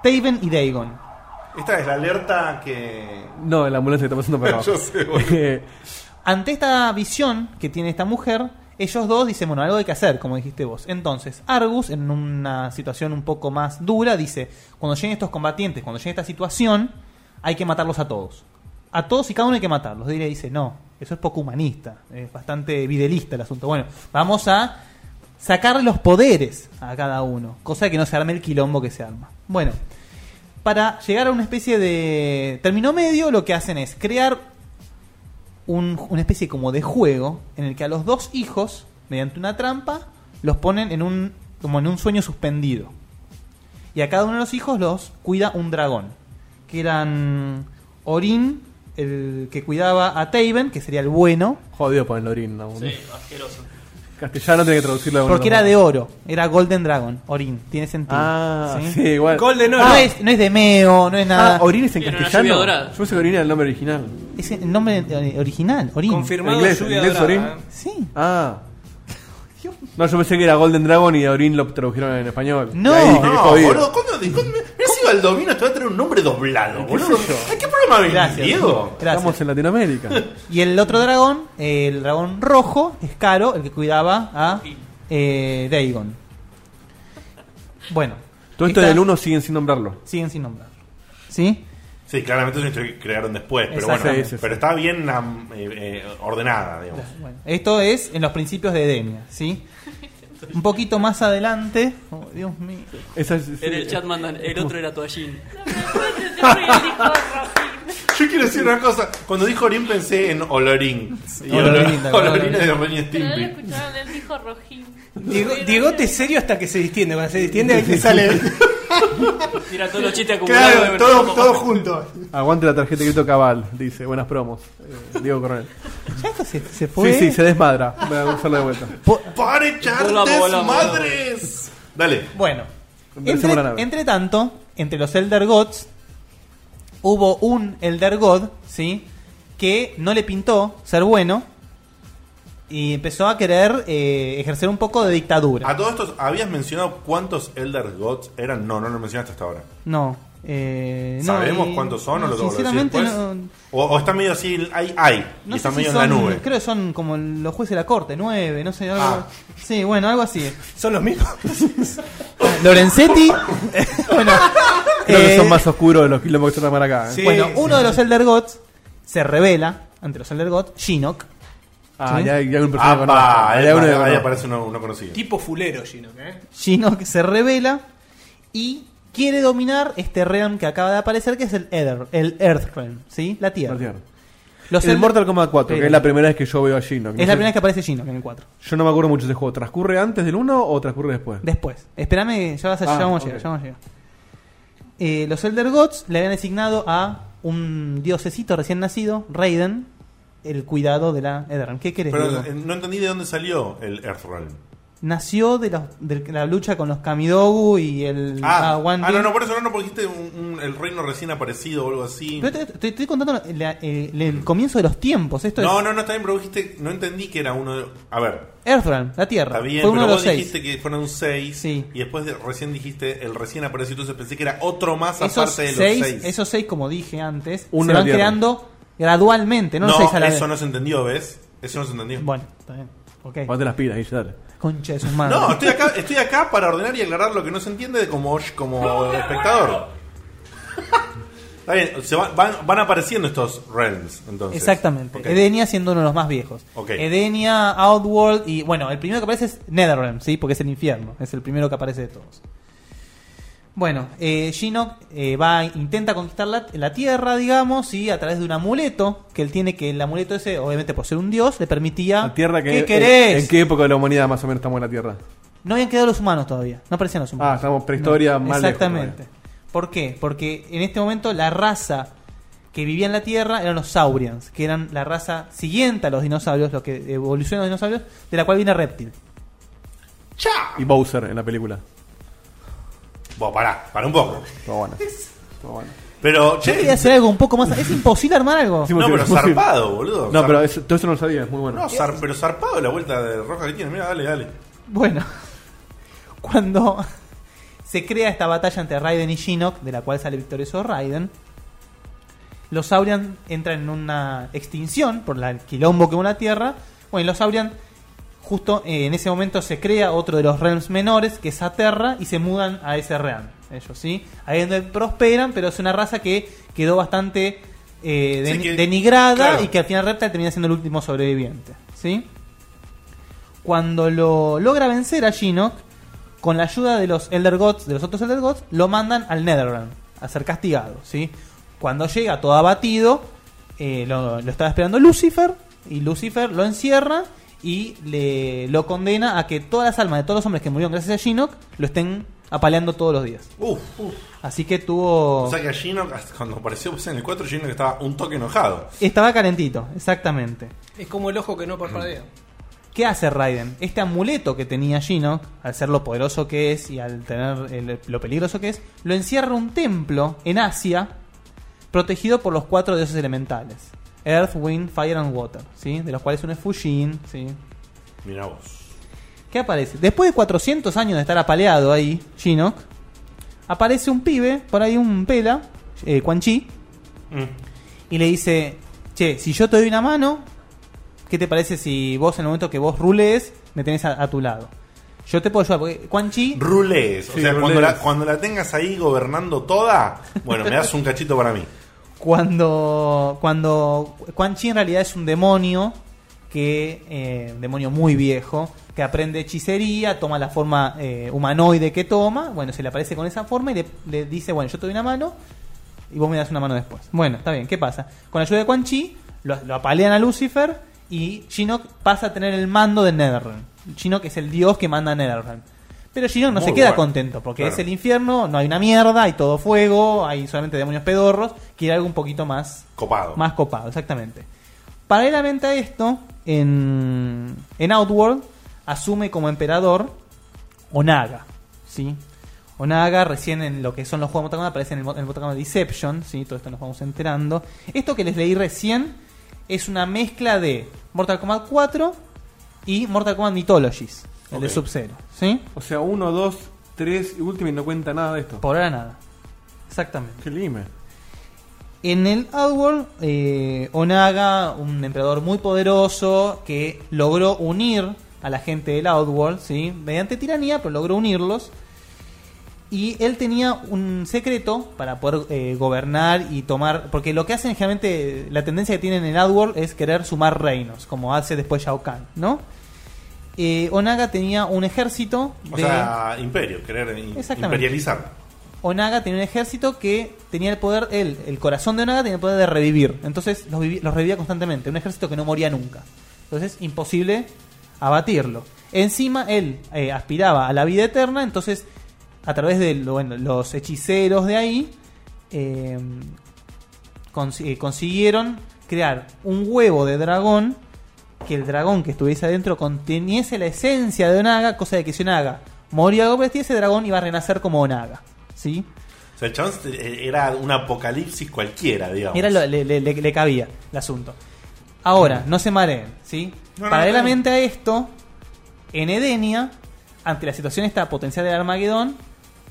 [SPEAKER 5] Taven y Dagon.
[SPEAKER 2] Esta es la alerta que.
[SPEAKER 1] No, la ambulancia que está pasando para abajo.
[SPEAKER 2] *laughs* Yo sé, boludo.
[SPEAKER 1] Eh,
[SPEAKER 5] Ante esta visión que tiene esta mujer, ellos dos dicen, bueno, algo hay que hacer, como dijiste vos. Entonces, Argus, en una situación un poco más dura, dice, cuando lleguen estos combatientes, cuando llegue esta situación, hay que matarlos a todos. A todos y cada uno hay que matarlos. Dere dice, no, eso es poco humanista, es bastante videlista el asunto. Bueno, vamos a sacar los poderes a cada uno, cosa de que no se arme el quilombo que se arma. Bueno, para llegar a una especie de término medio, lo que hacen es crear un- una especie como de juego en el que a los dos hijos, mediante una trampa, los ponen en un como en un sueño suspendido. Y a cada uno de los hijos los cuida un dragón, que eran Orin, el que cuidaba a Taven, que sería el bueno.
[SPEAKER 1] *laughs* Jodido por el Orin, ¿no?
[SPEAKER 7] Sí, asqueroso.
[SPEAKER 1] Castellano tiene que traducirlo de alguna
[SPEAKER 5] Porque era
[SPEAKER 1] manera.
[SPEAKER 5] de oro, era Golden Dragon, Orin, tiene sentido.
[SPEAKER 1] Ah, sí, igual. Golden
[SPEAKER 5] no,
[SPEAKER 1] Oro.
[SPEAKER 5] es, no es de Meo, no es nada.
[SPEAKER 1] Ah, Orin es en
[SPEAKER 5] Era una
[SPEAKER 1] castellano.
[SPEAKER 5] lluvia
[SPEAKER 1] Yo pensé que Orin era el nombre original.
[SPEAKER 5] Es el nombre eh, original, Orin.
[SPEAKER 1] ¿En inglés, en inglés Orin?
[SPEAKER 5] Sí.
[SPEAKER 1] Ah. No, yo pensé que era Golden Dragon y a Orin lo tradujeron en español.
[SPEAKER 5] No.
[SPEAKER 1] Y ahí dije, qué
[SPEAKER 2] *laughs* No,
[SPEAKER 1] jodido.
[SPEAKER 2] boludo, ¿cuándo? ¿cuándo me has ido al domino? Te va a tener un nombre doblado, boludo. ¿A qué programa venís,
[SPEAKER 5] Gracias.
[SPEAKER 2] Diego?
[SPEAKER 5] Gracias.
[SPEAKER 1] Estamos en
[SPEAKER 5] *laughs*
[SPEAKER 1] Latinoamérica.
[SPEAKER 5] Y el otro dragón, eh, el dragón rojo, es Caro, el que cuidaba a eh, Dagon. Bueno.
[SPEAKER 1] Todo esto
[SPEAKER 5] esta-
[SPEAKER 1] del 1 siguen sin nombrarlo.
[SPEAKER 5] Siguen sin nombrar. ¿Sí?
[SPEAKER 2] Sí, claramente es una historia que crearon después, pero bueno.
[SPEAKER 5] Exactamente. Sí, sí, sí.
[SPEAKER 2] Pero está bien am, eh, eh, ordenada, digamos.
[SPEAKER 5] Esto es en los principios de Edenia, ¿sí? Un poquito más adelante. Oh, Dios mío.
[SPEAKER 1] Esa es-
[SPEAKER 7] En el chat mandan, el otro era toallín.
[SPEAKER 2] Yo quiero decir una cosa. Cuando dijo Orín pensé en Olorín. Y
[SPEAKER 9] Olorín,
[SPEAKER 2] Olorín,
[SPEAKER 9] tal cual.
[SPEAKER 2] Olorín es de Ren y
[SPEAKER 3] Pero no lo
[SPEAKER 2] Stimpy.
[SPEAKER 3] escucharon, él dijo rojín.
[SPEAKER 9] Diego, Diegote es serio hasta que se distiende. Cuando se distiende, ahí te sale.
[SPEAKER 7] Tira todos los chistes acumulados.
[SPEAKER 1] Claro,
[SPEAKER 7] de-
[SPEAKER 1] todo- todo
[SPEAKER 9] junto.
[SPEAKER 1] Aguante la tarjeta de crédito cabal, dice. Buenas promos. eh, Diego Coronel.
[SPEAKER 5] se, fue?
[SPEAKER 1] Sí, sí, se desmadra. Voy a usarlo de
[SPEAKER 5] *laughs*
[SPEAKER 1] vuelta.
[SPEAKER 5] Pues,
[SPEAKER 2] ¡Para echar
[SPEAKER 5] Volamos, volamos, volamos.
[SPEAKER 2] madres! Dale.
[SPEAKER 5] Bueno.
[SPEAKER 1] Empecemos la
[SPEAKER 5] Entre,
[SPEAKER 1] nave.
[SPEAKER 5] entre tanto, entre los Elder Gods, hubo un Elder God, ¿sí? Que no le pintó ser bueno y empezó a querer eh, ejercer un poco de dictadura.
[SPEAKER 2] A todos estos, ¿habías mencionado cuántos Elder Gods eran? No, no lo mencionaste hasta ahora.
[SPEAKER 5] No. eh, no,
[SPEAKER 2] ¿Sabemos
[SPEAKER 5] y-
[SPEAKER 2] cuántos son o lo que vos decís
[SPEAKER 5] Sinceramente,
[SPEAKER 2] después?
[SPEAKER 5] no,
[SPEAKER 2] O, o está medio así, hay, hay. y
[SPEAKER 5] no
[SPEAKER 2] está
[SPEAKER 5] sé si
[SPEAKER 2] medio
[SPEAKER 5] son,
[SPEAKER 2] en la nube. Ah.
[SPEAKER 5] creo que son como los jueces de la corte, nueve, no sé, algo. Sí, bueno,
[SPEAKER 1] *laughs*
[SPEAKER 5] algo así.
[SPEAKER 9] ¿eh? ¿Son los mismos? *laughs*
[SPEAKER 5] Lorenzetti. *laughs* bueno,
[SPEAKER 1] Creo que
[SPEAKER 5] eh,
[SPEAKER 1] son más oscuros de los quilombos que están para acá. ¿eh?
[SPEAKER 5] bueno, uno de los Elder Gods se revela ante los Elder Gods, Shinnok.
[SPEAKER 1] Ah,
[SPEAKER 5] ¿Sí?
[SPEAKER 1] ya hay algún
[SPEAKER 2] Ah,
[SPEAKER 1] personaje que conozco.
[SPEAKER 2] pa,
[SPEAKER 1] Hay
[SPEAKER 2] ahí,
[SPEAKER 1] alguno que
[SPEAKER 2] ahí
[SPEAKER 1] conozco.
[SPEAKER 2] aparece uno, uno conocido.
[SPEAKER 9] Tipo fulero, Gino. ¿eh?
[SPEAKER 5] Shinnok se revela y quiere dominar este realm que acaba de aparecer, que es el Ether, el Earth Realm, ¿sí? La Tierra. Los
[SPEAKER 1] el
[SPEAKER 5] Elder-
[SPEAKER 1] Mortal Kombat 4, que
[SPEAKER 5] Pero-
[SPEAKER 1] es la primera vez que yo veo a Shinnok. No
[SPEAKER 5] Es
[SPEAKER 1] sé-
[SPEAKER 5] la primera vez que aparece Shinnok en el 4.
[SPEAKER 1] Yo no me acuerdo mucho de ese juego. ¿Transcurre antes del 1 o transcurre después?
[SPEAKER 5] Después. Espérame, ya, vas a,
[SPEAKER 1] Ah,
[SPEAKER 5] ya vamos
[SPEAKER 1] ok.
[SPEAKER 5] a llegar, ya vamos a llegar. Eh, los Elder Gods le habían designado a un diosecito recién nacido, Raiden, el cuidado de la Ether Realm. ¿Qué querés?
[SPEAKER 2] Pero
[SPEAKER 5] Diego?
[SPEAKER 2] eh, no entendí de dónde salió el Earthrealm.
[SPEAKER 5] Nació de la, de la lucha con los Kamidogu y el
[SPEAKER 2] Ah,
[SPEAKER 5] Aguante.
[SPEAKER 2] ah, no, no, por eso no, no, porque dijiste un- un- el reino recién aparecido o algo así.
[SPEAKER 5] Pero te, te- te estoy contando la- el, el comienzo de los tiempos. Esto
[SPEAKER 2] No,
[SPEAKER 5] es
[SPEAKER 2] no, no, está bien, pero dijiste, no entendí que era uno de... A ver,
[SPEAKER 5] Earthrealm, la Tierra.
[SPEAKER 2] está bien,
[SPEAKER 5] Fue uno
[SPEAKER 2] pero
[SPEAKER 5] de
[SPEAKER 2] vos
[SPEAKER 5] los seis.
[SPEAKER 2] dijiste que fueron seis y después de- recién dijiste el recién aparecido, entonces pensé que era otro más
[SPEAKER 5] Esos
[SPEAKER 2] aparte de
[SPEAKER 5] seis,
[SPEAKER 2] los seis.
[SPEAKER 5] esos seis, como dije antes,
[SPEAKER 2] Uno
[SPEAKER 5] se
[SPEAKER 2] de la
[SPEAKER 5] van
[SPEAKER 2] Tierra.
[SPEAKER 5] creando gradualmente, no, los seis a la
[SPEAKER 2] eso
[SPEAKER 5] vez.
[SPEAKER 2] no se entendió, ¿ves? Eso no se entendió.
[SPEAKER 5] Bueno, está bien. Ok.
[SPEAKER 1] Ponte las pilas, Guille, dale.
[SPEAKER 5] Concha de sus madres.
[SPEAKER 2] No, estoy acá, estoy acá para ordenar y aclarar lo que no se entiende de como, como espectador. Está bien, se van, van- van apareciendo estos realms, entonces.
[SPEAKER 5] Exactamente.
[SPEAKER 2] Ok.
[SPEAKER 5] Edenia siendo uno de los más viejos.
[SPEAKER 2] Ok.
[SPEAKER 5] Edenia, Outworld y bueno, el primero que aparece es Netherrealm, ¿sí? Porque es el infierno, es el primero que aparece de todos. Bueno, eh, Shinnok eh, va, intenta conquistar la, la tierra, digamos, y a través de un amuleto que él tiene, que el amuleto ese, obviamente por ser un dios, le permitía...
[SPEAKER 1] La Tierra que...
[SPEAKER 5] Ah, ¿Qué
[SPEAKER 1] en-
[SPEAKER 5] querés?
[SPEAKER 1] ¿En qué época de la humanidad más o menos estamos en la Tierra?
[SPEAKER 5] No habían quedado los humanos todavía, no aparecían los humanos.
[SPEAKER 1] Ah, estamos prehistoria,
[SPEAKER 5] No,
[SPEAKER 1] más lejos
[SPEAKER 5] Exactamente. ¿Por qué? Porque en este momento la raza que vivía en la Tierra eran los Saurians, que eran la raza siguiente a los dinosaurios, los que evolucionan los dinosaurios, de la cual viene Reptil.
[SPEAKER 1] Y Bowser en la película.
[SPEAKER 2] Vos, pará, pará un poco.
[SPEAKER 1] Todo bueno. Todo bueno.
[SPEAKER 2] Pero,
[SPEAKER 5] Yo quería
[SPEAKER 2] che,
[SPEAKER 5] hacer algo un poco más. Es imposible armar algo.
[SPEAKER 1] Hicimos
[SPEAKER 2] No,
[SPEAKER 1] el-
[SPEAKER 2] pero
[SPEAKER 1] hicimos el-
[SPEAKER 2] zarpado, boludo.
[SPEAKER 1] No,
[SPEAKER 2] Zar-
[SPEAKER 1] pero eso- todo eso no lo sabía, es muy bueno.
[SPEAKER 2] no, zar- pero zarpado la vuelta de roja que tiene. Mira, dale, dale.
[SPEAKER 5] Bueno, *laughs* cuando se crea esta batalla entre Raiden y Shinnok, de la cual sale victorioso Raiden, los Saurian entran en una extinción por la- el quilombo que hubo en la Tierra. Bueno, y los Saurian, justo eh, en ese momento se crea otro de los realms menores, que es Aterra, y se mudan a ese realm. Ellos, ¿sí? Ahí es donde prosperan, pero es una raza que quedó bastante eh,
[SPEAKER 9] Sí,
[SPEAKER 5] den-
[SPEAKER 9] que-
[SPEAKER 5] denigrada
[SPEAKER 9] claro.
[SPEAKER 5] y que al final Reptile termina siendo el último sobreviviente. ¿Sí? cuando lo logra vencer a Shinnok, con la ayuda de los Elder Gods, de los otros Elder Gods, lo mandan al Netherrealm a ser castigado, ¿sí? Cuando llega todo abatido, eh, lo, lo estaba esperando Lucifer, y Lucifer lo encierra y le, lo condena a que todas las almas de todos los hombres que murieron gracias a Shinnok lo estén apaleando todos los días.
[SPEAKER 2] Uf, uf.
[SPEAKER 5] Así que tuvo...
[SPEAKER 2] O sea que a Gino, cuando apareció pues, en el 4, Gino que estaba un toque enojado.
[SPEAKER 5] Estaba calentito, exactamente.
[SPEAKER 9] Es como el ojo que no parpadea.
[SPEAKER 5] ¿Qué hace Raiden? Este amuleto que tenía Gino, al ser lo poderoso que es y al tener el- lo peligroso que es, lo encierra en un templo en Asia, protegido por los cuatro dioses elementales: Earth, Wind, Fire and Water, ¿sí? de los cuales uno es Fushin. ¿sí?
[SPEAKER 2] Mira vos.
[SPEAKER 5] ¿Qué aparece? Después de 400 años de estar apaleado ahí, Shinnok, aparece un pibe, por ahí un pela, eh, Quan Chi, y le dice, che, si yo te doy una mano, ¿qué te parece si vos en el momento que vos rulees, me tenés a, a tu lado? Yo te puedo ayudar, porque Quan Chi...
[SPEAKER 2] Rulés. O
[SPEAKER 5] Sí,
[SPEAKER 2] sea,
[SPEAKER 5] rulés.
[SPEAKER 2] Cuando, la, cuando la tengas ahí gobernando toda, bueno, me das un cachito para mí.
[SPEAKER 5] Cuando, cuando Quan Chi en realidad es un demonio que eh, un demonio muy viejo, que aprende hechicería, toma la forma eh, humanoide que toma, bueno, se le aparece con esa forma y le, le dice, bueno, yo te doy una mano y vos me das una mano después. Bueno, está bien, ¿qué pasa? Con la ayuda de Quan Chi, lo, lo apalean a Lucifer y Shinnok pasa a tener el mando de Netherrealm. Shinnok es el dios que manda a Netherrealm. Pero Shinnok no
[SPEAKER 15] Muy
[SPEAKER 5] se queda
[SPEAKER 15] bueno,
[SPEAKER 5] contento, porque
[SPEAKER 15] claro.
[SPEAKER 5] es el infierno, no hay una mierda, hay todo fuego, hay solamente demonios pedorros, quiere algo un poquito más...
[SPEAKER 2] Copado.
[SPEAKER 5] Más copado, exactamente. Paralelamente a esto, en, en Outworld asume como emperador Onaga, ¿sí? Onaga recién en lo que son los juegos de Mortal Kombat aparece en el, mo- en el Mortal Kombat Deception, ¿sí? Todo esto nos vamos enterando. Esto que les leí recién es una mezcla de Mortal Kombat 4 y Mortal Kombat Mythologies, el de
[SPEAKER 1] Ok.
[SPEAKER 5] Sub-Zero, ¿sí?
[SPEAKER 1] O sea, 1, 2, 3 y Ultimate no cuenta nada de esto.
[SPEAKER 5] Por ahora nada. Exactamente.
[SPEAKER 1] Qué lime.
[SPEAKER 5] En el Outworld, eh, Onaga, un emperador muy poderoso que logró unir a la gente del Outworld, ¿sí? mediante tiranía, pero logró unirlos. Y él tenía un secreto para poder eh, gobernar y tomar. Porque lo que hacen generalmente, la tendencia que tienen en Outworld es querer sumar reinos, como hace después Shao Kahn, ¿no? Eh, Onaga tenía un ejército.
[SPEAKER 2] O
[SPEAKER 5] de-
[SPEAKER 2] sea, imperio, querer in-
[SPEAKER 5] Exactamente.
[SPEAKER 2] imperializar.
[SPEAKER 5] Onaga tenía un ejército que tenía el poder, él, el corazón de Onaga tenía el poder de revivir. Entonces los, vivi- los revivía constantemente. Un ejército que no moría nunca. Entonces, imposible abatirlo. Encima, él eh, aspiraba a la vida eterna. Entonces, a través de lo- bueno, los hechiceros de ahí, eh, cons- eh, consiguieron crear un huevo de dragón que el dragón que estuviese adentro conteniese la esencia de Onaga, cosa de que si Onaga moría de golpe, ese dragón iba a renacer como Onaga. ¿sí?
[SPEAKER 2] O sea, el chabón eh, era un apocalipsis cualquiera, digamos.
[SPEAKER 5] Era lo- le, le- le- le cabía el asunto. Ahora, no se mareen, ¿sí?
[SPEAKER 2] No, no,
[SPEAKER 5] Paralelamente a esto, en Edenia, ante la situación esta potencial del Armagedón,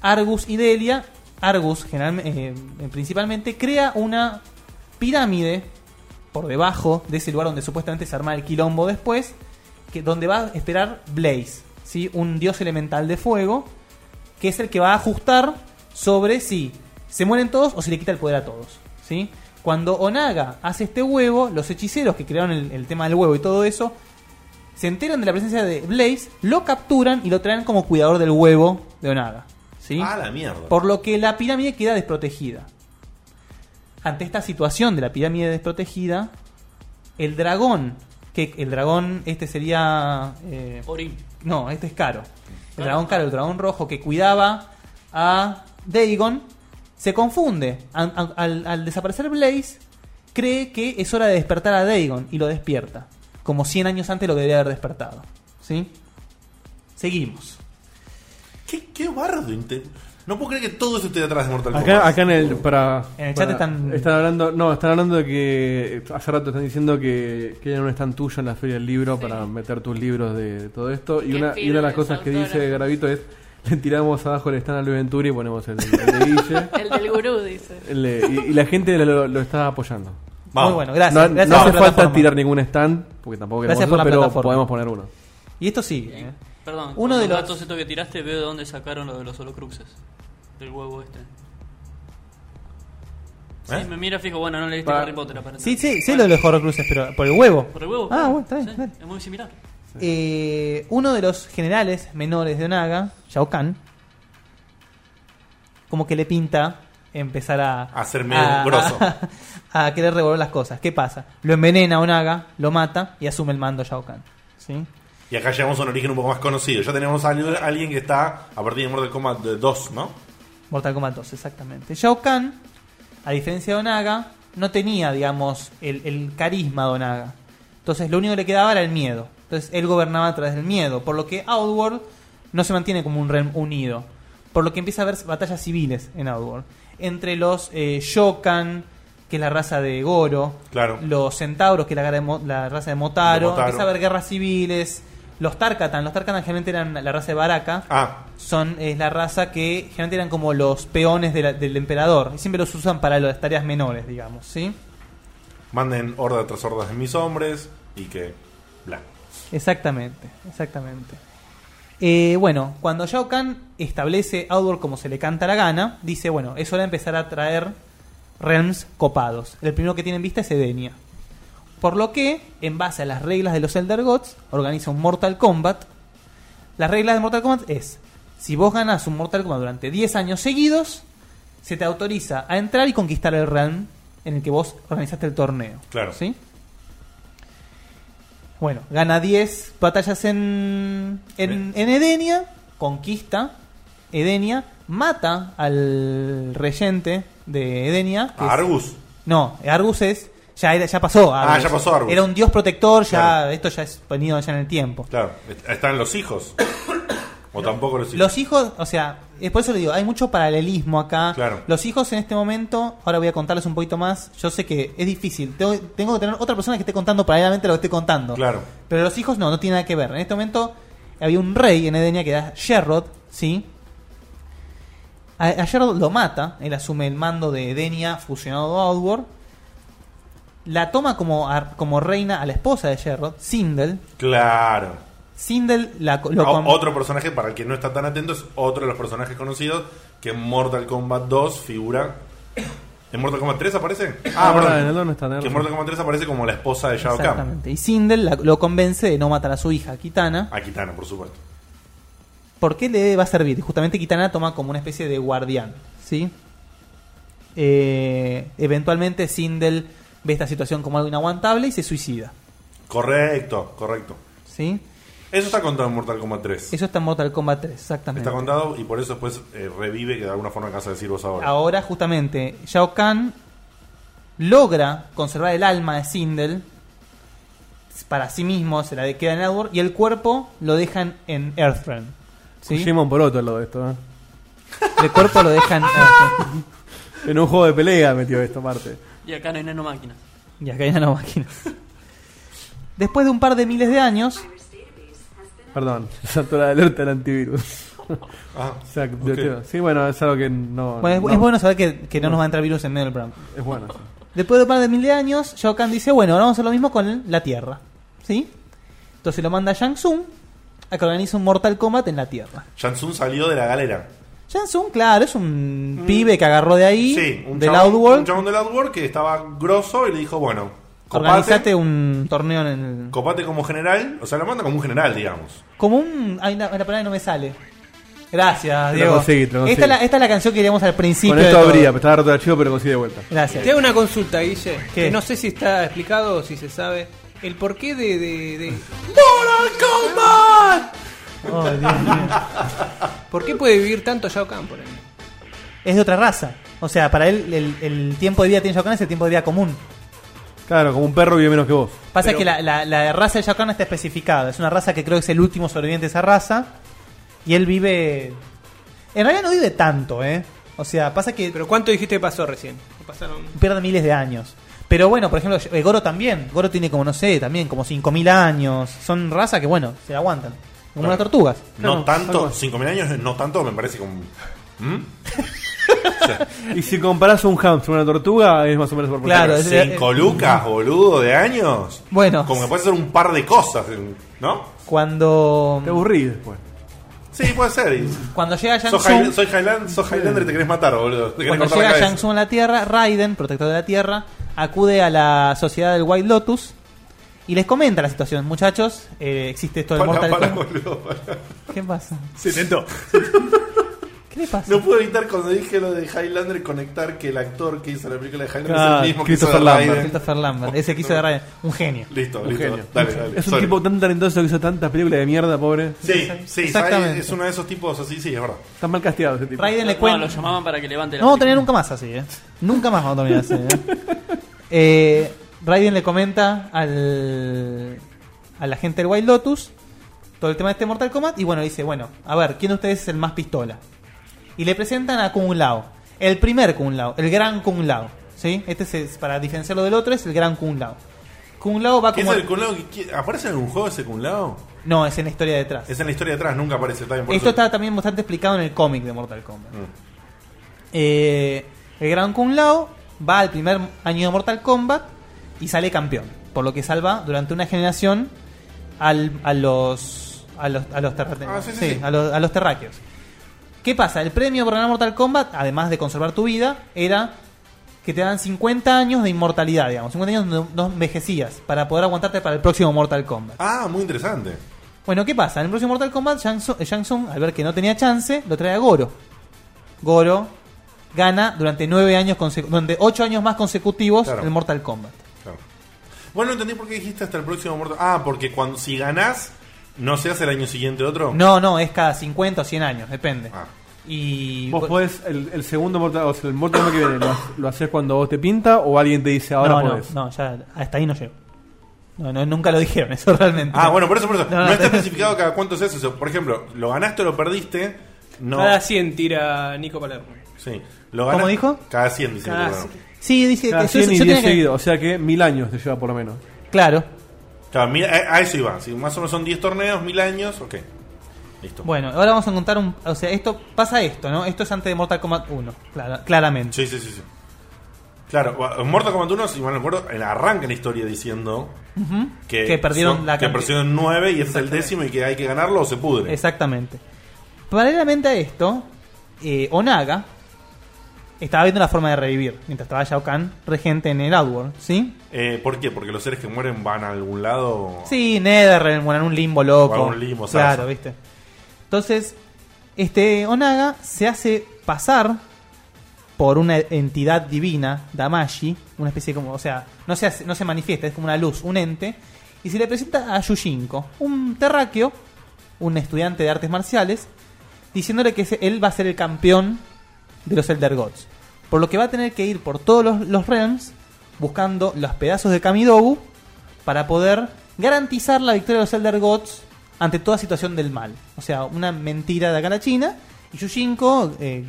[SPEAKER 5] Argus y Delia, Argus general- eh, principalmente, crea una pirámide por debajo de ese lugar donde supuestamente se arma el quilombo después, que donde va a esperar Blaze, ¿sí? un dios elemental de fuego, que es el que va a ajustar sobre si se mueren todos o si le quita el poder a todos. ¿sí? Cuando Onaga hace este huevo, los hechiceros que crearon el, el tema del huevo y todo eso, se enteran de la presencia de Blaze, lo capturan y lo traen como cuidador del huevo de Onaga. ¿sí?
[SPEAKER 2] Ah, la mierda.
[SPEAKER 5] Por lo que la pirámide queda desprotegida. Ante esta situación de la pirámide desprotegida, el dragón, que el dragón este sería... eh, No, este es caro. El dragón caro, el dragón rojo que cuidaba a Dagon, se confunde. An- an- al, al desaparecer Blaze, cree que es hora de despertar a Dagon y lo despierta. Como 100 años antes lo debería haber despertado. ¿Sí? Seguimos.
[SPEAKER 2] ¿Qué, qué bardo? inte- No puedo creer que todo eso esté detrás de Mortal Kombat.
[SPEAKER 1] Acá, acá en el. Para,
[SPEAKER 5] En el chat
[SPEAKER 1] para-
[SPEAKER 5] están-
[SPEAKER 1] hablando. No, están hablando de que. eh, Hace rato están diciendo que, que ya no es tan tuyo en la Feria del Libro para meter tus libros de, de todo esto. Y
[SPEAKER 15] Qué
[SPEAKER 1] una, y una de las
[SPEAKER 15] firmes,
[SPEAKER 1] cosas que dice
[SPEAKER 15] autógrafo.
[SPEAKER 1] Gravito es. Le tiramos abajo el stand a Luis Ventura y ponemos el, el de Guille.
[SPEAKER 3] El del gurú, dice.
[SPEAKER 1] Le- y, y la gente lo, lo está apoyando.
[SPEAKER 5] Vamos. Muy bueno, gracias,
[SPEAKER 1] No,
[SPEAKER 5] gracias
[SPEAKER 1] no
[SPEAKER 5] por
[SPEAKER 1] hace
[SPEAKER 5] la
[SPEAKER 1] falta
[SPEAKER 5] plataforma.
[SPEAKER 1] tirar ningún stand, porque tampoco queremos
[SPEAKER 5] Gracias por
[SPEAKER 1] eso,
[SPEAKER 5] la
[SPEAKER 1] pero
[SPEAKER 5] plataforma.
[SPEAKER 1] podemos poner uno.
[SPEAKER 5] Y esto sigue. ¿eh?
[SPEAKER 7] Perdón,
[SPEAKER 5] Uno de los.
[SPEAKER 7] datos estos que tiraste veo de dónde sacaron lo de los holocruxes. Del huevo este. Sí,
[SPEAKER 5] ¿Eh?
[SPEAKER 7] me mira fijo, bueno, no leíste
[SPEAKER 5] Pa-
[SPEAKER 7] Harry Potter aparentemente.
[SPEAKER 5] Sí, sí, sí, lo de los horrocruces, pero por el huevo.
[SPEAKER 7] Por el huevo.
[SPEAKER 5] Ah,
[SPEAKER 7] claro.
[SPEAKER 5] bueno, está bien.
[SPEAKER 7] Sí,
[SPEAKER 5] dale.
[SPEAKER 7] Es muy similar.
[SPEAKER 5] Eh, uno de los generales menores de Onaga, Shao Kahn, como que le pinta empezar a...
[SPEAKER 2] A ser medio grosso.
[SPEAKER 5] *laughs* A, querer revolver las cosas. ¿Qué pasa? Lo envenena a Onaga, lo mata y asume el mando Shao Kahn. ¿sí?
[SPEAKER 2] Y acá llegamos a un origen un poco más conocido. Ya tenemos a alguien- alguien que está a partir de Mortal Kombat 2, ¿no?
[SPEAKER 5] Mortal Kombat 2, exactamente. Shao Kahn, a diferencia de Onaga, no tenía, digamos, el, el carisma de Onaga. Entonces, lo único que le quedaba era el miedo. Entonces, él gobernaba a través del miedo. Por lo que Outworld no se mantiene como un realm unido. Por lo que empieza a haber batallas civiles en Outworld. Entre los eh, Shokan, que es la raza de Goro. Los Centauros, que es la, gara de Mo- la raza de Motaro.
[SPEAKER 2] De Motaro.
[SPEAKER 5] Empieza a haber guerras civiles. Los Tarkatan. Los Tarkatan generalmente eran la raza de Baraka
[SPEAKER 2] Ah,
[SPEAKER 5] son es la raza que generalmente eran como los peones de la- del emperador. Y siempre los usan para las tareas menores, digamos, ¿sí?
[SPEAKER 2] manden horda tras hordas de mis hombres y que. Bla.
[SPEAKER 5] Exactamente, exactamente. Eh, bueno, cuando Shao Kahn establece Outworld como se le canta la gana, dice, bueno, es hora de empezar a traer realms copados. El primero que tiene en vista es Edenia. Por lo que, en base a las reglas de los Elder Gods, organiza un Mortal Kombat. Las reglas de Mortal Kombat es, si vos ganás un Mortal Kombat durante 10 años seguidos, se te autoriza a entrar y conquistar el realm en el que vos organizaste el torneo.
[SPEAKER 2] Claro.
[SPEAKER 5] ¿Sí? Bueno, gana 10 batallas en, en, en Edenia, conquista Edenia, mata al regente de Edenia. que
[SPEAKER 2] ¿A
[SPEAKER 5] es-
[SPEAKER 2] Argus?
[SPEAKER 5] No, Argus es... Ya, era, ya pasó.
[SPEAKER 2] Ah, ya pasó Argus.
[SPEAKER 5] Era un dios protector, ya esto ya es venido allá en el tiempo.
[SPEAKER 2] Claro, est- están los
[SPEAKER 5] *coughs*
[SPEAKER 2] hijos. o tampoco los hijos.
[SPEAKER 5] Los hijos, o sea, es por eso le digo, hay mucho paralelismo acá.
[SPEAKER 2] Claro.
[SPEAKER 5] Los hijos en este momento, ahora voy a contarles un poquito más. Yo sé que es difícil. Tengo, tengo que tener otra persona que esté contando paralelamente lo que estoy contando.
[SPEAKER 2] Claro.
[SPEAKER 5] Pero los hijos no, no tiene nada que ver. En este momento había un rey en Edenia que era Sherrod, ¿sí? A, a Sherrod lo mata, él asume el mando de Edenia fusionado a Outward. La toma como, ar- como reina a la esposa de Sherrod, Sindel.
[SPEAKER 2] Claro.
[SPEAKER 5] Sindel la, co- lo
[SPEAKER 2] O-
[SPEAKER 5] con-
[SPEAKER 2] Otro personaje, para el que no está tan atento, es otro de los personajes conocidos que en Mortal Kombat 2 figura. ¿En Mortal Kombat 3 aparece?
[SPEAKER 1] Ah,
[SPEAKER 2] perdón.
[SPEAKER 1] verdad, en el 2 no está, tenés
[SPEAKER 2] Que
[SPEAKER 1] razón.
[SPEAKER 2] en Mortal Kombat 3 aparece como la esposa de Shao Kahn.
[SPEAKER 5] Exactamente. Y Sindel la- lo convence de no matar a su hija, Kitana.
[SPEAKER 2] A Kitana, por supuesto.
[SPEAKER 5] ¿Por qué le va a servir? Justamente Kitana toma como una especie de guardián. ¿sí? Eh, eventualmente Sindel ve esta situación como algo inaguantable y se suicida.
[SPEAKER 2] Correcto, correcto.
[SPEAKER 5] ¿sí?
[SPEAKER 2] Eso está contado en Mortal Kombat 3.
[SPEAKER 5] Eso está en Mortal Kombat 3, exactamente.
[SPEAKER 2] Está contado y por eso después eh, revive, que de alguna forma acabas de decir vos ahora.
[SPEAKER 5] Ahora, justamente, Shao Kahn logra conservar el alma de Sindel para sí mismo, se la de- queda en Edward, y el cuerpo lo dejan en Earthrealm. ¿sí?
[SPEAKER 1] Jimon por otro lado de esto, ¿eh?
[SPEAKER 5] El cuerpo lo dejan.
[SPEAKER 1] en un juego de pelea metió esto aparte.
[SPEAKER 7] Y acá no hay nanomáquinas.
[SPEAKER 5] Y acá hay nanomáquinas. *laughs* Después de un par de miles de años,
[SPEAKER 1] Perdón, *laughs* saltó la alerta del antivirus.
[SPEAKER 2] Ah,
[SPEAKER 1] O sea,
[SPEAKER 5] ok.
[SPEAKER 1] yo creo- Sí, bueno, es algo que no.
[SPEAKER 5] bueno, pues, es,
[SPEAKER 1] no-
[SPEAKER 5] es bueno saber que, que no nos va a entrar virus en medio del programa.
[SPEAKER 1] Es bueno. sí.
[SPEAKER 5] Después de un par de miles de años, Shao Kahn dice, bueno, ahora vamos a hacer lo mismo con la Tierra. ¿Sí? Entonces lo manda a Shang Tsung a que organice un Mortal Kombat en la Tierra.
[SPEAKER 2] Shansun salió de la galera.
[SPEAKER 5] Shang Tsung, claro, es un pibe que agarró de ahí,
[SPEAKER 2] Mm. Sí, un
[SPEAKER 5] del
[SPEAKER 2] chabón-
[SPEAKER 5] Outworld,
[SPEAKER 2] Un chabón del Outworld que estaba grosso y le dijo, bueno, copate,
[SPEAKER 5] organizate un torneo en el...
[SPEAKER 2] copate como general. O sea, lo manda como un general, digamos.
[SPEAKER 5] Como un... Hay una, la palabra que no me sale. Gracias,
[SPEAKER 1] Lo
[SPEAKER 5] Diego.
[SPEAKER 1] conseguí, lo conseguí.
[SPEAKER 5] Esta, es la, esta es la canción que queríamos al principio.
[SPEAKER 1] Con
[SPEAKER 5] de
[SPEAKER 1] esto
[SPEAKER 5] todo.
[SPEAKER 1] habría, estaba roto el archivo, pero lo conseguí de vuelta.
[SPEAKER 5] Gracias.
[SPEAKER 9] Te hago una consulta, Guille.
[SPEAKER 5] ¿Qué?
[SPEAKER 9] Que no sé si está explicado o si se sabe. El porqué de. de, de...
[SPEAKER 6] ¡Mortal
[SPEAKER 5] Oh,
[SPEAKER 9] ¿Por qué puede vivir tanto Shao Kahn por ahí?
[SPEAKER 5] Es de otra raza. O sea, para él el, el tiempo de vida que tiene Shao Kahn es el tiempo de vida común.
[SPEAKER 1] Claro, como un perro vive menos que vos.
[SPEAKER 5] Pasa
[SPEAKER 1] Pero-
[SPEAKER 5] que la, la- la raza de Shao Kahn está especificada. Es una raza que creo que es el último sobreviviente de esa raza. Y él vive. En realidad no vive tanto, ¿eh? O sea, pasa que.
[SPEAKER 9] ¿Pero cuánto dijiste que pasó recién? Pasaron.
[SPEAKER 5] Pierde miles de años. Pero bueno, por ejemplo, eh, Goro también. Goro tiene como, no sé, también como 5.000 años. Son razas que, bueno, se la aguantan. Como
[SPEAKER 2] Claro.
[SPEAKER 5] las tortugas.
[SPEAKER 2] No tanto, 5.000 años, eh, no tanto, me parece como... ¿Mm?
[SPEAKER 1] Y si comparás un hamster con una tortuga, es más o menos por
[SPEAKER 2] Cinco lucas, boludo, de años.
[SPEAKER 5] eh, mm. Bueno.
[SPEAKER 2] Como que puede ser un par de cosas, eh, ¿no?
[SPEAKER 5] Cuando. Te
[SPEAKER 1] aburrí después.
[SPEAKER 2] Sí, puede ser. Y-
[SPEAKER 5] Cuando llega Shang
[SPEAKER 2] Sos,
[SPEAKER 5] Tsung-
[SPEAKER 2] Highland- soy Highland- sos Highlander y te querés matar, boludo. Te querés
[SPEAKER 5] Cuando
[SPEAKER 2] cortar la
[SPEAKER 5] llega
[SPEAKER 2] cabeza.
[SPEAKER 5] Shang Tsung a la Tierra, Raiden, protector de la Tierra, acude a la sociedad del White Lotus y les comenta la situación. Muchachos, eh, existe esto del
[SPEAKER 2] Pará,
[SPEAKER 5] Mortal
[SPEAKER 2] pará,
[SPEAKER 5] Kombat.
[SPEAKER 2] boludo,
[SPEAKER 5] *laughs*
[SPEAKER 2] pará.
[SPEAKER 5] ¿Qué pasa?
[SPEAKER 2] Se tentó.
[SPEAKER 5] ¿Qué le pasa?
[SPEAKER 2] No pude evitar cuando dije lo de Highlander conectar que el actor que hizo la película de Highlander
[SPEAKER 5] Ah,
[SPEAKER 2] es el mismo que hizo
[SPEAKER 5] Christopher
[SPEAKER 2] de
[SPEAKER 5] Lambert.
[SPEAKER 2] Raiden.
[SPEAKER 5] Christopher Lambert, ese que hizo de Raiden. Un genio.
[SPEAKER 2] Listo,
[SPEAKER 1] Un
[SPEAKER 2] listo.
[SPEAKER 1] genio.
[SPEAKER 2] Dale, dale.
[SPEAKER 1] Es un
[SPEAKER 2] Sorry.
[SPEAKER 1] tipo tan talentoso que hizo tantas películas de mierda, pobre.
[SPEAKER 2] Sí, sí,
[SPEAKER 5] Exactamente.
[SPEAKER 2] es uno de esos tipos así, sí, es verdad.
[SPEAKER 1] Está mal casteado ese tipo.
[SPEAKER 5] Raiden le
[SPEAKER 7] No,
[SPEAKER 5] cuenta-
[SPEAKER 7] lo llamaban para que levante la
[SPEAKER 5] No vamos a
[SPEAKER 7] película.
[SPEAKER 5] terminar nunca más así, ¿eh? Nunca más vamos a terminar así, ¿eh? Eh, Raiden le comenta al, a la gente del Wild Lotus todo el tema de este Mortal Kombat y bueno, dice, bueno, a ver, ¿quién de ustedes es el más pistola? Y le presentan a Kung Lao, el primer Kung Lao, el gran Kung Lao, ¿sí? Este es, es- para diferenciarlo del otro, es el gran Kung Lao. Kung Lao va
[SPEAKER 2] ¿Qué es
[SPEAKER 5] Ah, como...
[SPEAKER 2] el Kung Lao? ¿Qué- qué- ¿Aparece en algún juego ese Kung Lao?
[SPEAKER 5] No, es en la historia detrás.
[SPEAKER 2] Es en la historia de atrás, nunca aparece. Está bien, por
[SPEAKER 5] Esto
[SPEAKER 2] eso-
[SPEAKER 5] está también bastante explicado en el cómic de Mortal Kombat.
[SPEAKER 2] Mm.
[SPEAKER 5] Eh, el Gran Kung Lao va al primer año de Mortal Kombat y sale campeón. Por lo que salva durante una generación al- a los a los, a los terrate-
[SPEAKER 2] Ah, sí, sí,
[SPEAKER 5] sí,
[SPEAKER 2] sí.
[SPEAKER 5] a los- a los terráqueos. ¿Qué pasa? El premio por ganar Mortal Kombat, además de conservar tu vida, era que te dan 50 años de inmortalidad, digamos. 50 años donde no envejecías para poder aguantarte para el próximo Mortal Kombat.
[SPEAKER 2] Ah, muy interesante.
[SPEAKER 5] Bueno, ¿qué pasa? En el próximo Mortal Kombat, Shang Tsung- eh, Shang Tsung, al ver que no tenía chance, lo trae a Goro. Goro gana durante nueve años conse- durante 8 años más consecutivos
[SPEAKER 2] Claro.
[SPEAKER 5] el Mortal Kombat.
[SPEAKER 2] Bueno, entendí por qué dijiste hasta el próximo muerto. Ah, porque cuando si ganás, no se hace el año siguiente otro.
[SPEAKER 5] No, no, es cada 50 o 100 años, depende.
[SPEAKER 2] Ah.
[SPEAKER 5] Y
[SPEAKER 1] Vos podés, el, el segundo Mortal o sea, el Mortal Kombat que viene, ¿lo, ha- lo haces cuando vos te pinta o alguien te dice ahora
[SPEAKER 5] no, no,
[SPEAKER 1] podés?
[SPEAKER 5] no, ya hasta ahí no llego. No, no, nunca lo dijeron eso *laughs* realmente.
[SPEAKER 2] Ah, bueno, por eso, por eso. No,
[SPEAKER 5] No, no,
[SPEAKER 2] está especificado cada cuánto es eso. Por ejemplo, lo ganaste o lo perdiste. No.
[SPEAKER 9] Cada 100 tira Nico Palermo.
[SPEAKER 2] Sí. Lo
[SPEAKER 1] ¿Cómo
[SPEAKER 2] ganas-
[SPEAKER 1] dijo?
[SPEAKER 2] Cada 100, dice.
[SPEAKER 9] Cada
[SPEAKER 2] Nicolás.
[SPEAKER 5] Sí, dice
[SPEAKER 1] Cada
[SPEAKER 5] que yo-
[SPEAKER 1] 100 y 10
[SPEAKER 5] yo tenía que-
[SPEAKER 1] seguidos, o sea que mil años te lleva por lo menos.
[SPEAKER 5] Claro.
[SPEAKER 2] Claro, mil- a, a eso iba. Si más o menos son 10 torneos, 1000 años, ok. Listo.
[SPEAKER 5] Bueno, ahora vamos a contar un. O sea, esto pasa esto, ¿no? Esto es antes de Mortal Kombat 1, clara- claramente.
[SPEAKER 2] Sí, sí, sí. sí. Claro, bueno, en Mortal Kombat 1, si mal no recuerdo, en- arranca la historia diciendo
[SPEAKER 5] Ujú.
[SPEAKER 2] que,
[SPEAKER 5] Que perdieron
[SPEAKER 2] son-
[SPEAKER 5] la
[SPEAKER 2] que
[SPEAKER 5] cantidad.
[SPEAKER 2] perdieron 9 y este es el décimo y que hay que ganarlo o se pudre.
[SPEAKER 5] Exactamente. Paralelamente a esto, eh, Onaga estaba viendo la forma de revivir mientras estaba Shao Kahn regente en el Outworld, ¿sí?
[SPEAKER 2] Eh, ¿Por qué? Porque los seres que mueren van a algún lado.
[SPEAKER 5] Sí, Netherrealm, bueno, en un limbo loco.
[SPEAKER 2] O a un limbo,
[SPEAKER 5] claro,
[SPEAKER 2] salsa.
[SPEAKER 5] viste. Entonces, este Onaga se hace pasar por una entidad divina, Damashi, una especie como, o sea, no se, hace- no se manifiesta, es como una luz, un ente, y se le presenta a Yushinko, un terráqueo, un estudiante de artes marciales, diciéndole que se- él va a ser el campeón de los Elder Gods. Por lo que va a tener que ir por todos los, los realms buscando los pedazos de Kamidogu para poder garantizar la victoria de los Elder Gods ante toda situación del mal. O sea, una mentira de acá a la China. Y Yushinko, eh,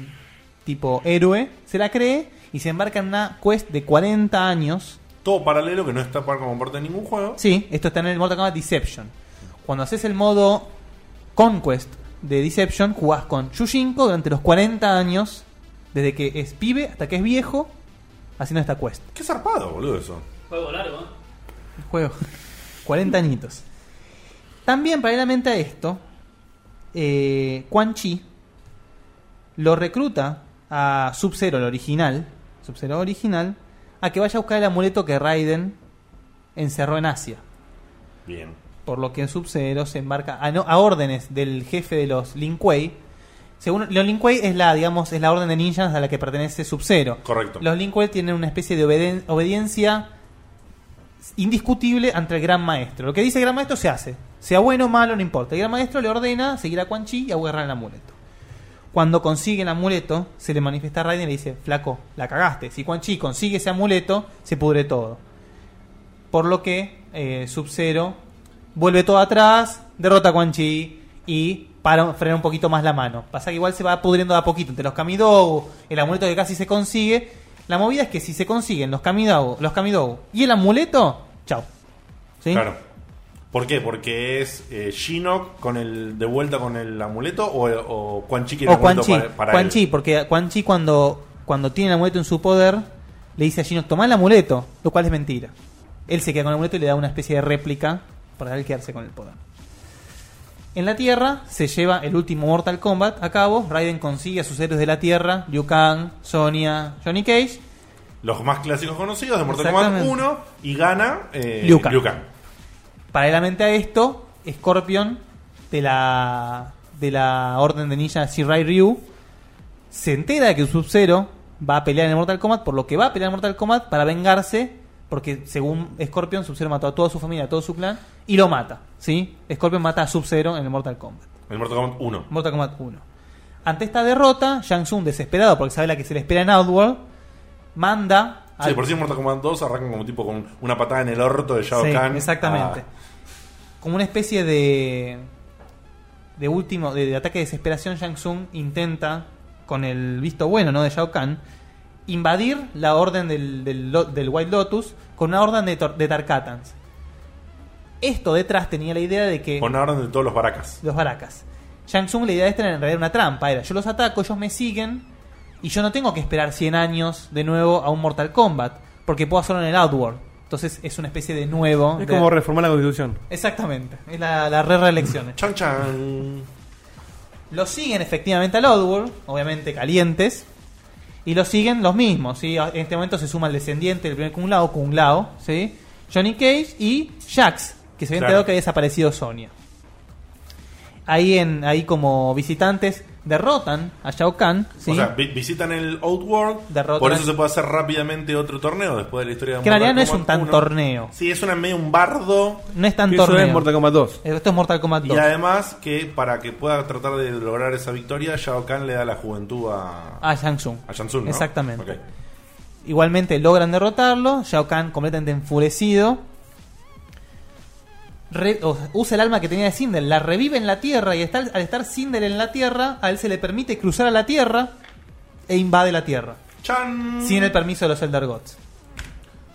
[SPEAKER 5] tipo héroe, se la cree y se embarca en una quest de 40 años.
[SPEAKER 2] Todo paralelo que no está par- como parte de ningún juego.
[SPEAKER 5] Sí, esto está en el Mortal Kombat Deception. Cuando haces el modo Conquest de Deception, jugás con Yushinko durante los 40 años, desde que es pibe hasta que es viejo, haciendo esta quest.
[SPEAKER 2] Qué zarpado, boludo, eso.
[SPEAKER 7] Juego largo, ¿eh?
[SPEAKER 5] juego. 40 añitos. También, paralelamente a esto, eh, Quan Chi lo recluta a Sub-Zero, el original, Sub-Zero original, a que vaya a buscar el amuleto que Raiden encerró en Asia.
[SPEAKER 2] Bien.
[SPEAKER 5] Por lo que Sub-Zero se embarca a, no- a órdenes del jefe de los Lin Kuei. Según, los Lin Kuei es la, digamos, es la orden de ninjas a la que pertenece Sub-Zero.
[SPEAKER 2] Correcto.
[SPEAKER 5] Los Lin Kuei tienen una especie de obeden- obediencia indiscutible ante el gran maestro. Lo que dice el gran maestro se hace. Sea bueno o malo, no importa. El gran maestro le ordena seguir a Quan Chi y agarrar el amuleto. Cuando consigue el amuleto, se le manifiesta a Raiden y le dice, flaco, la cagaste. Si Quan Chi consigue ese amuleto, se pudre todo. Por lo que eh, Sub-Zero vuelve todo atrás, derrota a Quan Chi y para, frena un poquito más la mano. Pasa que igual se va pudriendo de a poquito entre los Kamidogu, el amuleto que casi se consigue. La movida es que si se consiguen los Kamidogu, los Kamidogu y el amuleto, chao. ¿Sí?
[SPEAKER 2] Claro. ¿Por qué? Porque es eh, Shinnok con el, de vuelta con el amuleto o, o Quan Chi quiere
[SPEAKER 5] O
[SPEAKER 2] el
[SPEAKER 5] Quan
[SPEAKER 2] amuleto
[SPEAKER 5] Chi,
[SPEAKER 2] para, para
[SPEAKER 5] Quan
[SPEAKER 2] él.
[SPEAKER 5] Chi, porque Quan Chi cuando, cuando tiene el amuleto en su poder, le dice a Shinnok, toma el amuleto, lo cual es mentira. Él se queda con el amuleto y le da una especie de réplica para él quedarse con el poder. En la Tierra se lleva el último Mortal Kombat a cabo. Raiden consigue a sus héroes de la Tierra, Liu Kang, Sonya, Johnny Cage.
[SPEAKER 2] Los más clásicos conocidos de Mortal Kombat
[SPEAKER 5] Exactamente.
[SPEAKER 2] 1 y gana eh,
[SPEAKER 5] Liu Kang.
[SPEAKER 2] Liu Kang.
[SPEAKER 5] Paralelamente a esto, Scorpion de la de la orden de ninja Shirai Ryu se entera de que Sub-Zero va a pelear en el Mortal Kombat, por lo que va a pelear en Mortal Kombat para vengarse, porque según Scorpion, Sub-Zero mató a toda su familia, a todo su clan, y lo mata, ¿sí? Scorpion mata a Sub-Zero en el Mortal Kombat.
[SPEAKER 2] El Mortal Kombat 1.
[SPEAKER 5] Mortal Kombat 1. Ante esta derrota, Shang Tsung, desesperado porque sabe la que se le espera en Outworld, manda
[SPEAKER 2] Sí,
[SPEAKER 5] al-
[SPEAKER 2] por si en Mortal Kombat 2 arrancan como tipo con una patada en el orto de Shao
[SPEAKER 5] Sí,
[SPEAKER 2] Kahn. Ah.
[SPEAKER 5] Exactamente. Como una especie de. de último. de, de ataque de desesperación, Shang Tsung intenta, con el visto bueno, ¿no? de Shao Kahn, invadir la orden del, del, lo- del White Lotus con una orden de, tor- de Tarkatans. Esto detrás tenía la idea de que.
[SPEAKER 2] A, con la orden de todos los baracas.
[SPEAKER 5] Los baracas. Shang Tsung la idea de esta era en realidad una trampa. Era yo los ataco, ellos me siguen. Y yo no tengo que esperar 100 años de nuevo a un Mortal Kombat. Porque puedo hacerlo en el Outworld. Entonces es una especie de nuevo.
[SPEAKER 1] Es
[SPEAKER 5] de-
[SPEAKER 1] como reformar la constitución.
[SPEAKER 5] Exactamente. Es la, la re-reelección.
[SPEAKER 2] Chan chan.
[SPEAKER 5] Lo siguen efectivamente al Outworld, obviamente calientes. Y lo siguen los mismos, ¿sí? En este momento se suma el descendiente del primer Kung Lao, Kung Lao, ¿sí? Johnny Cage y Jax, que se había
[SPEAKER 15] Claro.
[SPEAKER 5] enterado que había desaparecido Sonia. Ahí, en, ahí como visitantes derrotan a Shao Kahn, ¿sí?
[SPEAKER 2] O sea, vi- visitan el Outworld.
[SPEAKER 5] Derrotan
[SPEAKER 2] Por
[SPEAKER 5] a-
[SPEAKER 2] eso se puede hacer rápidamente otro torneo después de la historia de
[SPEAKER 5] Que en realidad
[SPEAKER 2] Mortal
[SPEAKER 5] no es
[SPEAKER 2] Kombat
[SPEAKER 5] un tan
[SPEAKER 2] 1.
[SPEAKER 5] torneo.
[SPEAKER 2] Sí, es una, medio un bardo.
[SPEAKER 5] No es tan
[SPEAKER 2] Eso es
[SPEAKER 5] torneo.
[SPEAKER 2] Mortal
[SPEAKER 1] Kombat 2.
[SPEAKER 5] Esto es Mortal Kombat 2.
[SPEAKER 2] Y además que para que pueda tratar de lograr esa victoria, Shao Kahn le da la juventud a,
[SPEAKER 5] A Shang Tsung.
[SPEAKER 2] a Shang Tsung, ¿no?
[SPEAKER 5] Ah, Exactamente.
[SPEAKER 2] Ok.
[SPEAKER 5] Igualmente logran derrotarlo. Shao Kahn completamente enfurecido. Re- o sea, usa el alma que tenía de Cinder, la revive en la tierra. Y está- al estar Cinder en la tierra, a él se le permite cruzar a la tierra e invade la tierra.
[SPEAKER 2] Mm.
[SPEAKER 5] Sin el permiso de los Elder Gods.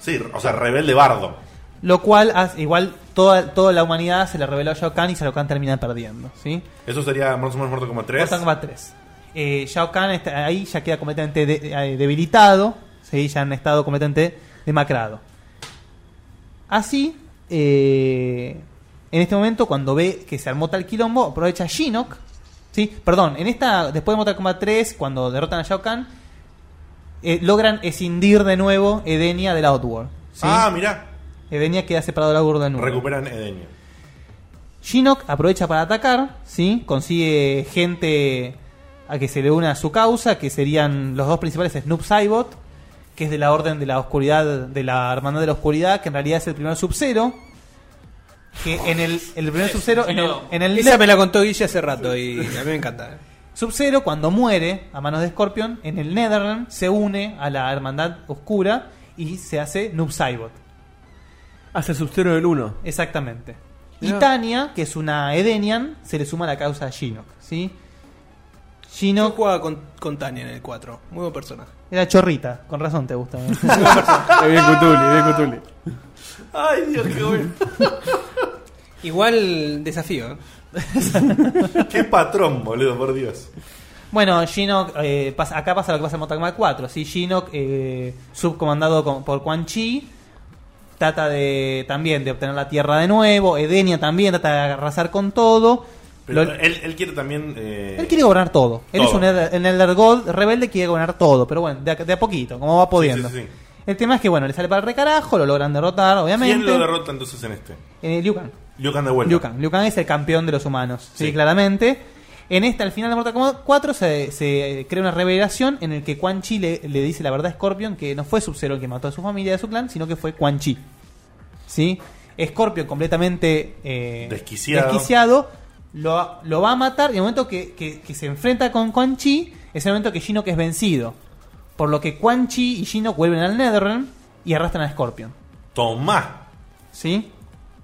[SPEAKER 2] Sí, o sea, rebelde bardo.
[SPEAKER 5] Lo cual, hace- igual, toda, toda la humanidad se le reveló a Shao Kahn y Shao Kahn termina perdiendo. ¿sí?
[SPEAKER 2] Eso sería más o menos Mortal Kombat 3.
[SPEAKER 5] Mortal Kombat 3. Eh, Shao Kahn está- ahí ya queda completamente de- eh, debilitado, ¿sí? ya en estado completamente demacrado. Así, eh, en este momento, cuando ve que se armó tal quilombo, aprovecha Shinnok. ¿sí? Perdón, en esta, después de Mortal Kombat 3, cuando derrotan a Shao Kahn, eh, logran escindir de nuevo Edenia del Outworld. ¿sí?
[SPEAKER 2] Ah, mirá.
[SPEAKER 5] Edenia queda separado del Outworld de nuevo.
[SPEAKER 2] Recuperan Edenia.
[SPEAKER 5] Shinnok aprovecha para atacar, ¿sí? Consigue gente a que se le una a su causa, que serían los dos principales, Snoop Saibot, que es de la Orden de la Oscuridad, de la Hermandad de la Oscuridad, que en realidad es el primer Sub-Zero, que en el, el primer Sub-Zero, en el, en el-
[SPEAKER 9] Esa me la contó Guille hace rato y a mí me encanta. eh.
[SPEAKER 5] Sub-Zero, cuando muere a manos de Scorpion, en el Netherland se une a la Hermandad Oscura y se hace Noob Saibot.
[SPEAKER 1] Hace el substero del 1.
[SPEAKER 5] Exactamente. Y
[SPEAKER 1] Mirá.
[SPEAKER 5] Tania, que es una Edenian, se le suma a la causa a Shinnok, ¿sí? Shinnok
[SPEAKER 9] jugaba con, con Tania en el 4. Muy buen personaje.
[SPEAKER 5] Era chorrita, con razón te gusta.
[SPEAKER 1] bien Cutuli, bien Cutuli.
[SPEAKER 9] Ay, Dios, qué bueno. Igual desafío. ¿eh?
[SPEAKER 2] Qué patrón, boludo, por Dios.
[SPEAKER 5] Bueno, Shinnok, eh, pasa- acá pasa lo que pasa en Mortal Kombat 4. ¿sí? Shinnok, eh, subcomandado con- por Quan Chi, trata de también de obtener la tierra de nuevo. Edenia también trata de arrasar con todo.
[SPEAKER 2] Pero
[SPEAKER 5] Lo-
[SPEAKER 2] él, él quiere también. eh,
[SPEAKER 5] él quiere gobernar todo. Él
[SPEAKER 2] todo.
[SPEAKER 5] es un Elder, un Elder God rebelde, quiere gobernar todo. Pero bueno, de a, de a poquito, como va pudiendo.
[SPEAKER 2] sí, sí.
[SPEAKER 5] El tema es que, bueno, le sale para el recarajo, lo logran derrotar, obviamente.
[SPEAKER 2] ¿Quién lo derrota entonces en este?
[SPEAKER 5] Eh, Liu Kang.
[SPEAKER 2] Liu Kang de vuelta.
[SPEAKER 5] Liu Kang. Liu Kang es el campeón de los humanos, sí, claramente. En esta, al final de Mortal Kombat 4, se, se, eh, crea una revelación en el que Quan Chi le, le dice la verdad a Scorpion que no fue Sub-Zero el que mató a su familia y a su clan, sino que fue Quan Chi. ¿Sí? Scorpion completamente eh,
[SPEAKER 2] Desquiciado.
[SPEAKER 5] desquiciado, lo, lo va a matar y en el momento que, que- que se enfrenta con Quan Chi es el momento que Shinnok es vencido. Por lo que Quan Chi y Shinnok vuelven al Netherrealm y arrastran a Scorpion.
[SPEAKER 2] Tomá.
[SPEAKER 5] ¿Sí?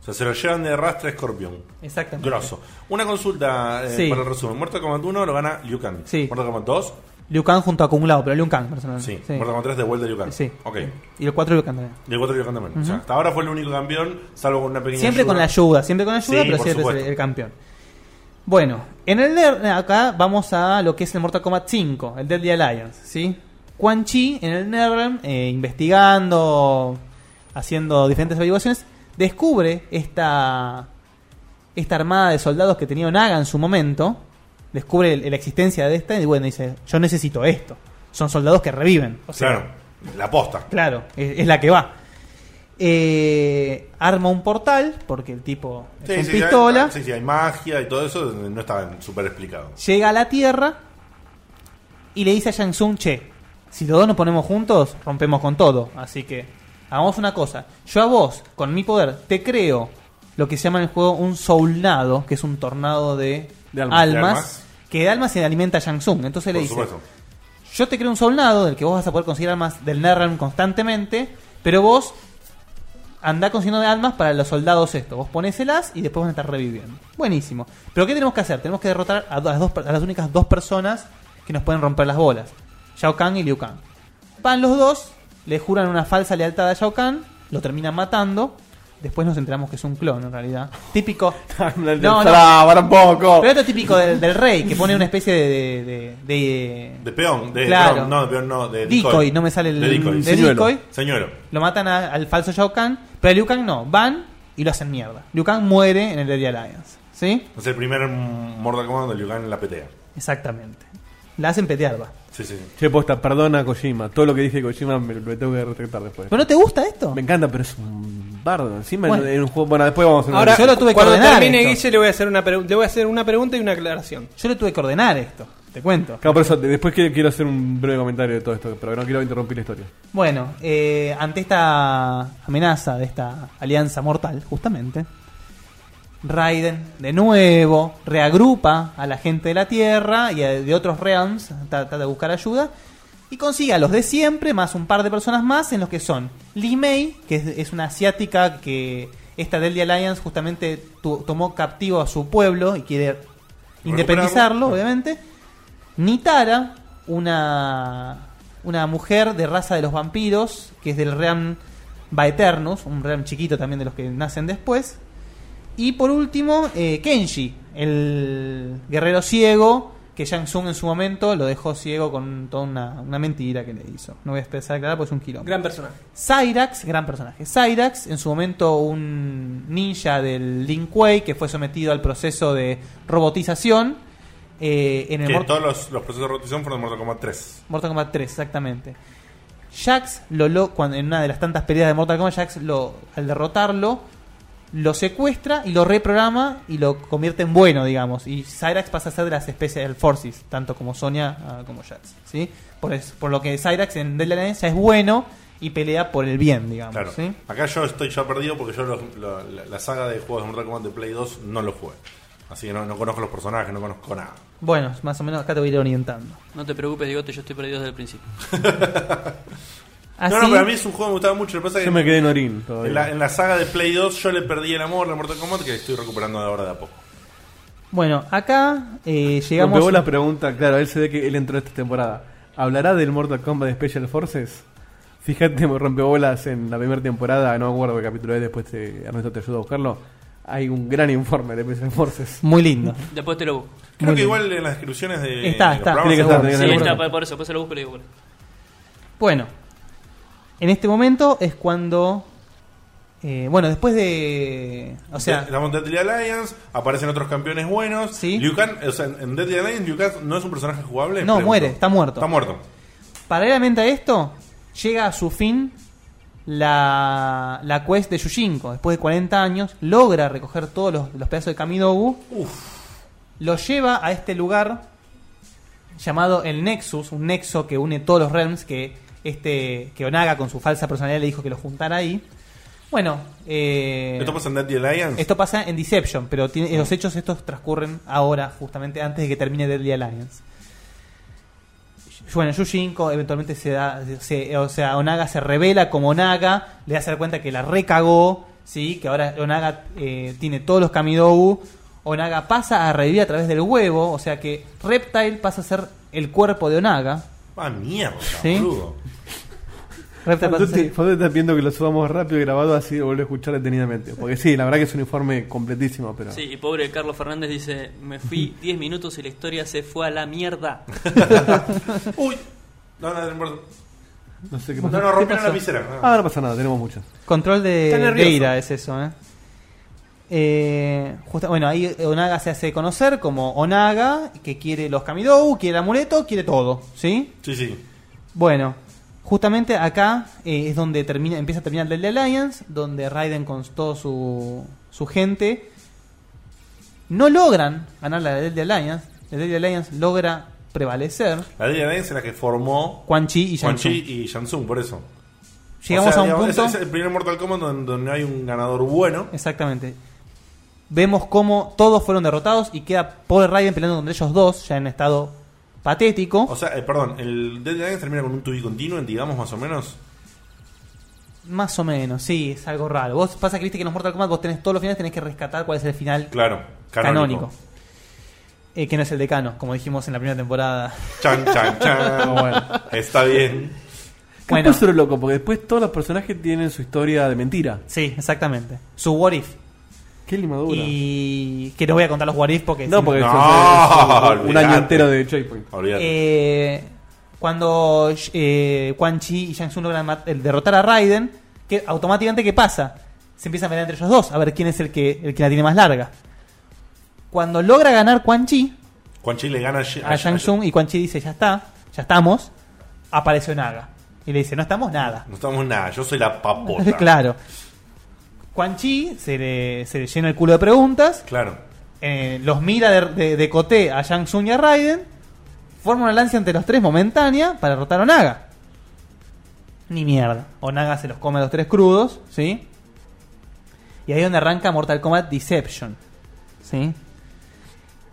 [SPEAKER 2] O sea, se lo llevan de rastre a Scorpion.
[SPEAKER 5] Exactamente.
[SPEAKER 2] Grosso. Una consulta eh,
[SPEAKER 5] Sí.
[SPEAKER 2] para el resumen. Mortal Kombat 1 lo gana Liu Kang. Mortal Kombat 2.
[SPEAKER 5] Liu Kang junto a Kung Lao, pero Liu Kang personalmente.
[SPEAKER 2] Sí. Mortal Kombat 3 de vuelta Liu Kang.
[SPEAKER 5] Sí.
[SPEAKER 2] Ok.
[SPEAKER 5] Y el 4 Liu Kang también.
[SPEAKER 2] Y el 4 Liu Kang también. O sea,
[SPEAKER 5] Ujú.
[SPEAKER 2] hasta ahora fue el único campeón, salvo con una pequeña.
[SPEAKER 5] Siempre con la ayuda, siempre con la ayuda,
[SPEAKER 2] Sí,
[SPEAKER 5] pero
[SPEAKER 2] por
[SPEAKER 5] siempre es el,
[SPEAKER 2] supuesto.
[SPEAKER 5] el campeón. Bueno, en el Dead- acá vamos a lo que es el Mortal Kombat 5, el Deadly Alliance, ¿sí? Quan Chi en el Netherrealm, eh, investigando, haciendo diferentes averiguaciones, descubre esta esta armada de soldados que tenía Naga en su momento, descubre el- la existencia de esta y bueno, dice, yo necesito esto. Son soldados que reviven. O sea,
[SPEAKER 2] Claro. La posta.
[SPEAKER 5] Claro, es, es la que va. Eh, arma un portal, porque el tipo es
[SPEAKER 2] Sí,
[SPEAKER 5] un
[SPEAKER 2] sí,
[SPEAKER 5] pistola.
[SPEAKER 2] Hay, sí, sí, hay magia y todo eso. No está súper explicado.
[SPEAKER 5] Llega a la Tierra y le dice a Shang Tsung, che, si los dos nos ponemos juntos, rompemos con todo. Así que hagamos una cosa. Yo a vos, con mi poder, te creo lo que se llama en el juego un soulnado, que es un tornado de,
[SPEAKER 1] De
[SPEAKER 5] almas,
[SPEAKER 1] almas. De almas.
[SPEAKER 5] que de almas se alimenta a Shang Tsung. Entonces le
[SPEAKER 1] Por
[SPEAKER 5] dice,
[SPEAKER 1] supuesto.
[SPEAKER 5] yo te creo un soulnado del que vos vas a poder conseguir almas del Nerran constantemente, pero vos andá consiguiendo de almas para los soldados esto. Vos ponéselas y después van a estar reviviendo. Buenísimo. Pero ¿qué tenemos que hacer? Tenemos que derrotar a, do- a las dos per- a las únicas dos personas que nos pueden romper las bolas. Shao Kahn y Liu Kang. Van los dos, le juran una falsa lealtad a Shao Kahn, lo terminan matando. Después nos enteramos que es un clon, en realidad. Típico. no,
[SPEAKER 1] Traba, tampoco.
[SPEAKER 5] Pero esto es típico del, del rey, que pone una especie de. de, de, de-
[SPEAKER 2] De peón. De,
[SPEAKER 5] Claro.
[SPEAKER 2] perdón, no, de peón no. De
[SPEAKER 5] Decoy, no me sale el-
[SPEAKER 2] De decoy.
[SPEAKER 5] de Señuelo. decoy.
[SPEAKER 2] Señuelo.
[SPEAKER 5] Lo matan a- al falso Shao Kahn, pero a Liu Kang no. Van y lo hacen mierda. Liu Kang muere en el Deadly Alliance. ¿Sí?
[SPEAKER 2] Es el primer mm, Mortal Kombat donde Liu Kang la petea.
[SPEAKER 5] Exactamente. La hacen petear, va.
[SPEAKER 2] Sí, sí.
[SPEAKER 1] Che, posta, perdona Kojima. Todo lo que dije de Kojima me lo tengo que retractar después.
[SPEAKER 5] ¿Pero no te gusta esto?
[SPEAKER 1] Me encanta, pero es un bardo. Encima
[SPEAKER 9] Bueno.
[SPEAKER 1] era un juego. Bueno, después vamos a
[SPEAKER 9] Ahora, cuando termine
[SPEAKER 1] Guille
[SPEAKER 9] Guille, le voy, a hacer una pregu- le voy a hacer una pregunta y una aclaración.
[SPEAKER 5] Yo le tuve que ordenar esto, te cuento.
[SPEAKER 1] Claro, por eso, de- después quiero, quiero hacer un breve comentario de todo esto, pero no quiero interrumpir la historia.
[SPEAKER 5] Bueno, eh, ante esta amenaza de esta alianza mortal, justamente, Raiden de nuevo reagrupa a la gente de la Tierra y a- de otros realms, trata de buscar ayuda, y consigue a los de siempre, más un par de personas más, en los que son Li Mei, que es, es una asiática que esta Delta Alliance justamente tu- tomó captivo a su pueblo y quiere independizarlo, obviamente. Nitara, una, una mujer de raza de los vampiros, que es del Realm Baeternus, un Realm chiquito también de los que nacen después. Y por último, eh, Kenji, el guerrero ciego, que Shang Tsung en su momento lo dejó ciego con toda una, una mentira que le hizo. No voy a empezar a aclarar porque es un quilombo.
[SPEAKER 9] Gran personaje.
[SPEAKER 5] Cyrax, gran personaje. Cyrax, en su momento un ninja del Lin Kuei que fue sometido al proceso de robotización. eh, en el
[SPEAKER 2] Que
[SPEAKER 5] Mort-
[SPEAKER 2] todos los, los procesos de rotación fueron de Mortal Kombat 3.
[SPEAKER 5] Mortal Kombat 3, exactamente. Jax lo, lo- cuando, en una de las tantas peleas de Mortal Kombat, Jax lo, al derrotarlo, lo secuestra y lo reprograma y lo convierte en bueno, digamos. Y Cyrax pasa a ser de las especies del Forces, tanto como Sonya ah, como Jax. ¿sí? Por, eso- por lo que Cyrax en Dead Alliance es bueno y pelea por el bien, digamos.
[SPEAKER 2] Claro.
[SPEAKER 5] ¿sí?
[SPEAKER 2] Acá yo estoy ya perdido porque yo los- la, la- la saga de juegos de Mortal Kombat de Play 2 no lo jugué. Así que no, no conozco los personajes, no conozco nada.
[SPEAKER 5] Bueno, más o menos acá te voy a ir orientando.
[SPEAKER 7] No te preocupes, Digote, yo estoy perdido desde el principio.
[SPEAKER 5] ¿Ah,
[SPEAKER 2] no, no,
[SPEAKER 5] sí?
[SPEAKER 2] pero a mí es un juego que me gustaba mucho. Lo que pasa es
[SPEAKER 1] Yo
[SPEAKER 2] que
[SPEAKER 1] me quedé en Orín todavía.
[SPEAKER 2] En la, en la saga de Play 2 yo le perdí el amor a Mortal Kombat que estoy recuperando de ahora de a poco.
[SPEAKER 5] Bueno, acá eh, llegamos.
[SPEAKER 1] Me pegó la pregunta, claro, él se ve que él entró esta temporada. ¿Hablará del Mortal Kombat de Special Forces? Fíjate, *laughs* me rompebolas en la primera temporada, no me acuerdo qué capítulo es, después te, Ernesto te ayuda a buscarlo. Hay un gran informe de Special Forces.
[SPEAKER 5] Muy lindo.
[SPEAKER 7] Después te lo busco.
[SPEAKER 2] Creo que igual en las descripciones de. de
[SPEAKER 5] Está,
[SPEAKER 2] los
[SPEAKER 5] está.
[SPEAKER 2] programas
[SPEAKER 5] Tiene que estar,
[SPEAKER 2] seguro.
[SPEAKER 5] tiene
[SPEAKER 7] Sí,
[SPEAKER 5] que
[SPEAKER 7] está,
[SPEAKER 5] por-
[SPEAKER 7] por eso, después se lo busco y le digo. bueno.
[SPEAKER 5] Bueno, en este momento es cuando. eh, bueno, después de. O sea,
[SPEAKER 2] la Deadly Alliance, aparecen otros campeones buenos. Liu Kang, o sea, en Deadly Alliance Liu Kang no es un personaje jugable.
[SPEAKER 5] No, muere, está muerto.
[SPEAKER 2] Está muerto.
[SPEAKER 5] paralelamente a esto, llega a su fin la, la quest de Yushinko. Después de 40 años, logra recoger todos los, los pedazos de Kamidogu. Lo lleva a este lugar llamado el Nexus, un nexo que une todos los realms que este que Onaga con su falsa personalidad le dijo que lo juntara ahí. Bueno, eh,
[SPEAKER 2] ¿Esto pasa en Deadly Alliance?
[SPEAKER 5] Esto pasa en Deception, pero tiene- los hechos estos transcurren ahora, justamente antes de que termine Deadly Alliance. Bueno, Yushinko eventualmente se da, se- o sea, Onaga se revela como Onaga, le hace dar cuenta que la recagó, ¿sí? que ahora Onaga eh, tiene todos los Kamidogu, Onaga pasa a revivir a través del huevo, o sea que Reptile pasa a ser el cuerpo de Onaga.
[SPEAKER 2] Ah, mierda,
[SPEAKER 5] ¿Sí?
[SPEAKER 2] boludo.
[SPEAKER 5] Reptile pasa a ser-
[SPEAKER 1] Fondo está pidiendo que lo subamos rápido y grabado así lo vuelvo a escuchar detenidamente. Porque sí, la verdad que es un informe completísimo, pero.
[SPEAKER 7] Sí, y pobre Carlos Fernández dice,
[SPEAKER 5] *laughs*
[SPEAKER 7] me fui 10 minutos y la historia se fue a la mierda.
[SPEAKER 2] Uy, no, no, no importa.
[SPEAKER 1] No sé qué
[SPEAKER 2] No,
[SPEAKER 1] pasa.
[SPEAKER 2] no, rompieron
[SPEAKER 1] ¿Qué
[SPEAKER 2] la
[SPEAKER 1] pasó?
[SPEAKER 2] visera.
[SPEAKER 1] Ah, no pasa nada, tenemos muchas.
[SPEAKER 5] Control
[SPEAKER 1] Está
[SPEAKER 5] de,
[SPEAKER 1] nervioso.
[SPEAKER 5] de ira es eso, ¿eh? Eh, justa- bueno, ahí Onaga se hace conocer como Onaga, que quiere los Kamidou, quiere el amuleto, quiere todo, ¿sí?
[SPEAKER 2] Sí, sí.
[SPEAKER 5] Bueno, justamente acá eh, es donde termina, empieza a terminar Deadly Alliance, donde Raiden con toda su, su gente no logran ganar la Deadly Alliance. La Deadly Alliance logra prevalecer.
[SPEAKER 2] La Deadly Alliance es la que formó.
[SPEAKER 5] Quan Chi y Shang
[SPEAKER 2] Quan Chi y Shang Tsung, por eso.
[SPEAKER 5] Llegamos a un
[SPEAKER 2] digamos,
[SPEAKER 5] punto-
[SPEAKER 2] ese Es el primer Mortal Kombat donde, donde hay un ganador bueno.
[SPEAKER 5] Exactamente. Vemos cómo todos fueron derrotados y queda pobre Raiden peleando contra ellos dos, ya en estado patético.
[SPEAKER 2] O sea, eh, perdón, el Deadly Alliance termina con un 2D continuo, digamos más o menos.
[SPEAKER 5] Más o menos, sí, es algo raro. Vos pasa que viste que en los Mortal Kombat vos tenés todos los finales, tenés que rescatar cuál es el final
[SPEAKER 2] Claro,
[SPEAKER 5] canónico.
[SPEAKER 2] canónico.
[SPEAKER 5] Eh, que no es el decano, como dijimos en la primera temporada.
[SPEAKER 2] Chan, chan,
[SPEAKER 5] *laughs*
[SPEAKER 2] chan. Está bien.
[SPEAKER 1] ¿Qué
[SPEAKER 5] Bueno.
[SPEAKER 1] pasó, loco? Porque después todos los personajes tienen su historia de mentira.
[SPEAKER 5] Sí, exactamente. Su what if.
[SPEAKER 1] Qué limadura.
[SPEAKER 5] Y que no voy a contar los what if porque...
[SPEAKER 1] No,
[SPEAKER 5] si
[SPEAKER 1] porque
[SPEAKER 2] No,
[SPEAKER 1] eso es un
[SPEAKER 2] olvidate.
[SPEAKER 1] año entero de Checkpoint.
[SPEAKER 2] Olvídate.
[SPEAKER 5] Eh, cuando eh, Quan Chi y Shang Tsung logran mat- el derrotar a Raiden, que automáticamente ¿qué pasa? Se empiezan a pelear entre ellos dos, a ver quién es el que, el que la tiene más larga. Cuando logra ganar Quan Chi,
[SPEAKER 2] Quan Chi le gana a Shi-
[SPEAKER 5] a Shang Tsung y Quan Chi dice, ya está, ya estamos, apareció Naga. Y le dice, no estamos nada.
[SPEAKER 2] No estamos nada, yo soy la papota.
[SPEAKER 5] *laughs* claro. Quan Chi se le, se le llena el culo de preguntas.
[SPEAKER 2] Claro.
[SPEAKER 5] eh, los mira de, de, de coté a Shang Tsung y a Raiden. Forma una lanza entre los tres momentánea para derrotar a Onaga. Ni mierda. Onaga se los come a los tres crudos, ¿sí? Y ahí es donde arranca Mortal Kombat Deception. ¿Sí?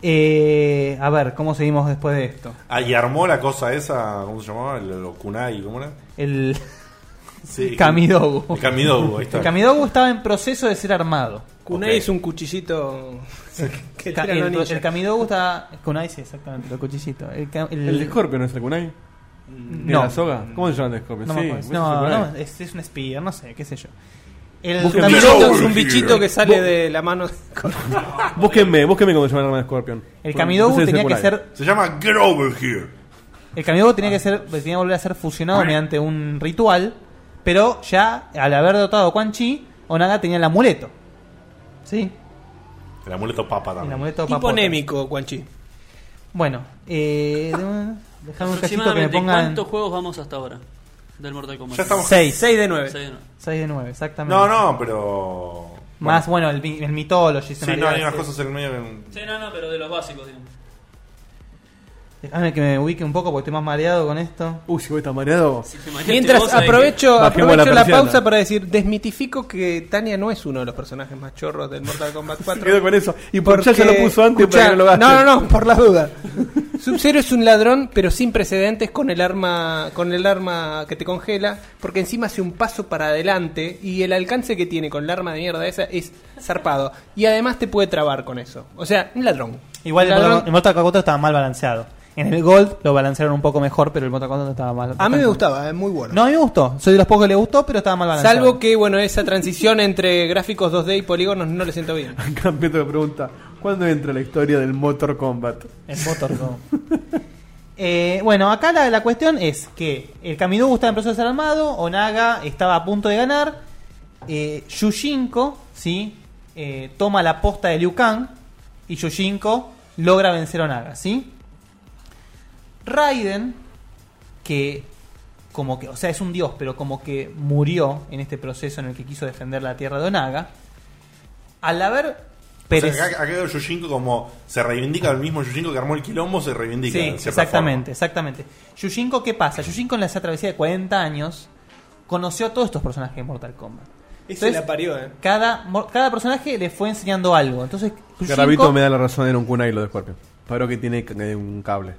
[SPEAKER 5] Eh, a ver, ¿cómo seguimos después de esto?
[SPEAKER 2] Ah, y armó la cosa esa, ¿cómo se llamaba? El, el kunai, ¿cómo era?
[SPEAKER 5] El *laughs*
[SPEAKER 2] Sí,
[SPEAKER 5] Kamidogu.
[SPEAKER 2] el Kamidogu, ahí está.
[SPEAKER 5] El Kamidogu estaba en proceso de ser armado.
[SPEAKER 9] Kunai es un
[SPEAKER 1] *laughs*
[SPEAKER 9] cuchillito que
[SPEAKER 5] Ca-
[SPEAKER 9] tira
[SPEAKER 5] el,
[SPEAKER 9] los ninjas.
[SPEAKER 5] el Kamidogu está. Kunai, sí, exactamente, los cuchillitos. El, ca-
[SPEAKER 1] ¿El de Scorpio no es el Kunai? ¿De
[SPEAKER 5] No.
[SPEAKER 1] la soga? ¿Cómo se llama el de
[SPEAKER 2] Pues
[SPEAKER 1] Scorpio?
[SPEAKER 5] No,
[SPEAKER 1] Sí, ese
[SPEAKER 5] me acuerdo. no,
[SPEAKER 1] es el
[SPEAKER 5] no,
[SPEAKER 1] Kunai.
[SPEAKER 5] es, es un spear, no sé, qué sé yo. El
[SPEAKER 1] Busquen
[SPEAKER 5] Kamidogu-
[SPEAKER 1] bichito,
[SPEAKER 9] Es un bichito que sale de la mano.
[SPEAKER 1] Búsquenme, búsquenme cómo se llama el arma de Scorpion.
[SPEAKER 5] El
[SPEAKER 1] Kamido
[SPEAKER 5] Kamidogu tenía que ser.
[SPEAKER 2] Se llama Get Over Here.
[SPEAKER 5] El Kamidogu tenía que ser, pues, tenía que volver a ser fusionado mediante un ritual, pero ya al haber dotado a Quan Chi, Onaga tenía el amuleto. ¿Sí?
[SPEAKER 2] El amuleto papa también.
[SPEAKER 5] El amuleto
[SPEAKER 9] Tipo
[SPEAKER 5] papota.
[SPEAKER 9] anémico, Quan Chi.
[SPEAKER 5] Bueno, eh, déjame un cachito que me
[SPEAKER 7] Aproximadamente,
[SPEAKER 5] pongan.
[SPEAKER 7] ¿cuántos juegos vamos hasta ahora del Mortal Kombat?
[SPEAKER 5] Ya estamos- Seis. Seis de nueve.
[SPEAKER 7] Seis de nueve.
[SPEAKER 5] 6 de 9, exactamente.
[SPEAKER 2] No, no, pero.
[SPEAKER 5] Más bueno, el, mi- el Mythology. se
[SPEAKER 2] Sí,
[SPEAKER 5] me
[SPEAKER 2] no,
[SPEAKER 5] olvidaba
[SPEAKER 2] hay unas
[SPEAKER 5] decir.
[SPEAKER 2] cosas en el medio que.
[SPEAKER 7] Sí, no, no, pero de los básicos, digamos.
[SPEAKER 5] Déjame que me ubique un poco porque estoy más mareado con esto.
[SPEAKER 1] Uy, si voy tan mareado.
[SPEAKER 9] Mientras aprovecho,
[SPEAKER 1] Bajemos la
[SPEAKER 9] aprovecho la,
[SPEAKER 1] persiana.
[SPEAKER 9] pausa para decir, desmitifico que Tania no es uno de los personajes más chorros del Mortal Kombat 4.
[SPEAKER 1] quedó con eso. Y por ya se lo puso antes
[SPEAKER 9] escuchá,
[SPEAKER 1] para que no lo gasten.
[SPEAKER 9] No, no, no, por la duda. Sub-Zero es un ladrón, pero sin precedentes con el arma con el arma que te congela, porque encima hace un paso para adelante y el alcance que tiene con el arma de mierda esa es zarpado. Y además te puede trabar con eso. O sea, un ladrón.
[SPEAKER 5] Igual
[SPEAKER 9] Un
[SPEAKER 5] el,
[SPEAKER 9] ladrón
[SPEAKER 5] Mortal- el Mortal Kombat 4 estaba mal balanceado. En el Gold lo balancearon un poco mejor, pero el Mortal Kombat 4 estaba mal.
[SPEAKER 9] A mí me
[SPEAKER 5] bastante-
[SPEAKER 9] gustaba, es muy bueno.
[SPEAKER 5] No, a mí me gustó. Soy de los pocos que le gustó, pero estaba mal balanceado.
[SPEAKER 9] Salvo que, bueno, esa transición entre gráficos 2D y polígonos no le siento
[SPEAKER 1] *laughs*
[SPEAKER 9] bien.
[SPEAKER 1] Acá Pietro me pregunta: ¿Cuándo entra la historia del Motor Combat?
[SPEAKER 5] El Motor Kombat. *laughs* Eh, bueno, acá la, la cuestión es que el Kamidogu estaba en proceso de ser armado, Onaga estaba a punto de ganar, eh, Yushinko, ¿sí? Eh, toma la posta de Liu Kang y Yushinko logra vencer a Onaga, ¿sí? Raiden, que como que, o sea, es un dios, pero como que murió en este proceso en el que quiso defender la tierra de Onaga, al haber
[SPEAKER 2] Pero
[SPEAKER 5] perecido-
[SPEAKER 2] acá, acá veo Yushinko como se reivindica el mismo Yushinko que armó el quilombo, se reivindica.
[SPEAKER 5] Sí,
[SPEAKER 2] de cierta
[SPEAKER 5] exactamente, exactamente. Yushinko, ¿qué pasa? Yushinko en esa travesía de 40 años conoció a todos estos personajes de Mortal Kombat. Entonces,
[SPEAKER 9] parió, eh.
[SPEAKER 5] cada, mor- cada personaje le fue enseñando algo. Entonces, Yushinko-
[SPEAKER 1] Garabito me da la razón, era un kunai lo de Scorpion. Pero que tiene eh, un cable.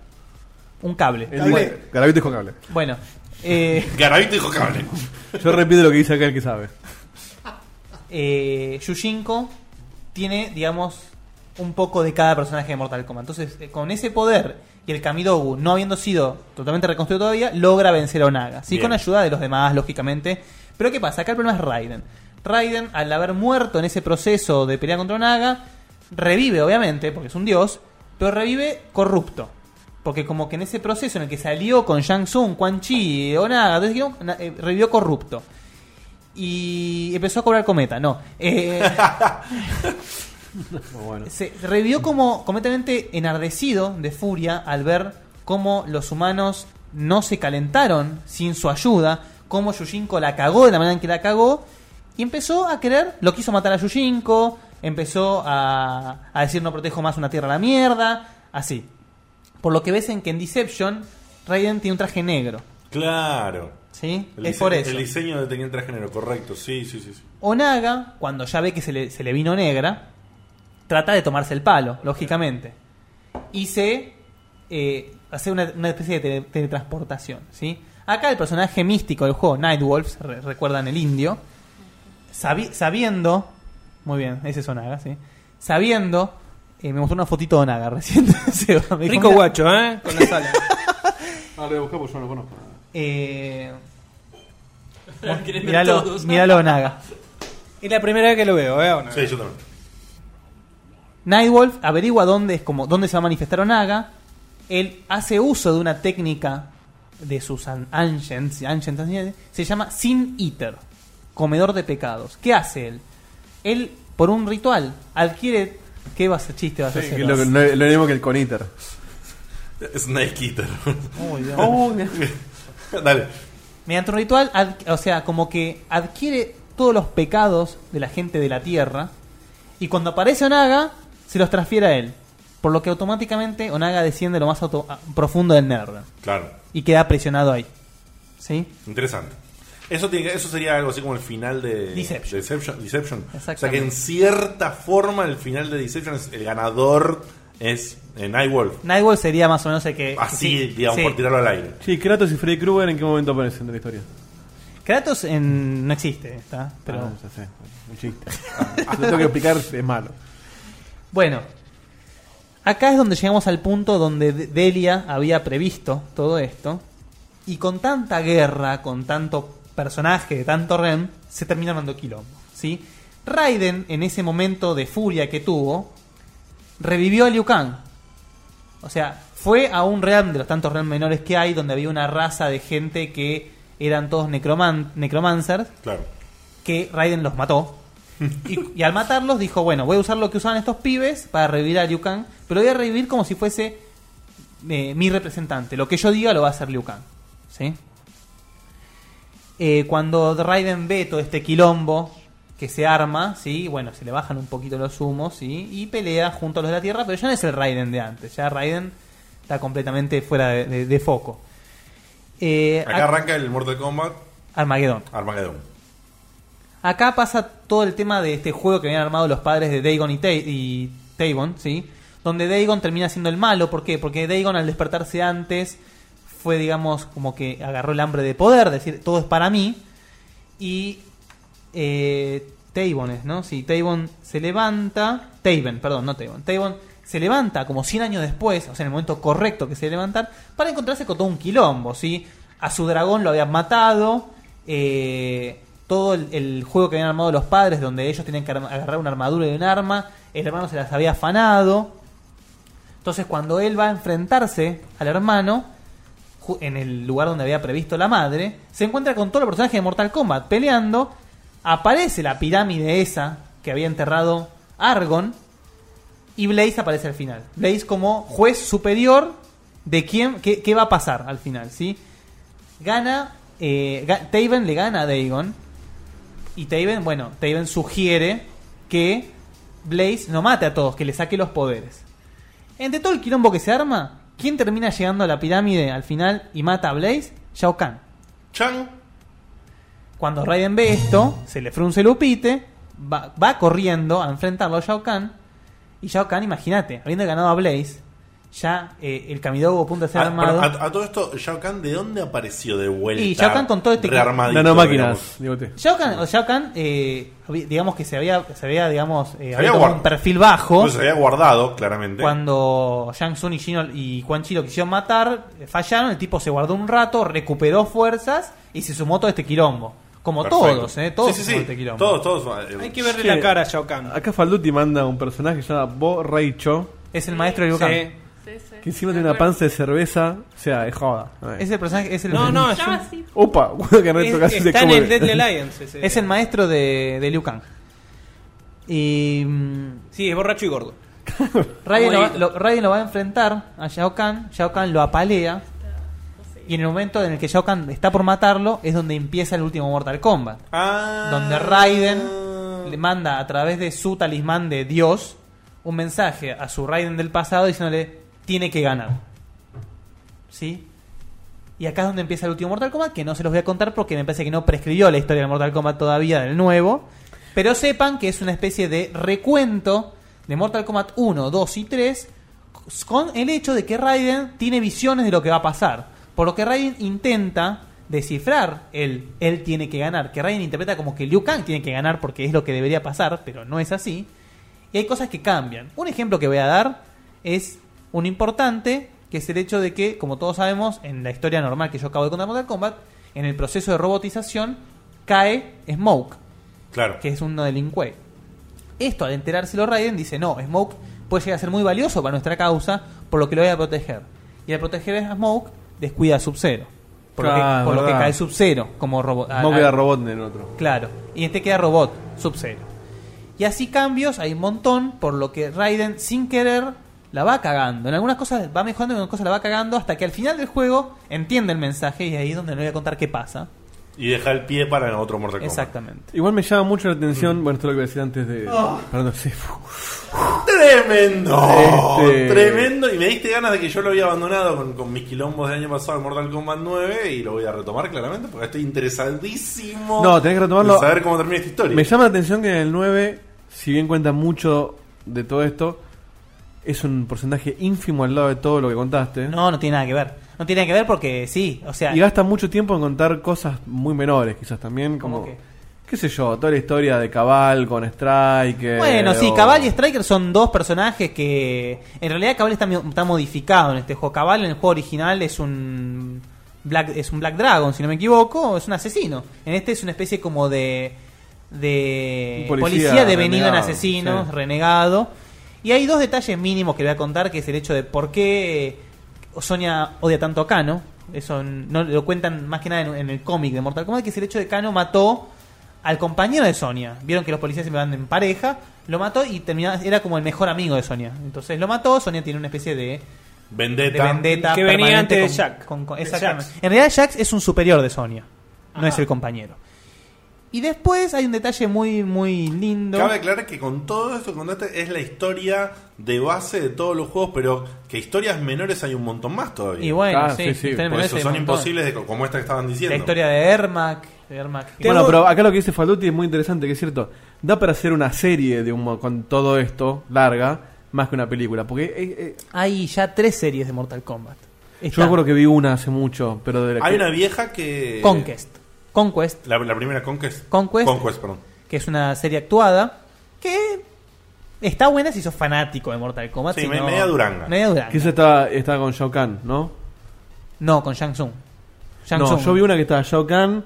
[SPEAKER 5] un cable.
[SPEAKER 1] Él dijo-
[SPEAKER 5] Bueno,
[SPEAKER 1] Garabito dijo cable.
[SPEAKER 5] bueno, eh,
[SPEAKER 2] Garabito dijo
[SPEAKER 5] *laughs*
[SPEAKER 2] cable.
[SPEAKER 1] Yo repito lo que dice aquel que sabe.
[SPEAKER 5] eh, Yushinko tiene, digamos, un poco de cada personaje de Mortal Kombat. Entonces, eh, con ese poder y el Kamidogu no habiendo sido totalmente reconstruido todavía, logra vencer a Onaga. Sí,
[SPEAKER 11] Bien.
[SPEAKER 5] con ayuda de los demás, lógicamente. Pero ¿qué pasa? Acá el problema es Raiden. Raiden, al haber muerto en ese proceso de pelea contra Onaga, revive, obviamente, porque es un dios, pero revive corrupto. Porque como que en ese proceso en el que salió con Shang Tsung, Quan Chi, Onaga, entonces, ¿no? Na- eh, revivió corrupto. Y empezó a cobrar cometa, no.
[SPEAKER 2] *laughs*
[SPEAKER 5] Eh, se revivió como completamente enardecido de furia al ver cómo los humanos no se calentaron sin su ayuda, cómo Yushinko la cagó de la manera en que la cagó, y empezó a querer, lo quiso matar a Yushinko, empezó a, a decir no protejo más una tierra a la mierda, así. Por lo que ves en que en Deception, Raiden tiene un traje negro,
[SPEAKER 2] forma. Claro.
[SPEAKER 5] ¿sí?
[SPEAKER 2] El
[SPEAKER 5] es
[SPEAKER 2] dise-
[SPEAKER 5] por eso.
[SPEAKER 2] El diseño de tenía transgénero, correcto. Sí, sí, sí. sí.
[SPEAKER 5] Onaga, cuando ya ve que se le, se le vino negra, trata de tomarse el palo, lógicamente. Y se eh, hace una, una especie de tele- teletransportación. ¿sí? Acá el personaje místico del juego, Nightwolves, re- recuerdan el indio, sabi- sabiendo... Muy bien, ese es Onaga, sí. Sabiendo... eh, me mostró una fotito de Onaga recién. *laughs* Seba, me dijo,
[SPEAKER 9] Rico
[SPEAKER 5] "Mira,
[SPEAKER 9] guacho, ¿eh? *laughs* Con la sala.
[SPEAKER 1] Ah, lo voy a buscar porque yo no lo conozco.
[SPEAKER 5] eh,
[SPEAKER 7] Los *laughs* quieren ver
[SPEAKER 5] míralo,
[SPEAKER 7] todos.
[SPEAKER 5] míralo a Onaga.
[SPEAKER 9] Es la primera vez que lo veo, ¿eh?
[SPEAKER 2] Sí, yo también.
[SPEAKER 5] Nightwolf averigua dónde es como dónde se va a manifestar Onaga. Él hace uso de una técnica de sus an- ancients, ancients, ancients, se llama Sin Eater, comedor de pecados. ¿Qué hace él? Él por un ritual adquiere qué vas a chiste vas a
[SPEAKER 1] Sí,
[SPEAKER 5] hacer.
[SPEAKER 1] que lo, lo- lo mismo que el Coniter.
[SPEAKER 2] Snake Eater. *laughs*
[SPEAKER 5] Uy, Dios.
[SPEAKER 2] Dale.
[SPEAKER 5] Mediante un ritual, ad- o sea, como que adquiere todos los pecados de la gente de la tierra. Y cuando aparece Onaga, se los transfiere a él. Por lo que automáticamente Onaga desciende lo más auto- a- profundo del Netherrealm.
[SPEAKER 2] Claro.
[SPEAKER 5] Y queda presionado ahí. ¿Sí?
[SPEAKER 2] Interesante. Eso, tiene, que- eso sería algo así como el final de
[SPEAKER 5] Deception.
[SPEAKER 2] de Deception. Deception. O sea que
[SPEAKER 5] Exactamente.
[SPEAKER 2] en cierta forma el final de Deception es el ganador es en Nightwolf.
[SPEAKER 5] Nightwall sería más o menos el que.
[SPEAKER 2] Así,
[SPEAKER 5] Eh, sí,
[SPEAKER 2] digamos,
[SPEAKER 5] sí.
[SPEAKER 2] por tirarlo al aire.
[SPEAKER 1] Sí, Kratos y Freddy Krueger en qué momento aparecen de la historia.
[SPEAKER 5] Kratos en- no existe, está. Pero...
[SPEAKER 1] Ah, ya sé, un chiste. Si *laughs* lo tengo que explicar, es malo.
[SPEAKER 5] Bueno, acá es donde llegamos al punto donde De- Delia había previsto todo esto. Y con tanta guerra, con tanto personaje, tanto Ren, se termina armando quilombo. ¿sí? Raiden, en ese momento de furia que tuvo, revivió a Liu Kang. O sea, fue a un realm de los tantos realm menores que hay, donde había una raza de gente que eran todos necroman- necromancers.
[SPEAKER 2] Claro.
[SPEAKER 5] Que Raiden los mató. Y, y al matarlos dijo, bueno, voy a usar lo que usaban estos pibes para revivir a Liu Kang, pero voy a revivir como si fuese eh, mi representante. Lo que yo diga lo va a hacer Liu Kang. ¿Sí? Eh, cuando Raiden ve todo este quilombo que se arma, ¿sí? Bueno, se le bajan un poquito los humos, ¿sí? Y pelea junto a los de la Tierra, pero ya no es el Raiden de antes. Ya Raiden está completamente fuera de, de- de foco. Eh,
[SPEAKER 2] Acá arranca el Mortal Kombat
[SPEAKER 5] Armagedón.
[SPEAKER 2] Armageddon.
[SPEAKER 5] Acá pasa todo el tema de este juego que habían armado los padres de Dagon y, Ta- y Taegon, ¿sí? Donde Dagon termina siendo el malo, ¿por qué? Porque Dagon al despertarse antes fue, digamos, como que agarró el hambre de poder, decir, todo es para mí. Y eh, Taegon es, ¿no? Sí, Taegon se levanta, Taven, perdón, no Taegon, Taegon se levanta como 100 años después, o sea, en el momento correcto que se debe levantar, para encontrarse con todo un quilombo, ¿sí? A su dragón lo habían matado, eh, todo el, el juego que habían armado los padres, donde ellos tenían que arma- agarrar una armadura y un arma, el hermano se las había afanado. Entonces, cuando él va a enfrentarse al hermano, ju- en el lugar donde había previsto la madre, se encuentra con todos los personajes de Mortal Kombat peleando. Aparece la pirámide esa que había enterrado Argon. Y Blaze aparece al final. Blaze como juez superior de quién, qué, qué va a pasar al final, ¿sí? Gana, eh, ga- Taven le gana a Dagon. Y Taven, bueno, Taven sugiere que Blaze no mate a todos, que le saque los poderes. Entre todo el quilombo que se arma, ¿quién termina llegando a la pirámide al final y mata a Blaze? Shao Kahn.
[SPEAKER 2] Chang.
[SPEAKER 5] Cuando Raiden ve esto, se le frunce el upite, va, va corriendo a enfrentarlo a Shao Kahn. Y Shao Kahn, imagínate, habiendo ganado a Blaze, ya eh, el Camidogo punto de ser
[SPEAKER 2] Ah,
[SPEAKER 5] armado.
[SPEAKER 2] perdón, A, a todo esto, Shao Kahn, ¿de dónde apareció de vuelta?
[SPEAKER 5] Y Shao Kahn con todo este-
[SPEAKER 2] Rearmadito,
[SPEAKER 1] Nanomáquinas,
[SPEAKER 2] digamos.
[SPEAKER 1] digote.
[SPEAKER 5] Shao Kahn, o Shao Kahn, eh, habi- digamos que se había, se había digamos, eh,
[SPEAKER 2] Se
[SPEAKER 5] había
[SPEAKER 2] había
[SPEAKER 5] tomado
[SPEAKER 2] guard-
[SPEAKER 5] un perfil bajo.
[SPEAKER 2] Pues se había guardado, claramente.
[SPEAKER 5] Cuando Shang Tsung y, Gino- y Quan Chi lo quisieron matar, eh, fallaron, el tipo se guardó un rato, recuperó fuerzas y se sumó todo este quilombo. Como
[SPEAKER 2] Perfecto.
[SPEAKER 5] todos, ¿eh? Todos
[SPEAKER 2] Sí,
[SPEAKER 5] se
[SPEAKER 2] sí,
[SPEAKER 5] sumaron
[SPEAKER 2] sí.
[SPEAKER 5] a este quilombo.
[SPEAKER 2] Todos, todos. eh,
[SPEAKER 9] verle la cara a Shao Kahn.
[SPEAKER 1] Acá Falduti manda un personaje que se llama Bo Reicho.
[SPEAKER 5] Es el maestro de Liu Kang. Sí.
[SPEAKER 1] Que encima tiene una panza de cerveza. O sea, es joda.
[SPEAKER 5] Es el personaje,
[SPEAKER 1] *laughs*
[SPEAKER 5] es el
[SPEAKER 9] No, no, es
[SPEAKER 5] es
[SPEAKER 9] un- Llama así.
[SPEAKER 1] Opa, *laughs* bueno, que retro
[SPEAKER 9] Es-
[SPEAKER 1] casi
[SPEAKER 9] está
[SPEAKER 1] se
[SPEAKER 9] en
[SPEAKER 1] come.
[SPEAKER 9] el Deadly Alliance ese.
[SPEAKER 2] eh,
[SPEAKER 5] el maestro de, de Liu Kang. Y mm,
[SPEAKER 9] Sí, es borracho y gordo.
[SPEAKER 5] Raiden lo, va- lo- Raiden lo va a enfrentar a Shao Kahn, Shao Kahn lo apalea y en el momento en el que Shao Kahn está por matarlo es donde empieza el último Mortal Kombat.
[SPEAKER 2] Ah.
[SPEAKER 5] Donde Raiden le manda a través de su talismán de Dios un mensaje a su Raiden del pasado diciéndole tiene que ganar. ¿Sí? Y acá es donde empieza el último Mortal Kombat, que no se los voy a contar porque me parece que no prescribió la historia del Mortal Kombat todavía del nuevo. Pero sepan que es una especie de recuento de Mortal Kombat 1, 2 y 3 con el hecho de que Raiden tiene visiones de lo que va a pasar. Por lo que Raiden intenta descifrar el él tiene que ganar. Que Raiden interpreta como que Liu Kang tiene que ganar porque es lo que debería pasar, pero no es así. Y hay cosas que cambian. Un ejemplo que voy a dar es un importante, que es el hecho de que, como todos sabemos, en la historia normal que yo acabo de contar Mortal Kombat, en el proceso de robotización cae Smoke,
[SPEAKER 2] Claro.
[SPEAKER 5] que es uno de Lin Kuei. Esto, al enterárselo Raiden, dice, no, Smoke puede llegar a ser muy valioso para nuestra causa, por lo que lo voy a proteger. Y al proteger a Smoke, descuida a Sub-Zero. Por, lo que-
[SPEAKER 1] Ah,
[SPEAKER 5] por lo que
[SPEAKER 1] verdad.
[SPEAKER 5] cae Sub-Zero como robot.
[SPEAKER 1] Smoke
[SPEAKER 5] a-
[SPEAKER 1] era robot en el otro.
[SPEAKER 5] Claro. Y este queda robot, Sub-Zero. Y así cambios hay un montón, por lo que Raiden, sin querer, la va cagando. En algunas cosas va mejorando, en algunas cosas la va cagando, hasta que al final del juego entiende el mensaje y ahí es donde le voy a contar qué pasa.
[SPEAKER 2] Y deja el pie para el otro Mortal Kombat.
[SPEAKER 5] Exactamente.
[SPEAKER 1] Igual me llama mucho la atención, bueno, esto es lo que voy a decir antes de...
[SPEAKER 5] Oh.
[SPEAKER 2] Ah.
[SPEAKER 1] Perdón, sí.
[SPEAKER 2] Tremendo.
[SPEAKER 1] Este-
[SPEAKER 2] Tremendo. Y me diste ganas de que yo lo había abandonado con, con mis quilombos del año pasado en Mortal Kombat 9 y lo voy a retomar claramente porque estoy
[SPEAKER 5] Oh.
[SPEAKER 2] interesadísimo.
[SPEAKER 1] No, tenés que retomarlo.
[SPEAKER 2] en saber cómo termina esta historia.
[SPEAKER 1] Me llama la atención que en el 9, si bien cuenta mucho de todo esto, es un porcentaje ínfimo al lado de todo lo que contaste.
[SPEAKER 5] No, no tiene nada que ver. No tiene nada que ver porque sí, o sea,
[SPEAKER 1] Y gasta mucho tiempo en contar cosas muy menores, quizás también, como...
[SPEAKER 5] qué?
[SPEAKER 1] ¿Qué sé yo? Toda la historia de Cabal con Strike.
[SPEAKER 5] Bueno, sí, Cabal y Striker son dos personajes que. En realidad Cabal está, mi- está modificado en este juego. Cabal en el juego original es un. Black, es un Black Dragon, si no me equivoco, es un asesino. En este es una especie como de. de.
[SPEAKER 1] Un
[SPEAKER 5] Eh, policía,
[SPEAKER 1] policía
[SPEAKER 5] devenido en
[SPEAKER 1] renegado,
[SPEAKER 5] asesino,
[SPEAKER 1] sí.
[SPEAKER 5] renegado. Y hay dos detalles mínimos que voy a contar, que es el hecho de por qué eh, Sonia odia tanto a Kano. Eso no lo cuentan más que nada en, en el cómic de Mortal Kombat, que es el hecho de que Kano mató al compañero de Sonia. Vieron que los policías siempre van en pareja, lo mató y terminaba, era como el mejor amigo de Sonia. Entonces lo mató, Sonia tiene una especie de, de
[SPEAKER 2] Vendetta.
[SPEAKER 5] vendetta
[SPEAKER 9] Que venía
[SPEAKER 5] permanente
[SPEAKER 9] antes de
[SPEAKER 5] con-
[SPEAKER 9] Jack.
[SPEAKER 5] con- con-
[SPEAKER 9] De
[SPEAKER 5] exactamente.
[SPEAKER 9] Jax.
[SPEAKER 5] En realidad Jax es un superior de Sonia, no es el compañero. Y después hay un detalle muy muy lindo.
[SPEAKER 2] Cabe aclarar que con todo esto que contaste es la historia de base de todos los juegos, pero que historias menores hay un montón más todavía.
[SPEAKER 5] Y bueno, Ah, sí, sí, sí. historias
[SPEAKER 2] Por
[SPEAKER 5] menores
[SPEAKER 2] eso
[SPEAKER 5] hay un
[SPEAKER 2] son
[SPEAKER 5] montón.
[SPEAKER 2] imposibles de co- como esta que estaban diciendo.
[SPEAKER 5] La historia de Ermac, de Ermac.
[SPEAKER 1] Bueno, pero acá lo que dice Faluti es muy interesante, que es cierto. Da para hacer una serie de un, mo- con todo esto, larga, más que una película. Porque eh, eh,
[SPEAKER 5] Hay ya tres series de Mortal Kombat.
[SPEAKER 1] yo
[SPEAKER 5] Está
[SPEAKER 1] me acuerdo que vi una hace mucho, pero de la
[SPEAKER 2] Hay
[SPEAKER 1] que-
[SPEAKER 2] una vieja que.
[SPEAKER 5] Conquest. Conquest,
[SPEAKER 2] La, la primera Conquest.
[SPEAKER 5] Conquest.
[SPEAKER 2] Conquest, perdón.
[SPEAKER 5] que es una serie actuada, que está buena si sos fanático de Mortal Kombat.
[SPEAKER 2] Sí,
[SPEAKER 5] si
[SPEAKER 2] me-
[SPEAKER 5] no-
[SPEAKER 2] media duranga.
[SPEAKER 5] Media duranga.
[SPEAKER 1] Que esa estaba, estaba con Shao Kahn, ¿no?
[SPEAKER 5] No, con Shang Tsung. Shang
[SPEAKER 1] no,
[SPEAKER 5] Tsung.
[SPEAKER 1] yo vi una que estaba Shao Kahn,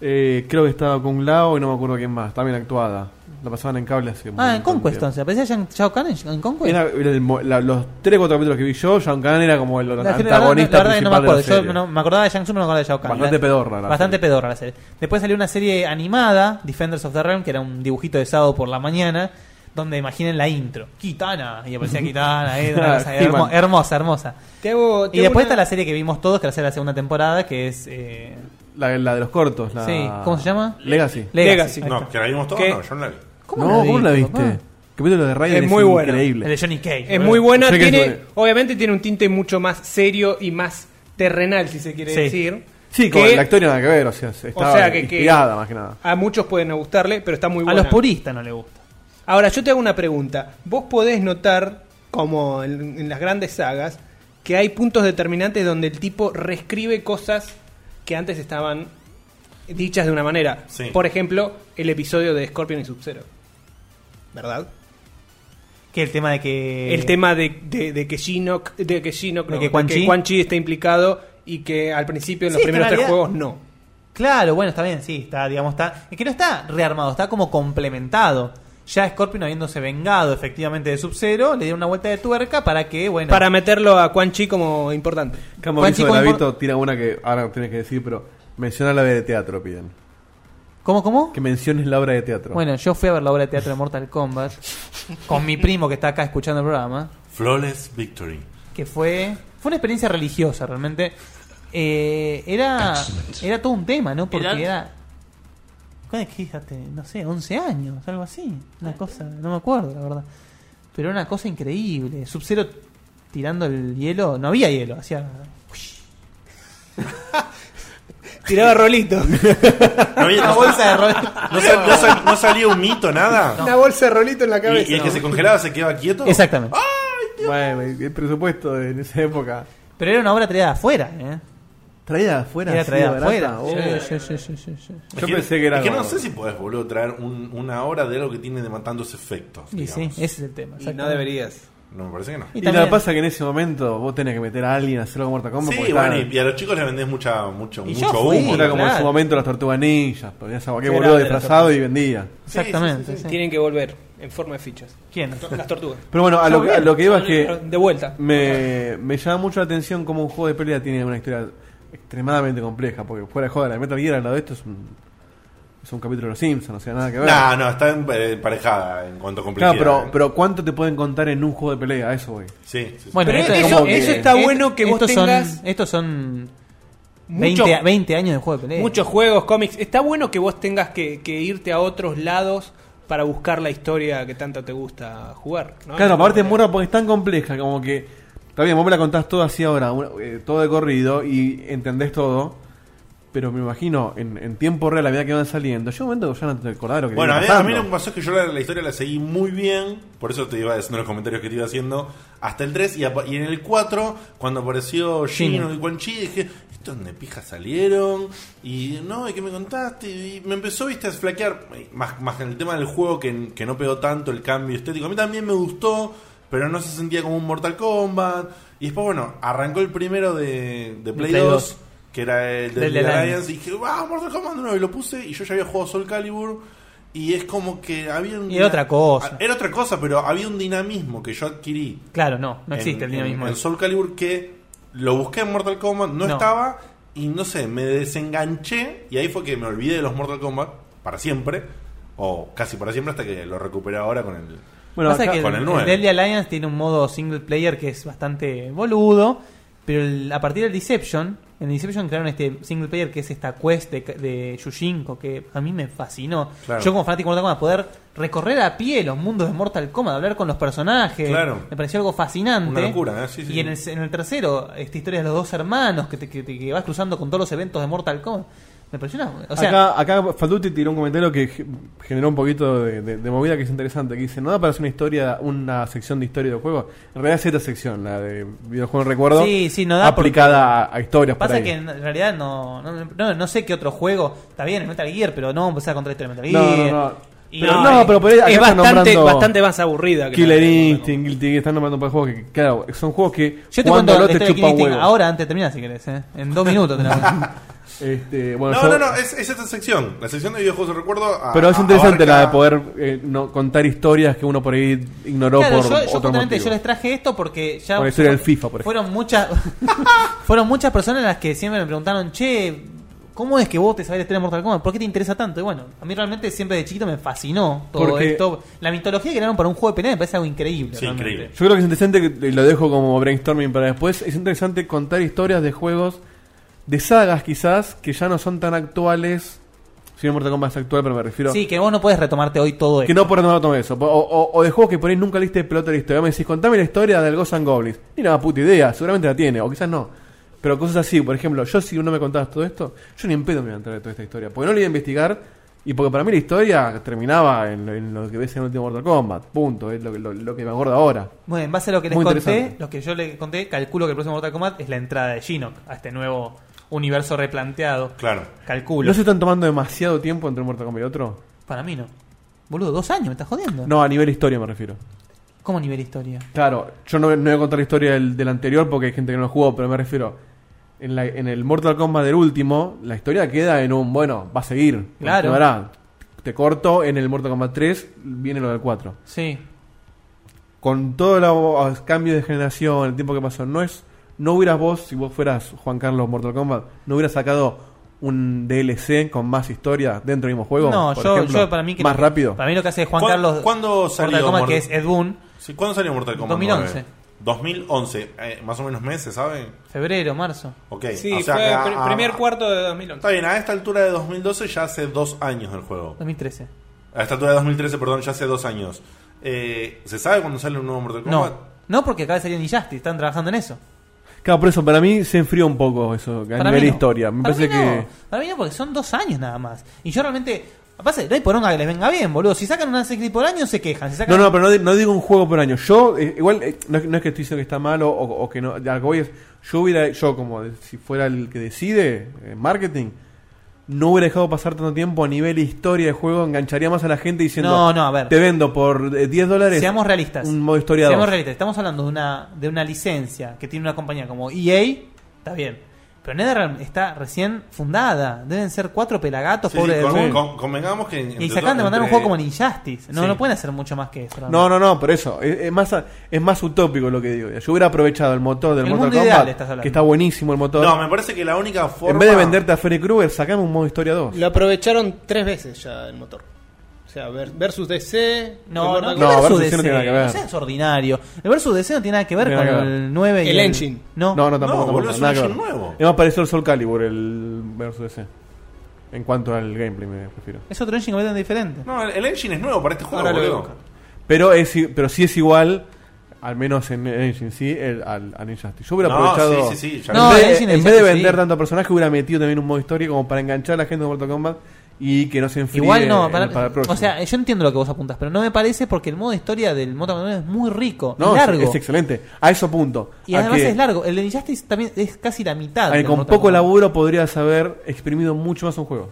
[SPEAKER 1] eh, creo que estaba Kung Lao y no me acuerdo quién más. También actuada. La pasaban en cable hace
[SPEAKER 5] Ah, en
[SPEAKER 1] montón de
[SPEAKER 5] Conquest
[SPEAKER 1] tiempo.
[SPEAKER 5] entonces. pues. Aparecía Shang- Shao Kahn en, en Conquest.
[SPEAKER 1] Era- era el mo- la- los 3 o 4 capítulos que vi yo, Shao Kahn era como el
[SPEAKER 5] La gente- la verdad-
[SPEAKER 1] antagonista
[SPEAKER 5] la verdad que no me
[SPEAKER 1] principal
[SPEAKER 5] acuerdo.
[SPEAKER 1] de la
[SPEAKER 5] Yo
[SPEAKER 1] serie.
[SPEAKER 5] no- me acordaba de Shang Tsung, no me acordaba de Shao Kahn.
[SPEAKER 1] Bastante
[SPEAKER 5] La-
[SPEAKER 1] pedorra la
[SPEAKER 5] bastante pedorra la serie. Después salió una serie animada, Defenders of the Realm, que era un dibujito de sábado por la mañana, donde imaginen la intro. Kitana. Y aparecía
[SPEAKER 1] *laughs*
[SPEAKER 5] Kitana. eh, una cosa hermo-
[SPEAKER 9] He-Man.
[SPEAKER 5] hermosa, hermosa.
[SPEAKER 9] Te hago- te
[SPEAKER 5] Y
[SPEAKER 9] hago
[SPEAKER 5] después
[SPEAKER 9] una-
[SPEAKER 5] está la serie que vimos todos, que la serie de la segunda temporada, que es... eh,
[SPEAKER 1] La, la de los cortos. La...
[SPEAKER 5] Sí, ¿cómo se llama?
[SPEAKER 1] Legacy.
[SPEAKER 5] Legacy. Ahí
[SPEAKER 2] No,
[SPEAKER 5] está.
[SPEAKER 2] que la vimos todos,
[SPEAKER 5] ¿Qué?
[SPEAKER 2] no, yo no la vi.
[SPEAKER 5] ¿Cómo
[SPEAKER 1] no,
[SPEAKER 5] la
[SPEAKER 1] ¿cómo la
[SPEAKER 5] viste,
[SPEAKER 1] viste?
[SPEAKER 5] papá?
[SPEAKER 1] El capítulo de Raiden
[SPEAKER 9] Es muy buena.
[SPEAKER 1] increíble.
[SPEAKER 5] El de Johnny Cage.
[SPEAKER 9] Es muy buena,
[SPEAKER 1] Sé que es
[SPEAKER 9] tiene,
[SPEAKER 1] buena.
[SPEAKER 9] obviamente tiene un tinte mucho más serio y más terrenal, si se quiere
[SPEAKER 1] Sí.
[SPEAKER 9] decir.
[SPEAKER 1] Sí, con
[SPEAKER 9] que
[SPEAKER 1] la historia nada que ver, o sea, estaba
[SPEAKER 9] sea, que- que-
[SPEAKER 1] inspirada más que nada.
[SPEAKER 9] a muchos pueden no gustarle, pero está muy
[SPEAKER 5] A
[SPEAKER 9] buena.
[SPEAKER 5] los puristas no le gusta.
[SPEAKER 9] Ahora, yo te hago una pregunta. Vos podés notar, como en, en las grandes sagas, que hay puntos determinantes donde el tipo reescribe cosas que antes estaban dichas de una manera.
[SPEAKER 2] Sí.
[SPEAKER 9] Por ejemplo, el episodio de Scorpion y Sub-Zero. ¿Verdad?
[SPEAKER 5] Que el tema de que...
[SPEAKER 9] El tema de, de- de que Shinnok, de que Shinnok,
[SPEAKER 5] Eh, De
[SPEAKER 9] no,
[SPEAKER 5] que
[SPEAKER 9] de
[SPEAKER 5] Quan
[SPEAKER 9] que
[SPEAKER 5] Chi.
[SPEAKER 9] Quan Chi está implicado y que al principio en los
[SPEAKER 5] Sí,
[SPEAKER 9] primeros
[SPEAKER 5] pero en
[SPEAKER 9] tres
[SPEAKER 5] realidad-
[SPEAKER 9] juegos no.
[SPEAKER 5] Claro, bueno, está bien, sí, está, digamos, está. Es que no está rearmado, está como complementado. Ya Scorpion habiéndose vengado efectivamente de Sub-Zero, le dieron una vuelta de tuerca para que, bueno.
[SPEAKER 9] Para meterlo a Quan Chi como importante.
[SPEAKER 1] Camo
[SPEAKER 5] Juan
[SPEAKER 1] Guiso
[SPEAKER 5] Chico
[SPEAKER 1] de
[SPEAKER 5] Impor-
[SPEAKER 1] Navito tira una que ahora tienes que decir, pero menciona la obra de teatro, piden.
[SPEAKER 5] ¿Cómo, cómo?
[SPEAKER 1] Que menciones la obra de teatro.
[SPEAKER 5] Bueno, yo fui a ver la obra de teatro de Mortal Kombat con mi primo que está acá escuchando el programa,
[SPEAKER 2] Flawless Victory.
[SPEAKER 5] *laughs* que fue. Fue una experiencia religiosa realmente. Eh, era. Era todo un tema, ¿no? Porque
[SPEAKER 7] ¿Edad?
[SPEAKER 5] era. ¿Cuál es que dijiste? No sé, 11 años, algo así. Una cosa, no me acuerdo, la verdad. Pero era una cosa increíble. Sub-Zero tirando el hielo. No había hielo, hacía.
[SPEAKER 9] *laughs* Tiraba rolito.
[SPEAKER 2] No, había-
[SPEAKER 5] *laughs* Una bolsa de rolito.
[SPEAKER 2] No, sal- no sal- no salió un mito, nada.
[SPEAKER 9] Una bolsa de rolito en la
[SPEAKER 2] Y-
[SPEAKER 9] cabeza.
[SPEAKER 2] y, el que *laughs* se congelaba se quedaba quieto.
[SPEAKER 5] Exactamente.
[SPEAKER 1] Bueno, el presupuesto en esa época.
[SPEAKER 5] Pero era una obra traída de afuera, ¿eh?
[SPEAKER 1] Traída de afuera,
[SPEAKER 5] Era
[SPEAKER 1] así,
[SPEAKER 5] traída de
[SPEAKER 1] barata,
[SPEAKER 5] afuera.
[SPEAKER 1] oh.
[SPEAKER 5] Sí, sí, sí, sí, sí.
[SPEAKER 2] Es
[SPEAKER 1] Yo pensé que era
[SPEAKER 2] es que
[SPEAKER 1] como-
[SPEAKER 2] no sé si podés, boludo, traer un- una hora de algo que tiene demandantes efectos.
[SPEAKER 5] Y sí,
[SPEAKER 2] digamos.
[SPEAKER 5] ese es el tema.
[SPEAKER 9] Y no
[SPEAKER 5] exactamente.
[SPEAKER 9] deberías.
[SPEAKER 2] No, me parece que no.
[SPEAKER 1] Y,
[SPEAKER 5] Y
[SPEAKER 1] la
[SPEAKER 5] también-
[SPEAKER 1] pasa que en ese momento vos tenés que meter a alguien a hacerlo con Mortal Kombat.
[SPEAKER 2] Sí,
[SPEAKER 1] porque
[SPEAKER 2] bueno,
[SPEAKER 1] estaba-
[SPEAKER 2] y, y a los chicos les vendés mucha, mucho,
[SPEAKER 5] Y yo
[SPEAKER 2] mucho
[SPEAKER 5] fui,
[SPEAKER 2] humo.
[SPEAKER 1] era como en su
[SPEAKER 5] claro.
[SPEAKER 1] momento las tortugas ninjas. Ponías a cualquier
[SPEAKER 9] Era
[SPEAKER 1] boludo
[SPEAKER 9] de las
[SPEAKER 1] disfrazado
[SPEAKER 9] tortugas.
[SPEAKER 1] y vendía.
[SPEAKER 5] Exactamente. sí.
[SPEAKER 9] Tienen que volver en forma de fichas.
[SPEAKER 5] ¿Quién?
[SPEAKER 9] Las tortugas.
[SPEAKER 1] Pero bueno, a lo,
[SPEAKER 9] Yo
[SPEAKER 1] que- a
[SPEAKER 9] bien.
[SPEAKER 1] lo que iba es
[SPEAKER 9] Pero
[SPEAKER 1] que
[SPEAKER 9] De vuelta.
[SPEAKER 1] me, me llama mucho la atención cómo un juego de pelea tiene una historia extremadamente compleja. Porque fuera de joda, la Metal Gear al lado de esto es un, Es un capítulo de Los Simpsons, o sea, nada que ver.
[SPEAKER 2] No, no, está en- eh, emparejada en cuanto a complejidad. ¿eh?
[SPEAKER 1] Claro, pero, pero ¿cuánto te pueden contar en un juego de pelea? A Eso voy.
[SPEAKER 2] Sí, sí.
[SPEAKER 5] Bueno, esto es como que- est- estos Son, estos son 20,
[SPEAKER 9] Mucho-
[SPEAKER 5] 20 años de juego de pelea.
[SPEAKER 9] Muchos juegos, cómics. Está bueno que vos tengas que, que irte a otros lados para buscar la historia que tanto te gusta jugar. ¿no?
[SPEAKER 1] Claro, aparte es morra porque es tan compleja, como que. Está bien, vos me la contás toda así ahora, una- eh, todo de corrido y entendés todo. Pero me imagino, en, en tiempo real, a medida que van saliendo, llega un momento que ya no te acordás de lo que
[SPEAKER 2] Bueno, a
[SPEAKER 1] viene
[SPEAKER 2] mí, a mí
[SPEAKER 1] pasando.
[SPEAKER 2] lo que pasó es que yo la, la historia la seguí muy bien, por eso te iba haciendo los comentarios que te iba haciendo, hasta el 3 y, apa- y en el 4, cuando apareció Gino
[SPEAKER 5] Gino.
[SPEAKER 2] y Quan Chi, dije, ¿esto dónde pija salieron? Y no, ¿y qué me contaste? Y me empezó, viste, a flaquear, más, más el tema del juego que, que no pegó tanto el cambio estético. A mí también me gustó, pero no se sentía como un Mortal Kombat. Y después, bueno, arrancó el primero de, de Play,
[SPEAKER 5] Play
[SPEAKER 2] 2,
[SPEAKER 5] 2,
[SPEAKER 2] que era el de,
[SPEAKER 5] del
[SPEAKER 2] The
[SPEAKER 5] Alliance.
[SPEAKER 2] Alliance, y dije, ¡ah, Mortal Kombat! No, y lo puse, y yo ya había jugado Soul Calibur, y es como que había un...
[SPEAKER 5] Y era otra cosa.
[SPEAKER 2] Ah, Era otra cosa, pero había un dinamismo que yo adquirí.
[SPEAKER 5] Claro, no, no
[SPEAKER 2] en-
[SPEAKER 5] existe el
[SPEAKER 2] en-
[SPEAKER 5] dinamismo.
[SPEAKER 2] En, Soul Calibur que lo busqué en Mortal Kombat, no,
[SPEAKER 5] No.
[SPEAKER 2] estaba, y no sé, me desenganché, y ahí fue que me olvidé de los Mortal Kombat para siempre, o casi para siempre, hasta que lo recuperé ahora con el...
[SPEAKER 5] Pasa que
[SPEAKER 2] con
[SPEAKER 5] el,
[SPEAKER 2] el
[SPEAKER 5] el
[SPEAKER 2] 9.
[SPEAKER 5] Deadly Alliance tiene un modo single player que es bastante boludo, pero el- a partir del Deception, en el Deception crearon este single player que es esta quest de, de Yushinko que a mí me fascinó.
[SPEAKER 2] Claro.
[SPEAKER 5] Yo como fanático de Mortal Kombat poder recorrer a pie los mundos de Mortal Kombat, hablar con los personajes,
[SPEAKER 2] Claro.
[SPEAKER 5] me pareció algo fascinante.
[SPEAKER 2] Una locura, ¿eh? Sí, sí,
[SPEAKER 5] y en el,
[SPEAKER 2] sí.
[SPEAKER 5] en el tercero, esta historia de los dos hermanos que, te, que, te- que vas cruzando con todos los eventos de Mortal Kombat. Me impresiona. O sea,
[SPEAKER 1] acá, acá Falduti tiró un comentario que ge- generó un poquito de, de- de movida que es interesante. Que dice, no da para hacer una historia, una sección de historia de juegos. En realidad es esta sección, la de videojuegos recuerdo.
[SPEAKER 5] Sí, sí, no da
[SPEAKER 1] Aplicada a, a historias por
[SPEAKER 5] Pasa
[SPEAKER 1] ahí.
[SPEAKER 5] que en realidad no, no, no, no sé qué otro juego. Está bien, el Metal Gear, pero no vamos a empezar contra esto de Metal
[SPEAKER 1] No,
[SPEAKER 5] Gear.
[SPEAKER 1] no, no.
[SPEAKER 5] Y- eh,
[SPEAKER 1] Pero no, pero por ahí acá
[SPEAKER 9] es
[SPEAKER 1] están
[SPEAKER 9] bastante-
[SPEAKER 1] nombrando
[SPEAKER 9] bastante más aburrida que
[SPEAKER 1] Killer
[SPEAKER 9] la de
[SPEAKER 1] Instinct, Guilty Gear, están nombrando para juegos que, claro, son juegos que
[SPEAKER 5] Yo te
[SPEAKER 1] cuando
[SPEAKER 5] cuento la
[SPEAKER 1] lo
[SPEAKER 5] historia
[SPEAKER 1] te
[SPEAKER 5] de
[SPEAKER 1] chupa
[SPEAKER 5] Killing Instinct
[SPEAKER 1] huevos.
[SPEAKER 5] ahora, antes de terminar, si querés. ¿eh? En dos minutos. te
[SPEAKER 1] *laughs*
[SPEAKER 5] la-
[SPEAKER 1] Este, bueno,
[SPEAKER 2] no,
[SPEAKER 1] yo-
[SPEAKER 2] no, no, es, es esta sección, la sección de videojuegos de recuerdo. a-
[SPEAKER 1] Pero es
[SPEAKER 2] a-
[SPEAKER 1] interesante la de
[SPEAKER 2] abarca-
[SPEAKER 1] poder eh, no, contar historias que uno por ahí ignoró
[SPEAKER 5] Claro,
[SPEAKER 1] por
[SPEAKER 5] yo, yo
[SPEAKER 1] otro
[SPEAKER 5] justamente
[SPEAKER 1] motivo.
[SPEAKER 5] yo les traje esto porque ya.
[SPEAKER 1] Por la historia del FIFA, por *laughs*
[SPEAKER 5] fueron muchas *laughs* Fueron muchas personas las que siempre me preguntaron, che. ¿Cómo es que vos te sabés la historia de Mortal Kombat? ¿Por qué te interesa tanto? Y bueno, a mí realmente siempre de chiquito me fascinó todo
[SPEAKER 1] Porque-
[SPEAKER 5] esto. La mitología que crearon para un juego de pelea me parece algo increíble. realmente.
[SPEAKER 1] Yo creo que es interesante, que- y lo dejo como brainstorming para después, es interesante contar historias de juegos, de sagas quizás, que ya no son tan actuales. Si bien Mortal Kombat es actual, pero me refiero...
[SPEAKER 5] Sí, que vos no podés retomarte hoy todo esto.
[SPEAKER 1] Que no por no tomar eso. O, o- o de juegos que por ahí nunca leíste de pelota de la historia. Me decís, contame la historia del Ghost and Goblins. Ni nada, puta idea. Seguramente la tiene, o quizás no. Pero cosas así, por ejemplo, yo si no me contabas todo esto, yo ni en pedo me iba a enterar de toda esta historia. Porque no le iba a investigar. Y porque para mí la historia terminaba en, en lo que ves en el último Mortal Kombat. Punto. Es lo, que- lo- lo que me acuerdo ahora.
[SPEAKER 5] Bueno, en base a lo que les
[SPEAKER 1] Muy
[SPEAKER 5] conté,
[SPEAKER 1] interesante.
[SPEAKER 5] lo que yo les conté, calculo que el próximo Mortal Kombat es la entrada de Shinnok a este nuevo universo replanteado.
[SPEAKER 2] Claro.
[SPEAKER 5] Calculo.
[SPEAKER 1] ¿No se están tomando demasiado tiempo entre un Mortal Kombat y otro?
[SPEAKER 5] Para mí no. Boludo, dos años, me estás jodiendo.
[SPEAKER 1] No, a nivel historia me refiero.
[SPEAKER 5] ¿Cómo nivel historia?
[SPEAKER 1] Claro, yo no, no voy a contar la historia del, del anterior porque hay gente que no lo jugó, pero me refiero. En, la- en el Mortal Kombat del último, la historia queda en un, bueno, va a seguir.
[SPEAKER 5] Claro.
[SPEAKER 1] continuará. Te corto, en el Mortal Kombat 3 viene lo del 4.
[SPEAKER 5] Sí.
[SPEAKER 1] Con todo el los cambios de generación, el tiempo que pasó, no es no hubieras vos, si vos fueras Juan Carlos Mortal Kombat, no hubieras sacado un DLC con más historia dentro del mismo juego.
[SPEAKER 5] no,
[SPEAKER 1] por
[SPEAKER 5] yo,
[SPEAKER 1] ejemplo?
[SPEAKER 5] yo para mí que
[SPEAKER 1] Más rápido.
[SPEAKER 5] Para mí lo que hace Juan
[SPEAKER 2] ¿Cuán-
[SPEAKER 5] Carlos
[SPEAKER 2] ¿Cuándo salió
[SPEAKER 5] Mortal Kombat,
[SPEAKER 2] Mor-
[SPEAKER 5] que es Ed Boon,
[SPEAKER 2] Sí, ¿Cuándo salió Mortal Kombat
[SPEAKER 5] 2011.
[SPEAKER 2] 9? 2011, eh, más o menos meses, ¿saben?
[SPEAKER 5] febrero, marzo.
[SPEAKER 2] Ok,
[SPEAKER 9] Sí,
[SPEAKER 2] o sea ah.
[SPEAKER 9] fue
[SPEAKER 2] que a-
[SPEAKER 9] pr-
[SPEAKER 2] a-
[SPEAKER 9] primer cuarto de 2011.
[SPEAKER 2] Está bien, a esta altura de 2012 ya hace dos años del juego.
[SPEAKER 5] 2013.
[SPEAKER 2] A esta altura de 2013, perdón, ya hace dos años. Eh, ¿Se sabe cuándo sale un nuevo Mortal Kombat?
[SPEAKER 5] No, no porque acaba de salir Injustice, están trabajando en eso.
[SPEAKER 1] Claro, por eso para mí se enfrió un poco eso, a
[SPEAKER 5] Para
[SPEAKER 1] nivel
[SPEAKER 5] mí no.
[SPEAKER 1] historia. Me
[SPEAKER 5] Para
[SPEAKER 1] parece
[SPEAKER 5] mí no.
[SPEAKER 1] que.
[SPEAKER 5] Para mí no, porque son dos años nada más. Y yo realmente. Pasa, no hay poronga que les venga bien, boludo. Si sacan una serie por año, se quejan. Si
[SPEAKER 1] No,
[SPEAKER 5] sacan
[SPEAKER 1] no, pero no, di- no digo un juego por año. Yo, eh, igual, eh, no, es- no es que estoy diciendo que está mal o, o- o que no. Algo voy es, yo hubiera, yo como de- si fuera el que decide eh, marketing, no hubiera dejado pasar tanto tiempo a nivel historia de juego. Engancharía más a la gente diciendo,
[SPEAKER 5] No, no, a ver.
[SPEAKER 1] te vendo por eh, 10 dólares.
[SPEAKER 5] Seamos realistas.
[SPEAKER 1] Un modo historia
[SPEAKER 5] Seamos
[SPEAKER 1] dos".
[SPEAKER 5] realistas. Estamos hablando de una, de una licencia que tiene una compañía como EA. E Está bien. Pero NetherRealm está recién fundada. Deben ser cuatro pelagatos,
[SPEAKER 2] Sí,
[SPEAKER 5] pobre
[SPEAKER 2] sí,
[SPEAKER 5] de
[SPEAKER 2] con-
[SPEAKER 5] Boom.
[SPEAKER 2] con- convengamos que entre
[SPEAKER 5] Y se acaban de
[SPEAKER 2] to-
[SPEAKER 5] mandar un
[SPEAKER 2] entre-
[SPEAKER 5] juego como el Injustice. No,
[SPEAKER 2] Sí.
[SPEAKER 5] no pueden hacer mucho más que eso. realmente.
[SPEAKER 1] No, no, no, por eso. Es, es más, es más utópico lo que digo. Yo hubiera aprovechado el motor del
[SPEAKER 5] El
[SPEAKER 1] Mortal
[SPEAKER 5] mundo ideal
[SPEAKER 1] Kombat,
[SPEAKER 5] estás hablando.
[SPEAKER 1] que está buenísimo el motor.
[SPEAKER 2] No, me parece que la única forma.
[SPEAKER 1] En vez de venderte a Freddy Krueger, sacame un modo historia 2.
[SPEAKER 15] Lo aprovecharon tres veces ya el motor. O sea, ver- versus DC.
[SPEAKER 5] No, no,
[SPEAKER 15] Mortal
[SPEAKER 5] el
[SPEAKER 15] Kombat.
[SPEAKER 5] versus DC, no seas ordinario. El versus DC no tiene nada que ver
[SPEAKER 1] Tiene
[SPEAKER 5] con
[SPEAKER 1] nada que ver.
[SPEAKER 5] el 9 y
[SPEAKER 15] El engine.
[SPEAKER 5] No,
[SPEAKER 1] No, no, tampoco. tampoco,
[SPEAKER 5] boludo, es un
[SPEAKER 1] nada que
[SPEAKER 5] engine
[SPEAKER 1] ver.
[SPEAKER 5] nuevo.
[SPEAKER 1] Es más parecido al Soul Calibur, el versus ese. En cuanto al gameplay, me refiero.
[SPEAKER 5] Es otro engine completamente diferente.
[SPEAKER 2] No, el- el engine es nuevo para este juego,
[SPEAKER 5] Ahora lo voy a
[SPEAKER 2] boludo.
[SPEAKER 1] Pero, es, i- pero sí es igual, al menos en Engine, sí, el- al, al Injustice. Yo hubiera
[SPEAKER 2] No,
[SPEAKER 1] aprovechado.
[SPEAKER 2] sí, sí, sí, ya
[SPEAKER 1] en
[SPEAKER 2] lo- No,
[SPEAKER 1] vez,
[SPEAKER 2] Engine
[SPEAKER 1] en vez
[SPEAKER 2] es
[SPEAKER 1] de
[SPEAKER 2] Injustice,
[SPEAKER 1] vender
[SPEAKER 2] sí.
[SPEAKER 1] tanto personaje, hubiera metido también un modo historia como para enganchar a la gente de Mortal Kombat y que no se enfríe.
[SPEAKER 5] Igual no,
[SPEAKER 1] en-
[SPEAKER 5] para,
[SPEAKER 1] el próximo.
[SPEAKER 5] o sea, yo entiendo lo que vos apuntas, pero no me parece porque el modo de historia del Motor Combat es muy rico,
[SPEAKER 1] no,
[SPEAKER 5] y
[SPEAKER 1] es-
[SPEAKER 5] largo.
[SPEAKER 1] Es, excelente. A eso punto.
[SPEAKER 5] y
[SPEAKER 1] A
[SPEAKER 5] además
[SPEAKER 1] que-
[SPEAKER 5] es largo. El de Injustice también es casi la mitad.
[SPEAKER 1] a que
[SPEAKER 5] del
[SPEAKER 1] con
[SPEAKER 5] Mortal
[SPEAKER 1] poco
[SPEAKER 5] Kombat.
[SPEAKER 1] laburo podrías haber exprimido mucho más un juego.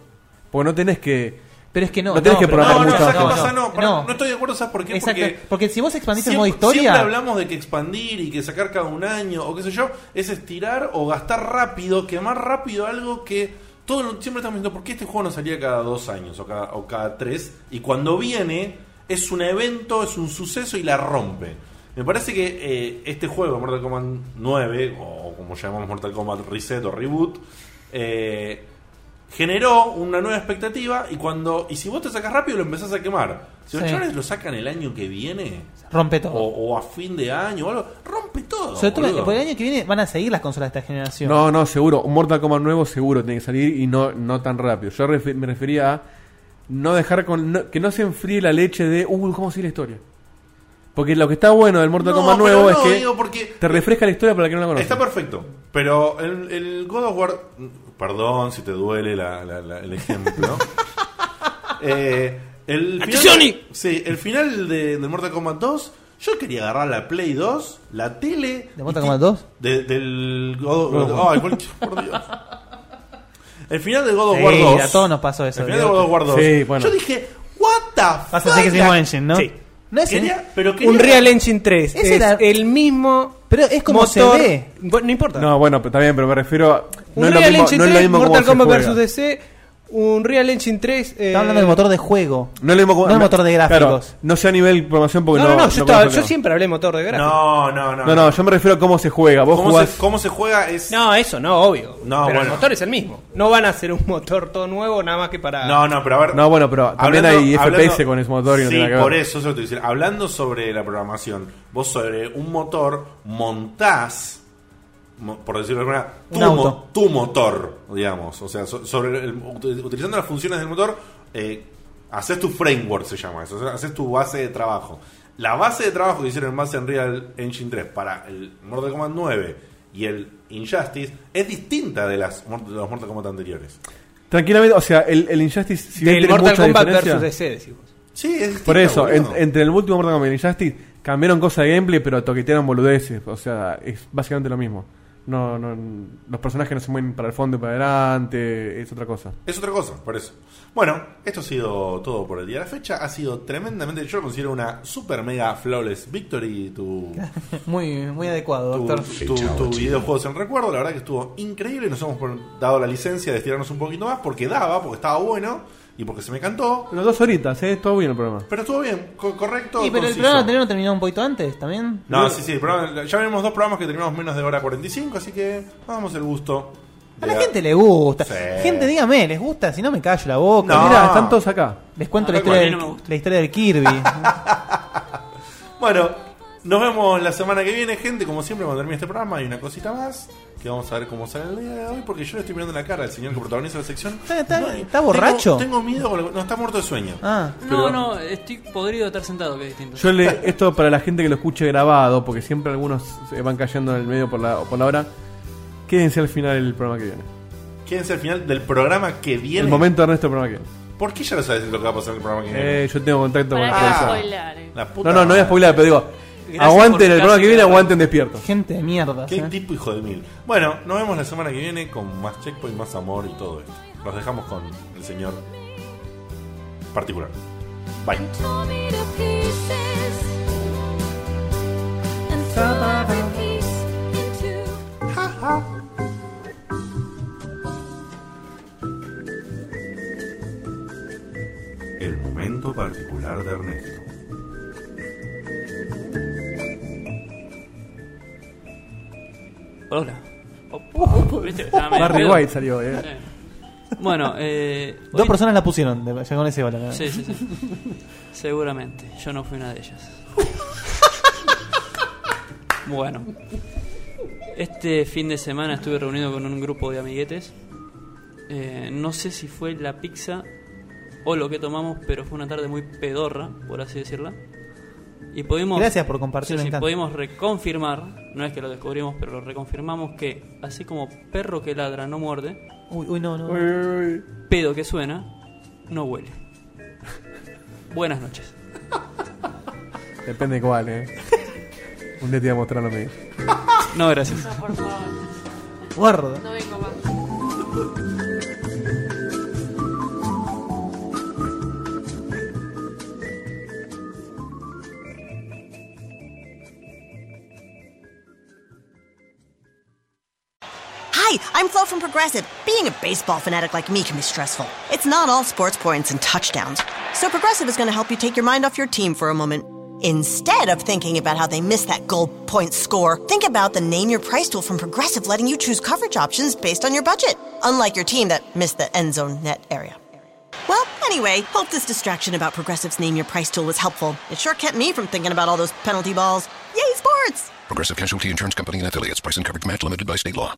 [SPEAKER 1] Porque no tenés que.
[SPEAKER 5] Pero es que no.
[SPEAKER 1] tenés que
[SPEAKER 5] pero-
[SPEAKER 1] programar muchas
[SPEAKER 5] no,
[SPEAKER 1] cosas.
[SPEAKER 5] no,
[SPEAKER 2] pará,
[SPEAKER 5] no.
[SPEAKER 2] ah, no estoy de acuerdo, ¿sabes por qué?
[SPEAKER 5] Exacto,
[SPEAKER 2] Porque,
[SPEAKER 5] porque si vos expandís el
[SPEAKER 2] siempre-
[SPEAKER 5] modo historia-
[SPEAKER 2] Siempre hablamos de que expandir y que sacar cada un año o qué sé yo, es estirar o gastar rápido, quemar rápido algo que todo lo- siempre estamos diciendo, ¿por qué este juego no salía cada dos años o cada, o cada tres? Y cuando viene, es un evento, es un suceso y la rompe. Me parece que eh, este juego, Mortal Kombat 9, o como llamamos Mortal Kombat Reset o Reboot, eh, generó una nueva expectativa y cuando y si vos te sacas rápido lo empezás a quemar. Si los
[SPEAKER 5] Sí.
[SPEAKER 2] chavales lo sacan el año que viene
[SPEAKER 5] Rompe todo.
[SPEAKER 2] o, o a fin de año o algo, rompe todo.
[SPEAKER 5] Sobre todo
[SPEAKER 2] Oh, boludo.
[SPEAKER 5] porque el año que viene van a seguir las consolas de esta generación.
[SPEAKER 1] No, no, seguro. Un Mortal Kombat nuevo seguro tiene que salir y no, no tan rápido. Yo refi- me refería a no dejar con, no- que no se enfríe la leche de, uh, ¿cómo sigue la historia? Porque lo que está bueno del Mortal
[SPEAKER 2] No,
[SPEAKER 1] Kombat
[SPEAKER 2] pero
[SPEAKER 1] nuevo es
[SPEAKER 2] no,
[SPEAKER 1] que
[SPEAKER 2] digo, porque-
[SPEAKER 1] te refresca la historia para el que no la conoce.
[SPEAKER 2] Está perfecto, pero el, el God of War, perdón si te duele la- la- la- el ejemplo. Eh, el final, sí, el final de, de Mortal Kombat 2, yo quería agarrar la Play 2, la tele
[SPEAKER 5] ¿De Mortal Kombat 2?
[SPEAKER 2] de- del God of
[SPEAKER 5] No.
[SPEAKER 2] Ay, cuál- por Dios. El final de God of
[SPEAKER 5] Sí,
[SPEAKER 2] War 2.
[SPEAKER 5] a todos nos pasó eso,
[SPEAKER 2] El final de
[SPEAKER 5] olvidate.
[SPEAKER 2] God of War 2.
[SPEAKER 5] Sí, bueno.
[SPEAKER 2] Yo dije, what the
[SPEAKER 5] Vas a
[SPEAKER 2] fuck
[SPEAKER 5] hacer que es el mismo
[SPEAKER 2] la-
[SPEAKER 5] engine, ¿no?
[SPEAKER 2] Sí.
[SPEAKER 5] No es
[SPEAKER 2] Quería-
[SPEAKER 5] el-
[SPEAKER 2] pero
[SPEAKER 9] Un Real Engine 3.
[SPEAKER 5] Ese
[SPEAKER 9] es
[SPEAKER 5] era-
[SPEAKER 9] el mismo.
[SPEAKER 5] Pero es
[SPEAKER 1] como se ve.
[SPEAKER 9] Bueno, no importa.
[SPEAKER 1] No, bueno, pero también, pero me refiero a... No
[SPEAKER 9] un
[SPEAKER 1] es lo
[SPEAKER 9] Real
[SPEAKER 1] mismo,
[SPEAKER 9] Engine
[SPEAKER 1] no es
[SPEAKER 9] 3,
[SPEAKER 1] lo mismo
[SPEAKER 9] Mortal
[SPEAKER 1] cómo
[SPEAKER 9] Kombat
[SPEAKER 1] se juega.
[SPEAKER 9] vs. DC. Un Real Engine 3. eh,
[SPEAKER 5] Está hablando del motor de juego. *laughs*
[SPEAKER 1] No es lo mismo cómo-
[SPEAKER 5] No el motor de
[SPEAKER 1] claro,
[SPEAKER 5] gráficos.
[SPEAKER 1] no sé a nivel programación porque
[SPEAKER 9] No,
[SPEAKER 1] no...
[SPEAKER 9] no, no, yo, estaba-
[SPEAKER 1] conozco
[SPEAKER 9] yo
[SPEAKER 1] el
[SPEAKER 9] siempre hablé motor de gráfico.
[SPEAKER 2] No, no, no.
[SPEAKER 1] tema. No, no, yo me refiero a cómo se juega. Vos
[SPEAKER 2] ¿Cómo,
[SPEAKER 1] jugás...
[SPEAKER 2] se, cómo se juega es
[SPEAKER 9] No, eso no, obvio.
[SPEAKER 2] No,
[SPEAKER 9] pero el
[SPEAKER 2] bueno.
[SPEAKER 9] motor es el mismo. No van a hacer un motor todo nuevo nada más que para.
[SPEAKER 2] No, no, pero a ver.
[SPEAKER 1] No, bueno, pero también
[SPEAKER 2] hablando-
[SPEAKER 1] hay
[SPEAKER 2] hablando-
[SPEAKER 1] FPS con ese motor y no
[SPEAKER 2] Sí,
[SPEAKER 1] tiene nada que ver.
[SPEAKER 2] por eso, eso te voy a decir. Hablando sobre la programación, vos sobre un motor montás, mo- por decirlo de alguna manera, tu,
[SPEAKER 5] Un auto.
[SPEAKER 2] mo- tu motor, digamos. O sea, so- sobre el- ut- utilizando las funciones del motor, eh, haces tu framework, se llama eso. O sea, haces tu base de trabajo. La base de trabajo que hicieron en base en Real Engine 3 para el Mortal Kombat 9 y el Injustice es distinta de, las, mort- de los Mortal Kombat anteriores.
[SPEAKER 1] Tranquilamente, o sea, el, el Injustice... Si bien
[SPEAKER 9] Del
[SPEAKER 1] tiene
[SPEAKER 9] Mortal
[SPEAKER 1] mucha
[SPEAKER 9] Kombat
[SPEAKER 1] diferencia-
[SPEAKER 9] versus DC, decimos.
[SPEAKER 2] Sí, es
[SPEAKER 1] Por eso, en-
[SPEAKER 2] boludo.
[SPEAKER 1] entre el último Mortal Kombat y Injustice, cambiaron cosas de gameplay, pero toquetearon boludeces. O sea, es básicamente lo mismo. No, no, los personajes no se mueven para el fondo y para adelante, es otra cosa.
[SPEAKER 2] Es otra cosa, por eso. Bueno, esto ha sido todo por el día. La fecha ha sido tremendamente, yo lo considero una super mega flawless victory tu,
[SPEAKER 5] Muy, muy adecuado,
[SPEAKER 2] tu,
[SPEAKER 5] doctor.
[SPEAKER 2] tu- tu videojuegos en recuerdo. La verdad que estuvo increíble. Nos hemos por- dado la licencia de estirarnos un poquito más porque daba, porque estaba bueno y porque se me cantó.
[SPEAKER 1] Las dos horitas, ¿eh? Todo bien el programa.
[SPEAKER 2] Pero estuvo bien, co- correcto.
[SPEAKER 5] Sí, pero el
[SPEAKER 2] conciso.
[SPEAKER 5] programa anterior no terminó un poquito antes también.
[SPEAKER 2] No, sí, sí, el programa- ya vimos dos programas que terminamos menos de hora 45, así que vamos el gusto.
[SPEAKER 5] A la gente le gusta. Gente, dígame, ¿les gusta? Si no me callo la boca.
[SPEAKER 2] No.
[SPEAKER 5] Mira,
[SPEAKER 1] Están todos acá.
[SPEAKER 5] Les cuento
[SPEAKER 2] Ah,
[SPEAKER 5] la historia,
[SPEAKER 2] a mí
[SPEAKER 5] del,
[SPEAKER 2] no me
[SPEAKER 5] la historia del Kirby. *laughs*
[SPEAKER 2] Bueno, nos vemos la semana que viene, gente. Como siempre, cuando termine este programa, hay una cosita más. Que vamos a ver cómo sale el día de hoy. Porque yo le estoy mirando en la cara al señor que protagoniza la sección.
[SPEAKER 5] ¿Está, está-
[SPEAKER 2] No,
[SPEAKER 5] está borracho? Ah.
[SPEAKER 2] Tengo, tengo miedo con lo- No, está muerto de sueño.
[SPEAKER 7] No,
[SPEAKER 2] Pero-
[SPEAKER 7] no, estoy podrido de estar sentado, que es distinto.
[SPEAKER 1] Yo le, esto para la gente que lo escuche grabado, porque siempre algunos se van cayendo en el medio por la, por la hora. Quédense al final del programa que viene.
[SPEAKER 2] Quédense al final del programa que viene.
[SPEAKER 1] El momento de Ernesto del programa que viene.
[SPEAKER 2] ¿Por qué ya lo sabes lo que va a pasar en el programa que viene?
[SPEAKER 1] Eh, yo tengo contacto con
[SPEAKER 2] Para
[SPEAKER 1] la
[SPEAKER 2] que
[SPEAKER 1] producción.
[SPEAKER 2] spoilear, eh. La puta
[SPEAKER 1] No, no, no voy a
[SPEAKER 2] madre.
[SPEAKER 1] spoiler, pero digo,
[SPEAKER 2] Gracias por
[SPEAKER 1] aguanten el programa
[SPEAKER 2] casi
[SPEAKER 1] que viene,
[SPEAKER 2] quedar-
[SPEAKER 1] aguanten
[SPEAKER 2] *laughs*
[SPEAKER 1] despiertos.
[SPEAKER 5] Gente de mierda. ¿eh?
[SPEAKER 2] Qué
[SPEAKER 1] ¿eh?
[SPEAKER 2] tipo hijo de mil. Bueno, nos vemos la semana que viene con más checkpoint, más amor y todo esto. Nos dejamos con el señor particular. Bye.
[SPEAKER 6] and tore every piece into. Ha ha.
[SPEAKER 2] El momento particular de Ernesto.
[SPEAKER 7] Hola. Oh, ¿viste? Estaba medio
[SPEAKER 5] Barry
[SPEAKER 7] pedo.
[SPEAKER 5] White salió, eh.
[SPEAKER 7] Sí. Bueno, eh,
[SPEAKER 5] Dos
[SPEAKER 7] hoy-
[SPEAKER 5] personas la pusieron, de- ya con ese gol, ¿no?
[SPEAKER 7] Sí, sí, sí. *laughs* Seguramente. Yo no fui una de
[SPEAKER 5] *laughs*
[SPEAKER 7] ellas. bueno. Este fin de semana estuve reunido con un grupo de amiguetes. Eh, no sé si fue la pizza o lo que tomamos, pero fue una tarde muy pedorra, por así decirla. Y pudimos.
[SPEAKER 5] Gracias por compartir,
[SPEAKER 7] Sí,
[SPEAKER 5] me
[SPEAKER 7] sí,
[SPEAKER 5] encanta.
[SPEAKER 7] pudimos reconfirmar, no es que lo descubrimos, pero lo reconfirmamos que, así como perro que ladra no muerde,
[SPEAKER 5] Uy, uy, no, no.
[SPEAKER 7] Uy, pedo que suena, no huele. *laughs* Buenas noches.
[SPEAKER 1] Depende cuál,
[SPEAKER 2] *laughs*
[SPEAKER 1] eh. Un día te voy a mostrar lo mío.
[SPEAKER 7] No, gracias.
[SPEAKER 5] Guarda.
[SPEAKER 6] No vengo más.
[SPEAKER 16] Hi, I'm Flo from Progressive. Being a baseball fanatic like me can be stressful. It's not all sports points and touchdowns. So Progressive is going to help you take your mind off your team for a moment. Instead of thinking about how they missed that goal point score, think about the name your price tool from Progressive letting you choose coverage options based on your budget, unlike your team that missed the end zone net area. Well, anyway, hope this distraction about Progressive's name your price tool was helpful. It sure kept me from thinking about all those penalty balls. Yay, sports!
[SPEAKER 17] Progressive Casualty Insurance Company and affiliates. Price and coverage match limited by state law.